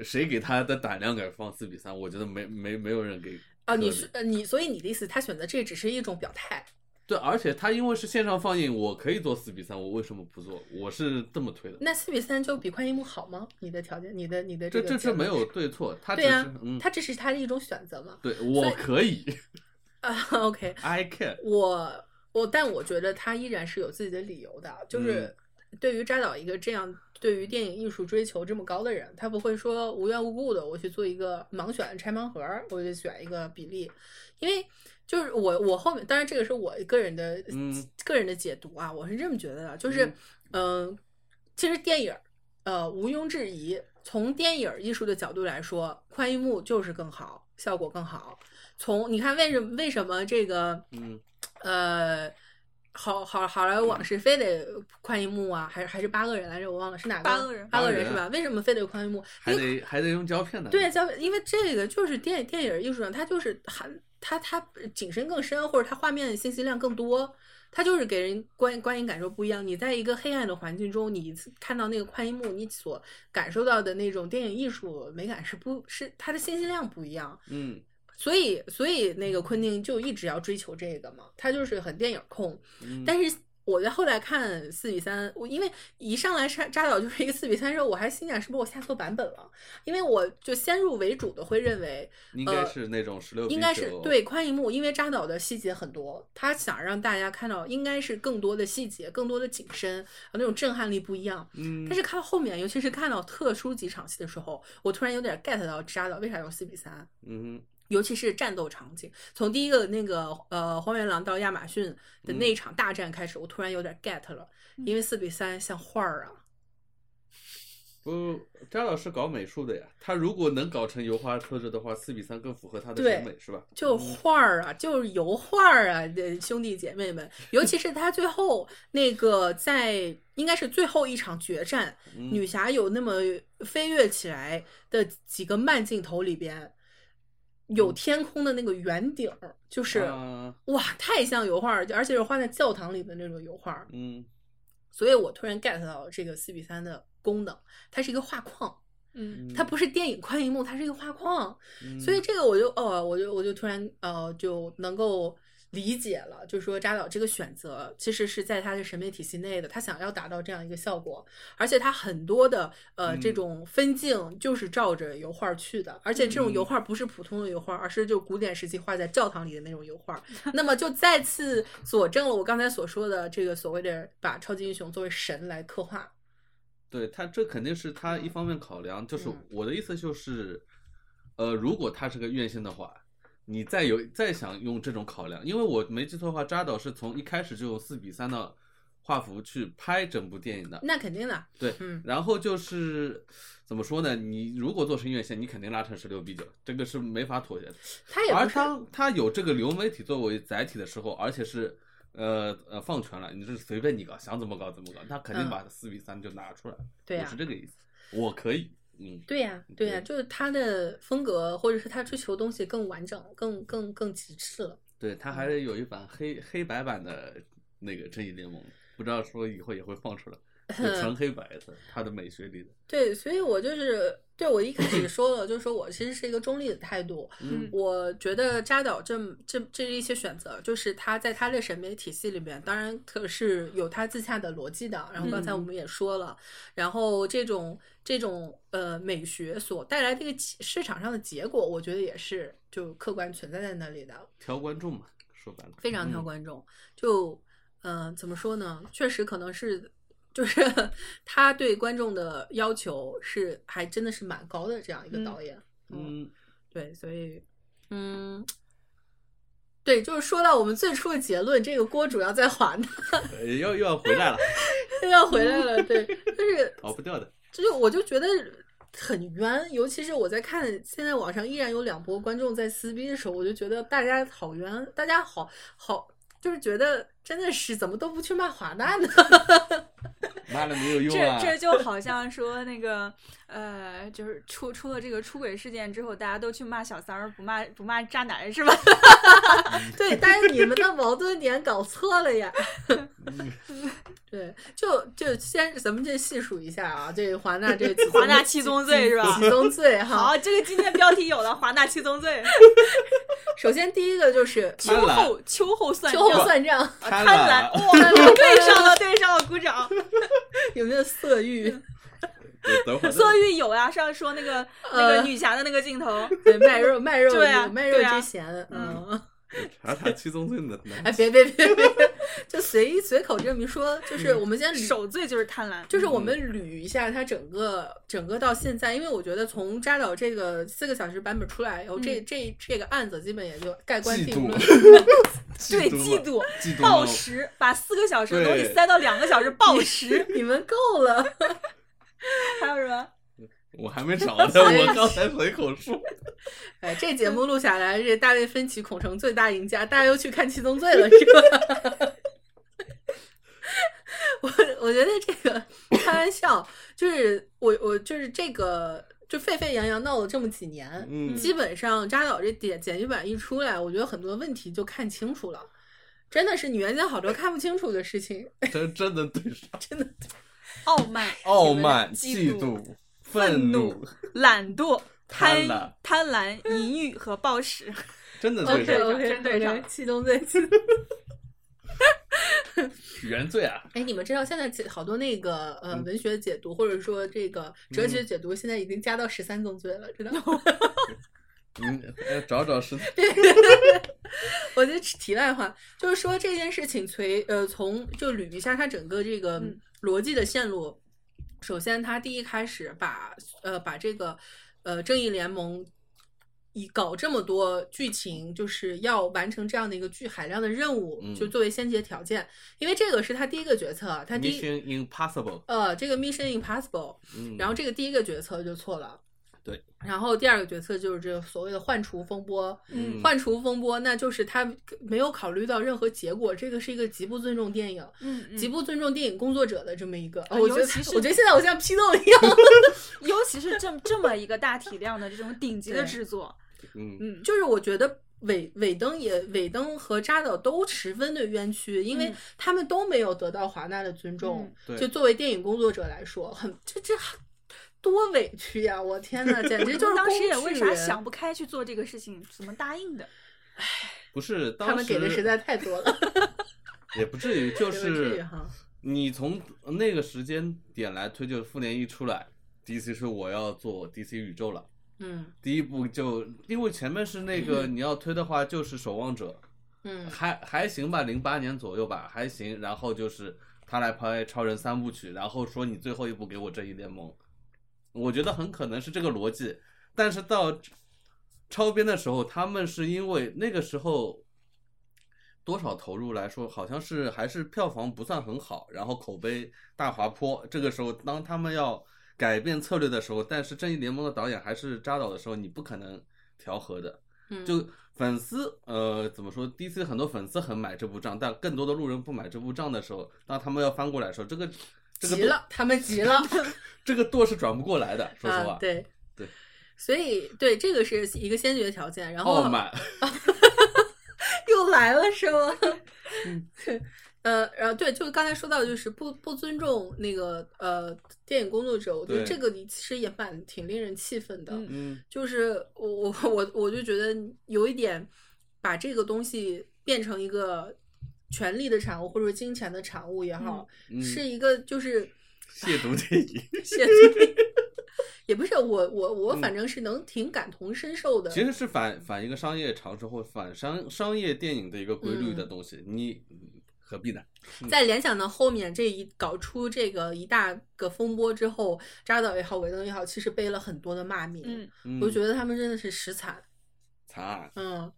[SPEAKER 2] 谁给他的胆量敢放四比三？我觉得没没没有人给
[SPEAKER 1] 啊，你
[SPEAKER 2] 可
[SPEAKER 1] 是呃你，所以你的意思，他选择这只是一种表态。
[SPEAKER 2] 对，而且他因为是线上放映，我可以做四比三，我为什么不做？我是这么推的。
[SPEAKER 1] 那四比三就比快银幕好吗？你的条件，你的你的
[SPEAKER 2] 这
[SPEAKER 1] 个
[SPEAKER 2] 这
[SPEAKER 1] 结
[SPEAKER 2] 这没
[SPEAKER 1] 论
[SPEAKER 2] 有对错，他只
[SPEAKER 1] 对
[SPEAKER 2] 是、
[SPEAKER 1] 呀、
[SPEAKER 2] 嗯，
[SPEAKER 1] 他只是他的一种选择嘛。
[SPEAKER 2] 对我
[SPEAKER 1] (laughs)
[SPEAKER 2] 可以
[SPEAKER 1] 啊，OK，
[SPEAKER 2] ，I can。
[SPEAKER 1] 我我，但我觉得他依然是有自己的理由的，就是对于扎导一个这样对于电影艺术追求这么高的人，他不会说无缘无故的我去做一个盲选拆盲盒儿，我就选一个比例，因为就是我我后面，当然这个是我个人的、
[SPEAKER 2] 嗯
[SPEAKER 1] 个人的解读啊，我是这么觉得的，就是嗯、呃其实电影儿呃毋庸置疑，从电影艺术的角度来说，宽银幕就是更好，效果更好。从你看为什么为什么这个
[SPEAKER 2] 嗯，
[SPEAKER 1] 呃，好好好莱坞往事非得宽银幕啊，还是还是八个人来着？我忘了是哪个
[SPEAKER 3] 八个人
[SPEAKER 1] 八个
[SPEAKER 2] 八个
[SPEAKER 1] 人啊
[SPEAKER 2] 人
[SPEAKER 1] 是吧？为什么非得宽银幕？
[SPEAKER 2] 还得还得用胶片呢。
[SPEAKER 1] 对，交因为这个就是电电影艺术上，它就是含它它景深更深，或者它画面信息量更多。它就是给人观观影感受不一样。你在一个黑暗的环境中，你看到那个宽银幕，你所感受到的那种电影艺术美感是不是它的信息量不一样？
[SPEAKER 2] 嗯
[SPEAKER 1] 所以，所以那个昆汀就一直要追求这个嘛，他就是很电影控。
[SPEAKER 2] 嗯，
[SPEAKER 1] 但是我在后来看四比三，我因为一上来扎扎导就是一个四比三的时候，我还心想是不是我下错版本了？因为我就先入为主的会认为
[SPEAKER 2] 应该是那种十六，
[SPEAKER 1] 呃应该是对宽银幕，因为扎导的细节很多，他想让大家看到应该是更多的细节、更多的景深，那种震撼力不一样。
[SPEAKER 2] 嗯，
[SPEAKER 1] 但是看到后面，尤其是看到特殊几场戏的时候，我突然有点 get 到扎导为啥用四比三。
[SPEAKER 2] 嗯
[SPEAKER 1] 尤其是战斗场景，从第一个那个呃荒原狼到亚马逊的
[SPEAKER 2] 嗯
[SPEAKER 1] 那一场大战开始，我突然有点 get 了，
[SPEAKER 3] 嗯
[SPEAKER 1] 因为四比三像画儿啊，
[SPEAKER 2] 不，张老师搞美术的呀，他如果能搞成油画特质的话，四比三更符合他的
[SPEAKER 1] 对
[SPEAKER 2] 审美是吧？
[SPEAKER 1] 就画儿啊，就是油画儿啊，这兄弟姐妹们，尤其是他最后那个在应该是最后一场决战，
[SPEAKER 2] 嗯
[SPEAKER 1] 女侠有那么飞跃起来的几个慢镜头里边，有天空的那个圆顶儿，就是、
[SPEAKER 2] 嗯啊
[SPEAKER 1] 哇，太像油画儿，而且是画在教堂里的那种油画儿。
[SPEAKER 2] 嗯
[SPEAKER 1] 所以我突然 get 到这个四比三的功能，它是一个画框，
[SPEAKER 3] 嗯，
[SPEAKER 2] 嗯，
[SPEAKER 1] 它不是电影宽银幕，它是一个画框，
[SPEAKER 2] 嗯，
[SPEAKER 1] 所以这个我就哦，我就我就突然呃就能够理解了，就是说扎导这个选择其实是在他的审美体系内的，他想要达到这样一个效果，而且他很多的呃
[SPEAKER 2] 嗯
[SPEAKER 1] 这种分镜就是照着油画去的，而且这
[SPEAKER 2] 嗯
[SPEAKER 1] 种油画不是普通的油画，而是就古典时期画在教堂里的那种油画，那么就再次佐证了我刚才所说的这个所谓的把超级英雄作为神来刻画，
[SPEAKER 2] 对他这肯定是他一方面考量，就是
[SPEAKER 1] 嗯
[SPEAKER 2] 我的意思就是，呃，如果他是个院线的话，你再有再想用这种考量，因为我没记错的话，扎导是从一开始就用四比三的画幅去拍整部电影的，
[SPEAKER 1] 那肯定的，
[SPEAKER 2] 对，
[SPEAKER 1] 嗯，
[SPEAKER 2] 然后就是怎么说呢？你如果做成院线，你肯定拉成十六比九，这个是没法妥协的。
[SPEAKER 1] 他也
[SPEAKER 2] 而
[SPEAKER 1] 不是
[SPEAKER 2] 当它有这个流媒体作为载体的时候，而且是呃呃放权了，你就是随便你搞，想怎么搞怎么搞，他肯定
[SPEAKER 1] 嗯
[SPEAKER 2] 把四比三就拿出来。
[SPEAKER 1] 对呀、
[SPEAKER 2] 我是这个意思，我可以，嗯，
[SPEAKER 1] 对呀、对呀、
[SPEAKER 2] 对
[SPEAKER 1] 就是他的风格，或者是他追求的东西更完整、更更更极致了。
[SPEAKER 2] 对，他还是有一版黑黑白版的那个正义联盟，不知道说以后也会放出来，就纯黑白的，他的美学里的，嗯
[SPEAKER 1] 对，所以我就是对我一开始说了，就是说我其实是一个中立的态度。
[SPEAKER 2] 嗯
[SPEAKER 1] 我觉得扎导这这这一些选择，就是他在他的审美体系里面，当然可是有他自洽的逻辑的。然后刚才我们也说了，然后这种这种呃美学所带来这个起市场上的结果，我觉得也是就客观存在在那里的。
[SPEAKER 2] 挑观众嘛，说白了，
[SPEAKER 1] 非常挑
[SPEAKER 2] 嗯，
[SPEAKER 1] 观众。就嗯、呃怎么说呢？确实可能是，就是他对观众的要求是还真的是蛮高的这样一个导演。
[SPEAKER 2] 嗯
[SPEAKER 1] 对，所以嗯。对，就是说到我们最初的结论，这个锅主要在华纳
[SPEAKER 2] 呃又又要回来了，
[SPEAKER 1] (laughs)
[SPEAKER 2] 哦
[SPEAKER 1] 要回来了。
[SPEAKER 2] (laughs)
[SPEAKER 1] 对，就是
[SPEAKER 2] 逃不掉的。
[SPEAKER 1] 就是，我就觉得很冤，尤其是我在看现在网上依然有两波观众在撕逼的时候，我就觉得大家好冤，大家好好，就是觉得真的是怎么都不去骂华纳呢？
[SPEAKER 2] 骂了没有用
[SPEAKER 3] 这
[SPEAKER 2] 啊！
[SPEAKER 3] 这就好像说那个呃，就是出出了这个出轨事件之后，大家都去骂小三儿，不骂不骂渣男是吧？
[SPEAKER 1] (laughs) 对，但是你们的矛盾点搞错了
[SPEAKER 3] (laughs)
[SPEAKER 1] 呀。对，就就先咱们这细数一下啊，这华纳这
[SPEAKER 3] (laughs) 华纳七
[SPEAKER 1] (laughs)
[SPEAKER 3] 宗罪是吧
[SPEAKER 1] 七宗罪哈
[SPEAKER 3] 好，。这个今天标题有了，华纳七宗罪，
[SPEAKER 1] 首先第一个就是
[SPEAKER 2] 贪
[SPEAKER 3] 秋
[SPEAKER 2] 婪
[SPEAKER 3] 后秋后算
[SPEAKER 1] 秋
[SPEAKER 3] 账，
[SPEAKER 1] 后算账，
[SPEAKER 3] 啊
[SPEAKER 2] 贪
[SPEAKER 3] 贪
[SPEAKER 2] 婪
[SPEAKER 3] 婪，哇，对上了，对上了，鼓掌。
[SPEAKER 1] 有没有色欲？
[SPEAKER 3] 嗯
[SPEAKER 2] 对等会儿
[SPEAKER 3] 色欲有呀，上次说那个那
[SPEAKER 1] 呃
[SPEAKER 3] 个女侠的那个镜头，
[SPEAKER 1] 对，卖肉卖肉
[SPEAKER 3] (laughs) 对啊
[SPEAKER 1] 有卖肉
[SPEAKER 3] 对啊
[SPEAKER 1] 之嫌，
[SPEAKER 3] 嗯
[SPEAKER 1] 嗯
[SPEAKER 2] 查查七宗罪呢？
[SPEAKER 1] 哎，别别别别，就随意随口这么一说，
[SPEAKER 3] 嗯
[SPEAKER 1] 就是我们先捋，
[SPEAKER 3] 首罪就是贪婪，
[SPEAKER 1] 就是我
[SPEAKER 2] 嗯
[SPEAKER 1] 们捋一下它整个整个到现在，因为我觉得从扎导这个四个小时版本出来以后，这这这个案子基本也就盖棺
[SPEAKER 2] 嗯嫉
[SPEAKER 1] 定
[SPEAKER 2] 妒
[SPEAKER 1] 论。，
[SPEAKER 2] (laughs) 嫉
[SPEAKER 3] 对
[SPEAKER 2] 妒
[SPEAKER 3] 嫉妒
[SPEAKER 2] 嘛，嫉妒
[SPEAKER 3] 暴
[SPEAKER 2] 嘛，
[SPEAKER 3] 食，把四个小时的东西
[SPEAKER 2] 对
[SPEAKER 3] 塞到两个小时暴食，
[SPEAKER 1] 你们够了，
[SPEAKER 3] 还有什么？
[SPEAKER 2] 我还没
[SPEAKER 1] (laughs)
[SPEAKER 2] 找呢，我刚才随口说。
[SPEAKER 1] 哎，这节目录下来，这大卫芬奇恐成最大赢家，大家又去看《七宗罪》了，是吧？ (laughs) 我我觉得这个开玩笑，就是我我就是这个就沸沸扬扬闹了这么几年，
[SPEAKER 2] 嗯
[SPEAKER 1] 基本上扎导这点剪辑版一出来，我觉得很多问题就看清楚了。真的是女演角好多看不清楚的事情，
[SPEAKER 2] 真真的对上
[SPEAKER 1] 真的
[SPEAKER 3] (laughs) 傲慢、
[SPEAKER 2] 傲慢、
[SPEAKER 3] 嫉
[SPEAKER 2] 嫉
[SPEAKER 3] 妒、
[SPEAKER 2] 妒、愤
[SPEAKER 3] 怒、懒惰、
[SPEAKER 2] 贪
[SPEAKER 3] 婪
[SPEAKER 2] 婪、
[SPEAKER 3] 贪婪、淫欲和暴食。
[SPEAKER 2] 真的 (laughs) 对
[SPEAKER 1] OK
[SPEAKER 2] 上
[SPEAKER 1] OK
[SPEAKER 3] 真对上了
[SPEAKER 1] 气动对气动。
[SPEAKER 2] 原罪啊！
[SPEAKER 1] (laughs) 哎，你们知道现在解好多那个呃
[SPEAKER 2] 嗯
[SPEAKER 1] 文学解读，或者说这个哲学解读，现在已经加到十三宗罪了，知道吗？
[SPEAKER 2] 嗯，呃找找是
[SPEAKER 1] 我就题外话，就是说这件事情随呃从就吕一下它整个这个
[SPEAKER 3] 嗯
[SPEAKER 1] 逻辑的线路，首先他第一开始把呃把这个呃正义联盟。以搞这么多剧情，就是要完成这样的一个巨海量的任务，
[SPEAKER 2] 嗯
[SPEAKER 1] 就作为先决条件，因为这个是他第一个决策，啊他第一
[SPEAKER 2] Mission Impossible。
[SPEAKER 1] 呃这个 Mission Impossible，
[SPEAKER 2] 嗯，
[SPEAKER 1] 然后这个第一个决策就错了，
[SPEAKER 2] 对。
[SPEAKER 1] 然后第二个决策就是这个所谓的换厨风波，
[SPEAKER 3] 嗯
[SPEAKER 1] 换厨风波，那就是他没有考虑到任何结果，这个是一个极不尊重电影、
[SPEAKER 3] (laughs) 嗯 (laughs)
[SPEAKER 1] 极
[SPEAKER 3] 嗯，
[SPEAKER 1] 不尊重电影工作者的这么一个。
[SPEAKER 3] 啊
[SPEAKER 1] 我觉得
[SPEAKER 3] 尤其，是
[SPEAKER 1] 我觉得现在我像批斗一样。 (laughs)
[SPEAKER 3] 尤其是这这么一个大体量的这种顶级的
[SPEAKER 1] 对
[SPEAKER 3] 制作，
[SPEAKER 2] 嗯
[SPEAKER 1] 嗯，就是我觉得尾尾灯也尾灯和扎导都十分的冤屈，因为
[SPEAKER 3] 嗯
[SPEAKER 1] 他们都没有得到华纳的尊重。
[SPEAKER 3] 嗯
[SPEAKER 2] 对
[SPEAKER 1] 就作为电影工作者来说，很这这多委屈呀、我天呐，简直就是
[SPEAKER 3] 当时也
[SPEAKER 1] 工具
[SPEAKER 3] 为啥
[SPEAKER 1] 人
[SPEAKER 3] 想不开去做这个事情，怎么答应的？
[SPEAKER 2] 不是当时
[SPEAKER 1] 他们给的实在太多了，
[SPEAKER 2] 也不至于，就
[SPEAKER 1] 也不至于
[SPEAKER 2] 是
[SPEAKER 1] 哈
[SPEAKER 2] 你从那个时间点来推，就是复联一出来，DC 说我要做 DC 宇宙了。
[SPEAKER 1] 嗯
[SPEAKER 2] 第一步就因为前面是
[SPEAKER 1] (laughs)
[SPEAKER 2] 那个你要推的话就是守望者，
[SPEAKER 3] (laughs)
[SPEAKER 1] 嗯
[SPEAKER 2] 还还行吧，零八年左右吧，还行。然后就是他来拍超人三部曲，然后说你最后一部给我正义联盟，我觉得很可能是这个逻辑。但是到超编的时候，他们是因为那个时候多少投入来说，好像是还是票房不算很好，然后口碑大滑坡。这个时候，当他们要改变策略的时候，但是正义联盟的导演还是扎导的时候，你不可能调和的。
[SPEAKER 1] 嗯，
[SPEAKER 2] 就粉丝，呃，怎么说？DC 很多粉丝很买这部账，但更多的路人不买这部账的时候，当他们要翻过来的时候，这个这个
[SPEAKER 1] 急
[SPEAKER 2] 舵
[SPEAKER 1] 了，他们急了，
[SPEAKER 2] 这个舵是转不过来的。说实话，
[SPEAKER 1] 啊，对
[SPEAKER 2] 对，
[SPEAKER 1] 所以对这个是一个先决条件，然后
[SPEAKER 2] 傲慢，
[SPEAKER 1] (laughs) 又来了
[SPEAKER 2] (laughs)
[SPEAKER 1] 是吗？
[SPEAKER 2] 嗯
[SPEAKER 1] (laughs) 呃，然后对，就刚才说到，就是不不尊重那个呃电影工作者，我觉得
[SPEAKER 2] 对
[SPEAKER 1] 这个你其实也蛮挺令人气愤的，
[SPEAKER 3] 嗯
[SPEAKER 2] 嗯，
[SPEAKER 1] 就是我我我我就觉得有一点把这个东西变成一个权力的产物或者说金钱的产物也好，
[SPEAKER 2] 嗯
[SPEAKER 1] 是一个就是
[SPEAKER 2] (laughs) 亵渎电影。
[SPEAKER 1] 现也不是我我我反正是能挺感同身受的，
[SPEAKER 2] 嗯其实是反反一个商业常识或反商商业电影的一个规律
[SPEAKER 1] 嗯
[SPEAKER 2] 的东西，你何必呢？
[SPEAKER 3] 嗯
[SPEAKER 1] 在联想到后面这一搞出这个一大个风波之后，扎导也好，韦登也好，其实背了很多的骂名，
[SPEAKER 3] 嗯，
[SPEAKER 2] 嗯、
[SPEAKER 1] 我觉得他们真的是实惨，
[SPEAKER 2] 惨案
[SPEAKER 1] 嗯。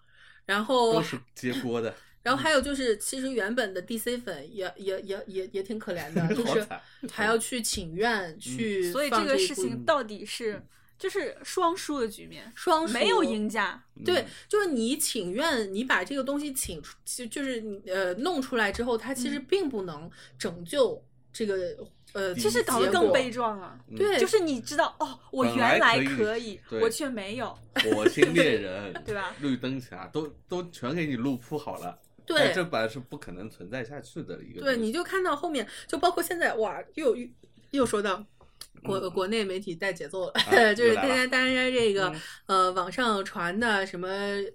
[SPEAKER 1] 然后
[SPEAKER 2] 都，是接锅的，
[SPEAKER 3] 嗯
[SPEAKER 1] 然后还有就是，其实原本的 DC 粉也也也也也挺可怜
[SPEAKER 3] (laughs)
[SPEAKER 1] 的， (laughs) 就
[SPEAKER 2] 好
[SPEAKER 1] 是
[SPEAKER 2] 惨。
[SPEAKER 1] 还要去请愿去
[SPEAKER 3] 嗯所以
[SPEAKER 1] 放
[SPEAKER 3] 这
[SPEAKER 1] 这
[SPEAKER 3] 个
[SPEAKER 1] 一
[SPEAKER 3] 事
[SPEAKER 1] 部
[SPEAKER 3] 情到底是就是双输的局面，
[SPEAKER 1] 双
[SPEAKER 3] 没有
[SPEAKER 1] 输
[SPEAKER 3] 赢家。
[SPEAKER 1] 对，就是你请愿，你把这个东西请出，就就是你呃弄出来之后，它其实
[SPEAKER 3] 嗯
[SPEAKER 1] 并不能拯救这个、呃，
[SPEAKER 2] 第
[SPEAKER 3] 其实
[SPEAKER 2] 一
[SPEAKER 3] 搞得
[SPEAKER 2] 结
[SPEAKER 3] 更
[SPEAKER 2] 果
[SPEAKER 3] 悲壮了。
[SPEAKER 2] 嗯
[SPEAKER 1] 对，
[SPEAKER 3] 就是你知道哦，我
[SPEAKER 2] 本来
[SPEAKER 3] 原来
[SPEAKER 2] 可以
[SPEAKER 3] 可以，
[SPEAKER 2] 对
[SPEAKER 3] 我却没有，
[SPEAKER 2] 嗯火星
[SPEAKER 1] (laughs)
[SPEAKER 2] 猎人，
[SPEAKER 3] 对吧？
[SPEAKER 2] 绿灯侠都都全给你路铺好了。
[SPEAKER 1] 对
[SPEAKER 2] 但这本来是不可能存在下去的一个东
[SPEAKER 1] 对，
[SPEAKER 2] 西。
[SPEAKER 1] 你就看到后面，就包括现在哇，又又又说到。国国内媒体带节奏了，
[SPEAKER 2] 嗯
[SPEAKER 1] (laughs)
[SPEAKER 2] 啊
[SPEAKER 1] 就是
[SPEAKER 2] 又来
[SPEAKER 1] 大家
[SPEAKER 2] 了
[SPEAKER 1] 大家这个
[SPEAKER 2] 嗯
[SPEAKER 1] 呃网上传的什么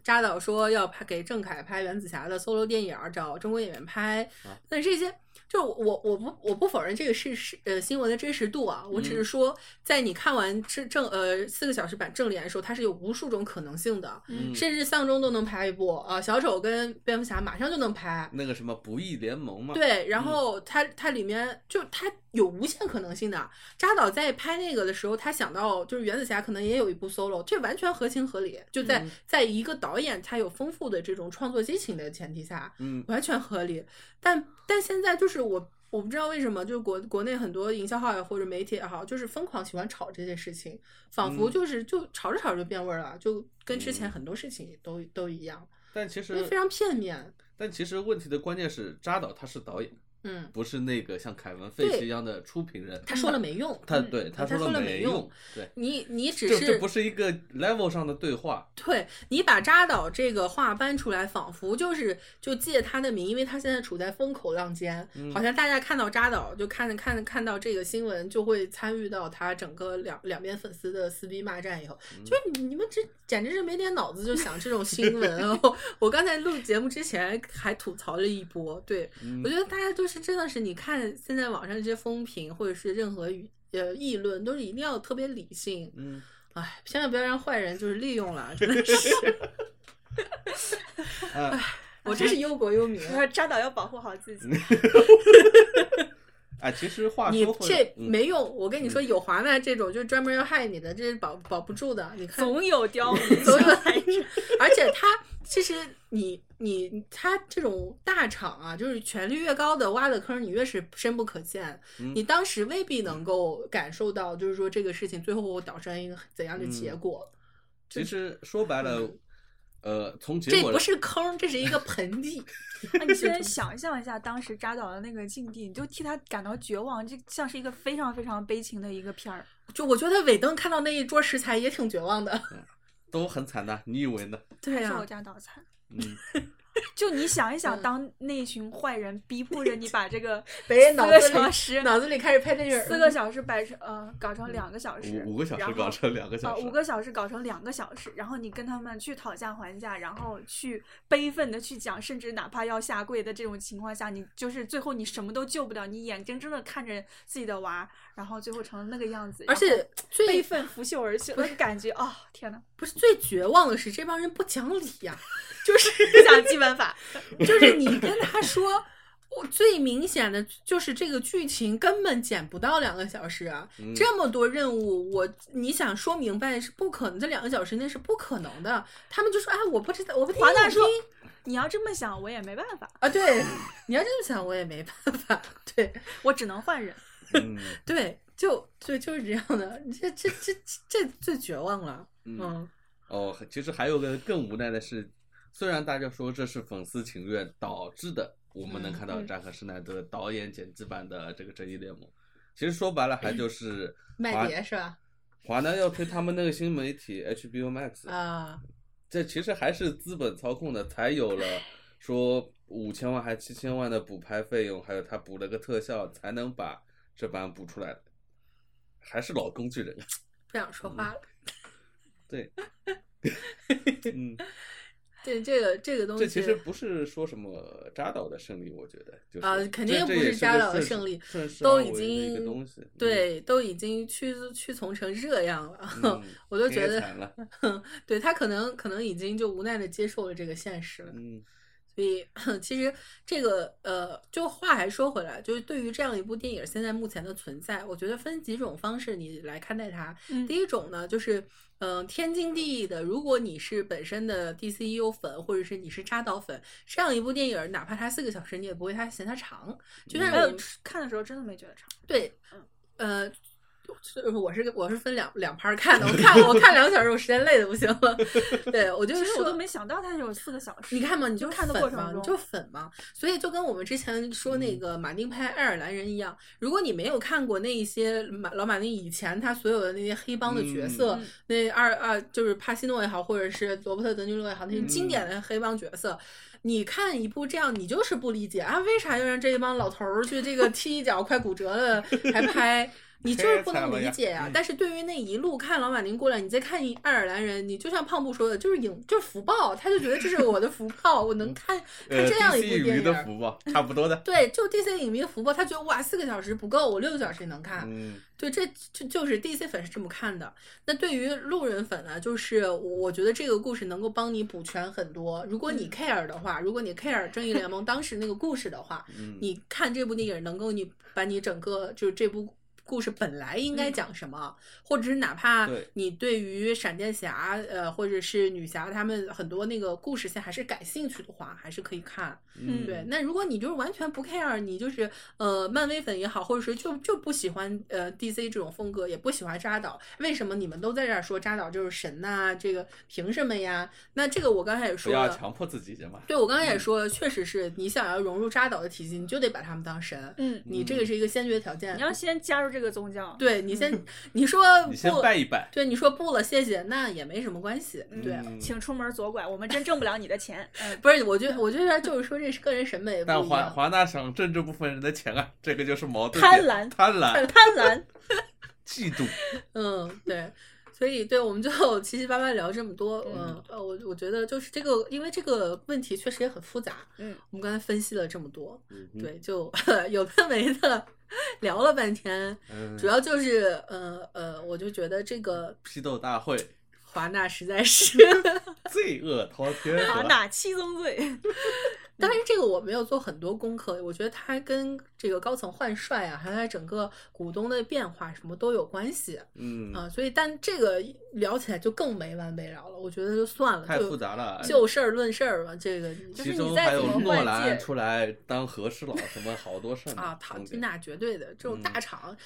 [SPEAKER 1] 扎导说要拍给郑恺拍原子侠的 solo 电影儿，找中国演员拍
[SPEAKER 2] 啊，
[SPEAKER 1] 那这些就我我不我不否认这个事实呃新闻的真实度啊，我
[SPEAKER 2] 嗯
[SPEAKER 1] 只是说在你看完这正呃四个小时版正联的时候，它是有无数种可能性的，
[SPEAKER 2] 嗯
[SPEAKER 1] 甚至丧钟都能拍一部啊、呃小丑跟蝙蝠侠马上就能拍，
[SPEAKER 2] 那个什么不义联盟嘛，，
[SPEAKER 1] 对，然
[SPEAKER 2] 嗯
[SPEAKER 1] 后它它里面就它有无限可能性的。扎导在拍那个的时候，他想到就是原子侠可能也有一部 solo，这完全合情合理。就在、
[SPEAKER 2] 嗯
[SPEAKER 1] 在一个导演他有丰富的这种创作激情的前提下，
[SPEAKER 2] 嗯，
[SPEAKER 1] 完全合理。但但现在就是我我不知道为什么，就是国国内很多营销号也或者媒体也好，就是疯狂喜欢炒这些事情，仿佛
[SPEAKER 2] 嗯
[SPEAKER 1] 就是、就炒着炒着就变味儿了，就跟之前
[SPEAKER 2] 嗯
[SPEAKER 1] 很多事情都都一样，
[SPEAKER 2] 但其
[SPEAKER 1] 因为
[SPEAKER 2] 实
[SPEAKER 1] 非常片面。
[SPEAKER 2] 但其实问题的关键是扎导他是导演，
[SPEAKER 1] 嗯，
[SPEAKER 2] 不是那个像凯文·费
[SPEAKER 1] 对
[SPEAKER 2] 奇一样的出品人。
[SPEAKER 1] 他说了没用，
[SPEAKER 2] 他
[SPEAKER 1] 嗯
[SPEAKER 2] 对
[SPEAKER 1] 他
[SPEAKER 2] 说
[SPEAKER 1] 了
[SPEAKER 2] 没
[SPEAKER 1] 用，，
[SPEAKER 2] 对，
[SPEAKER 1] 你你只
[SPEAKER 2] 这
[SPEAKER 1] 是
[SPEAKER 2] 这不是一个 level 上的对话，
[SPEAKER 1] 对你把扎导这个话搬出来，仿佛就是就借他的名，因为他现在处在风口浪尖，
[SPEAKER 2] 嗯
[SPEAKER 1] 好像大家看到扎导就看看看到这个新闻，就会参与到他整个两两边粉丝的撕逼骂战以后，就是你你们这简直是没点脑子就想这种新闻哦！我我刚才录节目之前还吐槽了一波，对、
[SPEAKER 2] 嗯
[SPEAKER 1] 我觉得大家就是真的是，你看现在网上这些风评或者是任何语呃议论，都是一定要特别理性， (laughs)
[SPEAKER 2] 嗯， (laughs)
[SPEAKER 1] 哎，千万不要让坏人就是利用了，啊真的是。
[SPEAKER 2] 呃
[SPEAKER 1] 我真是忧国忧民
[SPEAKER 3] 我。说扎导要保护好自己。
[SPEAKER 2] 嗯哎，其实话
[SPEAKER 1] 你
[SPEAKER 2] 说回来嗯
[SPEAKER 1] 这没用，我跟你说，有华纳这种就是专门要害你的，这是保保不住的。你看，
[SPEAKER 3] 总有
[SPEAKER 2] (laughs)
[SPEAKER 3] 刁民，
[SPEAKER 1] 总有
[SPEAKER 3] 还是
[SPEAKER 1] 而且他其实你你他这种大厂啊，就是权力越高的挖的坑，你越是深不可见。
[SPEAKER 2] 嗯
[SPEAKER 1] 你当时未必能够感受到，就是说这个事情最后会导致一个怎样的
[SPEAKER 2] 嗯
[SPEAKER 1] 结果。
[SPEAKER 2] 其实说白了，呃，从
[SPEAKER 1] 嗯
[SPEAKER 2] 结
[SPEAKER 1] 这
[SPEAKER 2] 果
[SPEAKER 1] 不是坑，这是一个盆地。那
[SPEAKER 3] 你先想象一下当时扎导的那个境地，你就替他感到绝望，这像是一个非常非常悲情的一个片儿。
[SPEAKER 1] 就我觉得尾灯看到那一桌食材也挺绝望的。
[SPEAKER 2] 都很惨的，你以为呢？
[SPEAKER 1] 对 (laughs)
[SPEAKER 3] 是
[SPEAKER 1] 呀、
[SPEAKER 3] 我扎导惨。
[SPEAKER 2] 嗯，
[SPEAKER 3] 就你想一
[SPEAKER 1] 嗯
[SPEAKER 3] 想，当那群坏人逼迫着你把这
[SPEAKER 1] (laughs)
[SPEAKER 3] 个
[SPEAKER 1] 北人
[SPEAKER 3] 四
[SPEAKER 1] 脑
[SPEAKER 3] 个
[SPEAKER 1] 子
[SPEAKER 3] 小
[SPEAKER 1] 里
[SPEAKER 3] 时、
[SPEAKER 1] 脑子里开始拍电影儿，
[SPEAKER 3] 四个小时摆成呃搞成两个小时，
[SPEAKER 2] 五五个小
[SPEAKER 3] 然
[SPEAKER 2] 时
[SPEAKER 3] 后
[SPEAKER 2] 搞成两个
[SPEAKER 3] 啊，
[SPEAKER 2] 小时，
[SPEAKER 3] 五个小时搞成两个小时，然后你跟他们去讨价还价，然后去悲愤的去讲，甚至哪怕要下跪的这种情况下，你就是最后你什么都救不了，你眼睁睁的看着自己的娃，然后最后成了那个样子，
[SPEAKER 1] 而
[SPEAKER 3] 然
[SPEAKER 1] 且
[SPEAKER 3] 后悲
[SPEAKER 1] 最
[SPEAKER 3] 愤拂袖而去，那个感觉啊、天哪，
[SPEAKER 1] 不是最绝望的是这帮人不讲理呀、就是
[SPEAKER 3] 不讲基本法，
[SPEAKER 1] 就是你跟他说，我最明显的就是这个剧情根本剪不到两个小时啊，
[SPEAKER 2] 嗯
[SPEAKER 1] 这么多任务，我你想说明白是不可能，这两个小时内是不可能的。他们就说啊，我不知道，我不听，
[SPEAKER 3] 华纳
[SPEAKER 1] 我不
[SPEAKER 3] 说
[SPEAKER 1] 听
[SPEAKER 3] 你要这么想，我也没办法，
[SPEAKER 1] 啊，对，你要这么想，我也没办法， (laughs) 对
[SPEAKER 3] 我只能换人。
[SPEAKER 2] 嗯
[SPEAKER 1] 对，就就就是这样的，这这这这这最绝望了，
[SPEAKER 2] 嗯，
[SPEAKER 1] 嗯
[SPEAKER 2] 哦，其实还有个更无奈的是，虽然大家说这是粉丝情愿导致的，我们能
[SPEAKER 1] 嗯
[SPEAKER 2] 看到
[SPEAKER 3] 嗯
[SPEAKER 2] 扎克施耐德导演剪辑版的这个《正义联盟》，其实说白了还就是
[SPEAKER 1] (coughs) 卖碟是吧？
[SPEAKER 2] 华纳要推他们那个新媒体 HBO Max，
[SPEAKER 1] 啊，
[SPEAKER 2] 这其实还是资本操控的，才有了说五千万还七千万的补拍费用，还有他补了个特效，才能把这版补出来的。还是老工具人，
[SPEAKER 1] 不想说话了。 (laughs)
[SPEAKER 2] 对，嗯，
[SPEAKER 1] 对这个这个东西，
[SPEAKER 2] 这其实不是说什么扎导的胜利，我觉得就是
[SPEAKER 1] 啊肯定
[SPEAKER 2] 这这
[SPEAKER 1] 不
[SPEAKER 2] 也
[SPEAKER 1] 是
[SPEAKER 2] 是
[SPEAKER 1] 扎
[SPEAKER 2] 个
[SPEAKER 1] 导的
[SPEAKER 2] 顺
[SPEAKER 1] 胜利
[SPEAKER 2] 顺势
[SPEAKER 1] 都
[SPEAKER 2] 而
[SPEAKER 1] 已
[SPEAKER 2] 为的一个
[SPEAKER 1] 经
[SPEAKER 2] 东西，嗯，
[SPEAKER 1] 对，都已经屈屈从成这样了，
[SPEAKER 2] 嗯
[SPEAKER 1] (laughs) 我都觉
[SPEAKER 2] 天
[SPEAKER 1] 得
[SPEAKER 2] 也惨了，
[SPEAKER 1] (laughs) 对他可能可能已经就无奈的接受了这个现实了。
[SPEAKER 2] 嗯
[SPEAKER 1] 所以其实这个呃，就话还说回来，就是对于这样一部电影现在目前的存在，我觉得分几种方式你来看待它。
[SPEAKER 3] 嗯
[SPEAKER 1] 第一种呢，就是嗯、呃天经地义的，如果你是本身的 DCU 粉，或者是你是扎导粉，这样一部电影，哪怕它四个小时，你也不会它嫌它长。就像
[SPEAKER 2] 嗯
[SPEAKER 3] 还
[SPEAKER 1] 我
[SPEAKER 3] 有
[SPEAKER 1] 们
[SPEAKER 3] 看的时候真的没觉得长，
[SPEAKER 1] 对
[SPEAKER 3] 嗯，
[SPEAKER 1] 呃，就是我是我是分两两盘儿看的，我看我看两个小时，我实在累的不行了。对，我就
[SPEAKER 3] 其
[SPEAKER 1] 是
[SPEAKER 3] 实
[SPEAKER 1] 说
[SPEAKER 3] 我都没想到它有四个小时。
[SPEAKER 1] 你看嘛，你
[SPEAKER 3] 就是看的
[SPEAKER 1] 粉
[SPEAKER 3] 过
[SPEAKER 1] 嘛
[SPEAKER 3] 程
[SPEAKER 1] 你
[SPEAKER 3] 中
[SPEAKER 1] 就粉嘛，所以就跟我们之前说那个马丁拍《爱尔兰人》一样，如果你没有看过那一些马老马丁以前他所有的那些黑帮的角色，
[SPEAKER 3] 嗯嗯
[SPEAKER 1] 那二二就是帕西诺也好，或者是罗伯特·德尼罗也好，那些经典的黑帮角色。你看一部这样，你就是不理解啊，为啥要让这一帮老头儿去这个踢一脚快骨折了还拍？你就是不能理解呀、
[SPEAKER 2] 嗯
[SPEAKER 1] 但是对于那一路看老马丁过来，你再看一爱尔兰人，你就像胖布说的，就是影就是福报，他就觉得这是我的福报，我能看看
[SPEAKER 2] 呃
[SPEAKER 1] 这样一
[SPEAKER 2] DC
[SPEAKER 1] 部
[SPEAKER 2] 影
[SPEAKER 1] 电
[SPEAKER 2] 迷
[SPEAKER 1] 影
[SPEAKER 2] 的
[SPEAKER 1] 儿。
[SPEAKER 2] 福报，差不
[SPEAKER 1] (laughs)
[SPEAKER 2] 多的，
[SPEAKER 1] 对，就 DC 影迷的福报，他觉得哇，四个小时不够，我六个小时也能看。
[SPEAKER 2] 嗯
[SPEAKER 1] 对，这这就是 DC 粉是这么看的。那对于路人粉呢，就是我我觉得这个故事能够帮你补全很多。如果
[SPEAKER 2] 嗯
[SPEAKER 1] 你 care 的话，如果你 care 正义联盟当时那个故事的话，
[SPEAKER 2] 嗯，
[SPEAKER 1] 你看这部电影能够你把你整个就是这部。故事本来应该讲什么，或者是哪怕
[SPEAKER 2] 嗯对
[SPEAKER 1] 你对于闪电侠呃或者是女侠他们很多那个故事线还是感兴趣的话，还是可以看。
[SPEAKER 3] 嗯
[SPEAKER 1] 对，那如果你就是完全不 care，你就是呃漫威粉也好，或者是就就不喜欢呃 DC 这种风格，也不喜欢扎导，为什么你们都在这儿说扎导就是神呐、这个凭什么呀？那这个我刚才也
[SPEAKER 2] 不
[SPEAKER 1] 说
[SPEAKER 2] 要
[SPEAKER 1] 了。
[SPEAKER 2] 强迫自己，行吧？
[SPEAKER 1] 对，我刚才
[SPEAKER 2] 嗯
[SPEAKER 1] 也说了，确实是你想要融入扎导的体系，你就得把他们当神，
[SPEAKER 3] 嗯，
[SPEAKER 1] 你这个是一个先决条件。
[SPEAKER 3] 你要先加入这个宗教，
[SPEAKER 1] 对你先，你说
[SPEAKER 2] 嗯你先
[SPEAKER 1] 不，
[SPEAKER 2] 拜一拜。
[SPEAKER 1] 对你说不了，谢谢，那也没什么关系。对，
[SPEAKER 2] 嗯
[SPEAKER 3] 请出门左拐，我们真挣不了你
[SPEAKER 2] (laughs)
[SPEAKER 3] 的钱。嗯，
[SPEAKER 1] 不是，我觉得我觉得就是说这是个人审美不
[SPEAKER 2] 但
[SPEAKER 1] 一
[SPEAKER 2] 华
[SPEAKER 1] 样。
[SPEAKER 2] 华纳想挣这部分人的钱啊，这个就是矛盾
[SPEAKER 3] 贪
[SPEAKER 2] 点
[SPEAKER 3] 婪
[SPEAKER 2] 贪婪、
[SPEAKER 3] 贪婪，
[SPEAKER 1] (laughs)
[SPEAKER 2] 嫉妒。
[SPEAKER 1] 嗯，对，所以对，我们就 (laughs) 七七八八聊这么多。嗯
[SPEAKER 2] 嗯，
[SPEAKER 1] 呃，我我觉得就是这个，因为这个问题确实也很复杂。
[SPEAKER 3] 嗯，
[SPEAKER 1] 我们刚才分析了这么多，
[SPEAKER 2] 嗯哼，
[SPEAKER 1] 对，就 (laughs) 有的没的 (laughs) 聊了半天，
[SPEAKER 2] 嗯
[SPEAKER 1] 主要就是呃呃，我就觉得这个
[SPEAKER 2] 呃批斗大会，
[SPEAKER 1] 华纳实在是，
[SPEAKER 2] 罪恶滔天。是
[SPEAKER 3] 啊，
[SPEAKER 2] 吧
[SPEAKER 3] 哪七
[SPEAKER 2] (laughs)
[SPEAKER 3] 宗罪？
[SPEAKER 1] (laughs) 当然这个我没有做很多功课，我觉得它跟这个高层换帅啊，还有它整个股东的变化什么都有关系。
[SPEAKER 2] 嗯，
[SPEAKER 1] 啊，所以但这个聊起来就更没完没了了，我觉得就算了，
[SPEAKER 2] 太
[SPEAKER 1] 就
[SPEAKER 2] 复杂了。啊
[SPEAKER 1] 就事儿论事儿吧，这个就
[SPEAKER 2] 其
[SPEAKER 1] 是
[SPEAKER 2] 中
[SPEAKER 1] 你
[SPEAKER 2] 还
[SPEAKER 1] 再怎
[SPEAKER 2] 有
[SPEAKER 1] 么
[SPEAKER 2] 诺
[SPEAKER 1] 换
[SPEAKER 2] 兰
[SPEAKER 1] 届
[SPEAKER 2] 出来当和事佬，什么好多事儿呢
[SPEAKER 1] 啊，他
[SPEAKER 2] 中间
[SPEAKER 1] 那绝对的这种大
[SPEAKER 2] 嗯
[SPEAKER 1] 厂，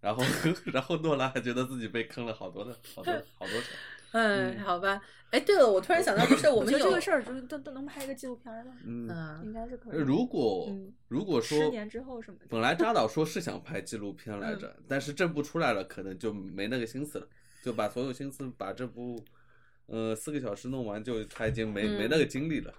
[SPEAKER 2] 然后然后诺兰还觉得自己被坑了好多的好多好多事儿。
[SPEAKER 1] 嗯，
[SPEAKER 2] 嗯
[SPEAKER 1] 好吧，哎，对了，我突然想到，就是我
[SPEAKER 3] 我
[SPEAKER 1] 们
[SPEAKER 3] 觉
[SPEAKER 1] 有
[SPEAKER 3] 得这个事儿就是都都能拍一个纪录片儿了，
[SPEAKER 2] 嗯，
[SPEAKER 1] 嗯
[SPEAKER 3] 应该是可以。
[SPEAKER 2] 如果
[SPEAKER 3] 嗯
[SPEAKER 2] 如果
[SPEAKER 3] 十
[SPEAKER 2] 说
[SPEAKER 3] 年之后什么的，
[SPEAKER 2] 本来扎导说是想拍纪录片来
[SPEAKER 1] 嗯
[SPEAKER 2] 着，但是这部出来了，可能就没那个心思了，就把所有心思把这部。呃，四个小时弄完就他已经没、没
[SPEAKER 1] 嗯
[SPEAKER 2] 那个精力了。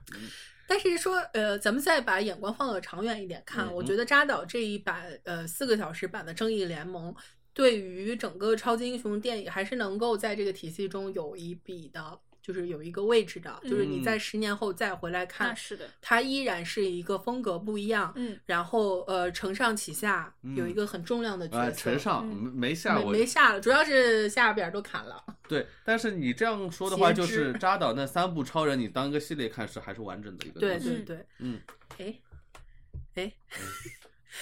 [SPEAKER 1] 但是说，呃，咱们再把眼光放到长远一点看，
[SPEAKER 2] 嗯
[SPEAKER 1] 我觉得扎导这一版，呃，四个小时版的《正义联盟》，对于整个超级英雄电影还是能够在这个体系中有一笔的，就是有一个位置的，就是你
[SPEAKER 2] 嗯
[SPEAKER 1] 在十年后再回来看
[SPEAKER 3] 那，是的，
[SPEAKER 1] 它依然是一个风格不一样，
[SPEAKER 3] 嗯，
[SPEAKER 1] 然后呃承上启下，
[SPEAKER 2] 嗯
[SPEAKER 1] 有一个很重量的角
[SPEAKER 2] 啊、
[SPEAKER 1] 色。
[SPEAKER 2] 承上
[SPEAKER 3] 嗯
[SPEAKER 2] 没没下
[SPEAKER 1] 没
[SPEAKER 2] 文，
[SPEAKER 1] 没下了，主要是下边儿都砍了。
[SPEAKER 2] 对，但是你这样说的话，
[SPEAKER 1] 截
[SPEAKER 2] 就
[SPEAKER 1] 肢
[SPEAKER 2] 是扎导那三部超人，你当一个系列看是还是完整的一个
[SPEAKER 1] 对
[SPEAKER 2] 东西。
[SPEAKER 1] 对
[SPEAKER 3] 嗯
[SPEAKER 1] 对，
[SPEAKER 2] 嗯，
[SPEAKER 1] 哎，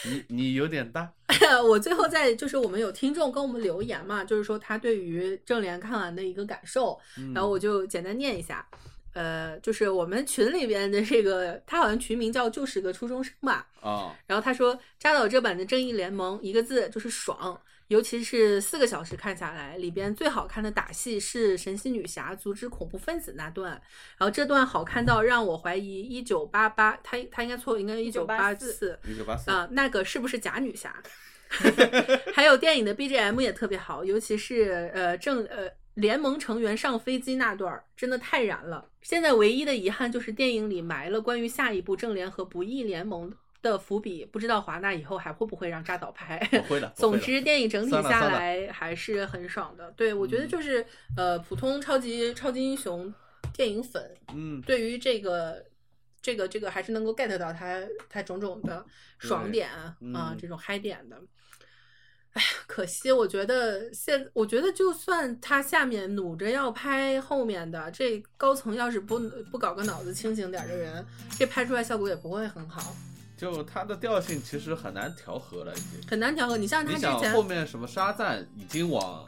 [SPEAKER 2] 你你有点大，
[SPEAKER 1] (laughs) 我最后再就是我们有听众跟我们留言嘛，就是说他对于正联看完的一个感受，
[SPEAKER 2] 嗯、
[SPEAKER 1] 然后我就简单念一下。呃，就是我们群里边的这个，他好像群名叫就是个初中生吧，
[SPEAKER 2] 啊、
[SPEAKER 1] 然后他说，扎导这版的《正义联盟》一个字就是爽，尤其是四个小时看下来，里边最好看的打戏是神奇女侠阻止恐怖分子那段，然后这段好看到让我怀疑一九八八，他他应该错，应该一九八四
[SPEAKER 2] 一九八四，
[SPEAKER 1] 啊，那个是不是假女侠？ (laughs) 还有电影的 BGM 也特别好，尤其是呃正呃联盟成员上飞机那段儿，真的太燃了。现在唯一的遗憾就是电影里埋了关于下一部正联和不义联盟的伏笔，不知道华纳以后还会不会让扎导拍。 (laughs)
[SPEAKER 2] 不会的。不
[SPEAKER 1] 总
[SPEAKER 2] 会的，
[SPEAKER 1] 之，电影整体
[SPEAKER 2] 算了
[SPEAKER 1] 下
[SPEAKER 2] 算了
[SPEAKER 1] 来还是很爽的。对，我觉得
[SPEAKER 2] 嗯
[SPEAKER 1] 就是呃，普通超级超级英雄电影粉
[SPEAKER 2] 嗯，
[SPEAKER 1] 对于这个这个这个还是能够 get 到它它种种的爽
[SPEAKER 2] 对
[SPEAKER 1] 点啊、
[SPEAKER 2] 嗯
[SPEAKER 1] 这种嗨点的。哎呀，可惜，我觉得现我觉得就算他下面努着要拍后面的，这高层要是不不搞个脑子清醒点儿的人，这拍出来效果也不会很好，
[SPEAKER 2] 就它的调性其实很难调和了，已经。
[SPEAKER 1] 很难调和。你像他
[SPEAKER 2] 你
[SPEAKER 1] 之
[SPEAKER 2] 想
[SPEAKER 1] 前
[SPEAKER 2] 后面什么沙赞已经往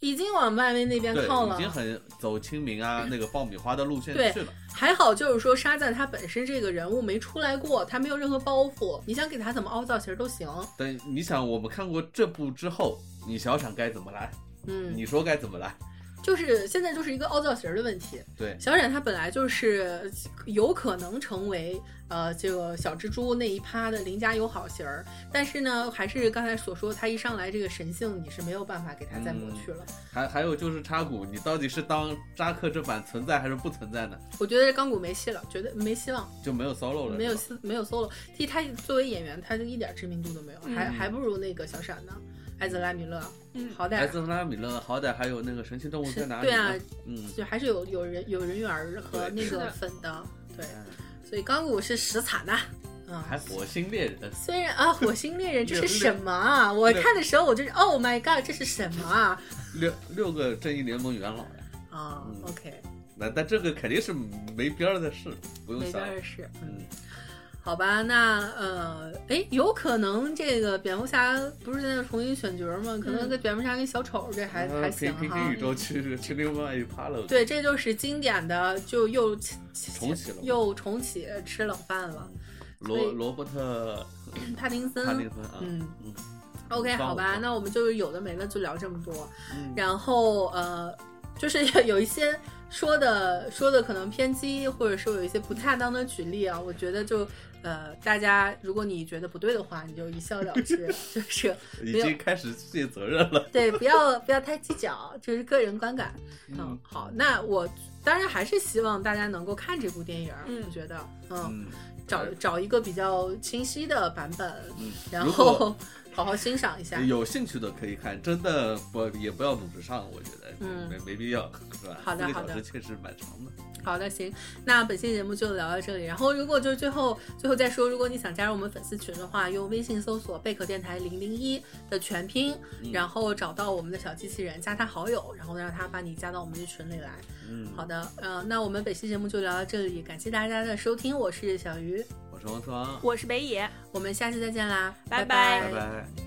[SPEAKER 1] 已经往漫威那边
[SPEAKER 2] 对
[SPEAKER 1] 靠了
[SPEAKER 2] 已，经很走清
[SPEAKER 1] (clears throat)
[SPEAKER 2] 明啊那个爆米花的路线
[SPEAKER 1] 对
[SPEAKER 2] 去了，
[SPEAKER 1] 还好就是说沙赞他本身这个人物没出来过，他没有任何包袱，你想给他怎么凹造型都行。
[SPEAKER 2] 但你想我们看过这部之后，你想想该怎么来，
[SPEAKER 1] 嗯，
[SPEAKER 2] 你说该怎么来？
[SPEAKER 1] 就是现在就是一个凹造型儿的问题。
[SPEAKER 2] 对，
[SPEAKER 1] 小冉她本来就是有可能成为呃这个小蜘蛛那一趴的邻家友好型儿，但是呢，还是刚才所说，她一上来这个神性你是没有办法给她再抹去了。
[SPEAKER 2] 还还有就是插股，你到底是当扎克这版存在还是不存在呢？
[SPEAKER 1] 我觉得钢骨没戏了，绝对没希望，
[SPEAKER 2] 就没有 solo 了，
[SPEAKER 1] 没有
[SPEAKER 2] 是吧
[SPEAKER 1] 丝没有 solo。替她作为演员，她就一点知名度都没有，还还不如那个小闪呢，艾泽拉米勒，
[SPEAKER 3] 嗯
[SPEAKER 1] 好歹
[SPEAKER 2] 莱斯特拉米勒好歹还有那个神奇动物在
[SPEAKER 1] 是
[SPEAKER 2] 哪里？
[SPEAKER 1] 对啊，，
[SPEAKER 2] 嗯，
[SPEAKER 1] 就还是有有人有人缘儿和
[SPEAKER 2] 对
[SPEAKER 1] 那
[SPEAKER 3] 是
[SPEAKER 1] 个
[SPEAKER 3] 的
[SPEAKER 1] 粉的，对，所以钢骨是实惨呐、嗯，
[SPEAKER 2] 还火星猎人，
[SPEAKER 1] 虽然啊，火星猎人这是
[SPEAKER 2] 略
[SPEAKER 1] 什么啊？我
[SPEAKER 2] 略
[SPEAKER 1] 看的时候
[SPEAKER 2] (laughs)
[SPEAKER 1] 我就是 Oh my God，这是什么啊？
[SPEAKER 2] 六六个正义联盟元老呀。
[SPEAKER 1] 啊、
[SPEAKER 2] 嗯
[SPEAKER 1] o k
[SPEAKER 2] 那但这个肯定是没边儿的事，不用
[SPEAKER 1] 没
[SPEAKER 2] 想
[SPEAKER 1] 边。儿是，嗯
[SPEAKER 2] 嗯，
[SPEAKER 1] 好吧，那呃，哎，有可能这个蝙蝠侠不是现在重新选角吗？可能
[SPEAKER 3] 嗯
[SPEAKER 1] 跟蝙蝠侠跟小丑这还、还行
[SPEAKER 2] 平平
[SPEAKER 1] 哈
[SPEAKER 2] 行宇。宙去去另外一趴了。，
[SPEAKER 1] 对，这就是经典的，就又
[SPEAKER 2] 重启了
[SPEAKER 1] 又重启吃冷饭了。所
[SPEAKER 2] 罗
[SPEAKER 1] 以
[SPEAKER 2] 罗伯特
[SPEAKER 1] 帕丁森，
[SPEAKER 2] 帕丁森啊，
[SPEAKER 1] 嗯
[SPEAKER 2] 嗯
[SPEAKER 1] ，OK，
[SPEAKER 2] 帮
[SPEAKER 1] 好
[SPEAKER 2] 我
[SPEAKER 1] 吧，
[SPEAKER 2] 说
[SPEAKER 1] 那我们就是有的没的就聊这么多。
[SPEAKER 2] 嗯
[SPEAKER 1] 然后呃，就是 (laughs) 有一些说的说的可能偏激，或者说有一些不恰当的举例啊，我觉得就呃，大家如果你觉得不对的话，你就一笑了 (laughs) 之，就是
[SPEAKER 2] 已
[SPEAKER 1] 没有
[SPEAKER 2] 经开始卸责任了。
[SPEAKER 1] 对，不要不要太计较，就是个人观感。嗯，好，那我当然还是希望大家能够看这部电影儿，
[SPEAKER 3] 嗯
[SPEAKER 1] 我觉得，嗯，
[SPEAKER 2] 嗯，
[SPEAKER 1] 找找一个比较清晰的版本，
[SPEAKER 2] 嗯
[SPEAKER 1] 然
[SPEAKER 2] 如
[SPEAKER 1] 后 (laughs)
[SPEAKER 2] 果呃
[SPEAKER 1] 好好欣赏一下。
[SPEAKER 2] 有兴趣的可以看，真的不也不要鲁智上，我觉得
[SPEAKER 1] 嗯
[SPEAKER 2] 没没必要，是吧？
[SPEAKER 1] 好的
[SPEAKER 2] 四个
[SPEAKER 1] 好的
[SPEAKER 2] 小时确实蛮长的。
[SPEAKER 1] 好的，行，那本期节目就聊到这里。然后，如果就是最后最后再说，如果你想加入我们粉丝群的话，用微信搜索“贝壳电台零零一”的全拼，
[SPEAKER 2] 嗯
[SPEAKER 1] 然后找到我们的小机器人，加他好友，然后让他把你加到我们的群里来。
[SPEAKER 2] 嗯，
[SPEAKER 1] 好，的，呃，那我们本期节目就聊到这里，感谢大家的收听，我是小鱼，
[SPEAKER 2] 我是王双，
[SPEAKER 3] 我是北野。
[SPEAKER 1] 我们下期再见啦，
[SPEAKER 3] 拜
[SPEAKER 1] 拜
[SPEAKER 2] 拜
[SPEAKER 3] 拜
[SPEAKER 2] 拜。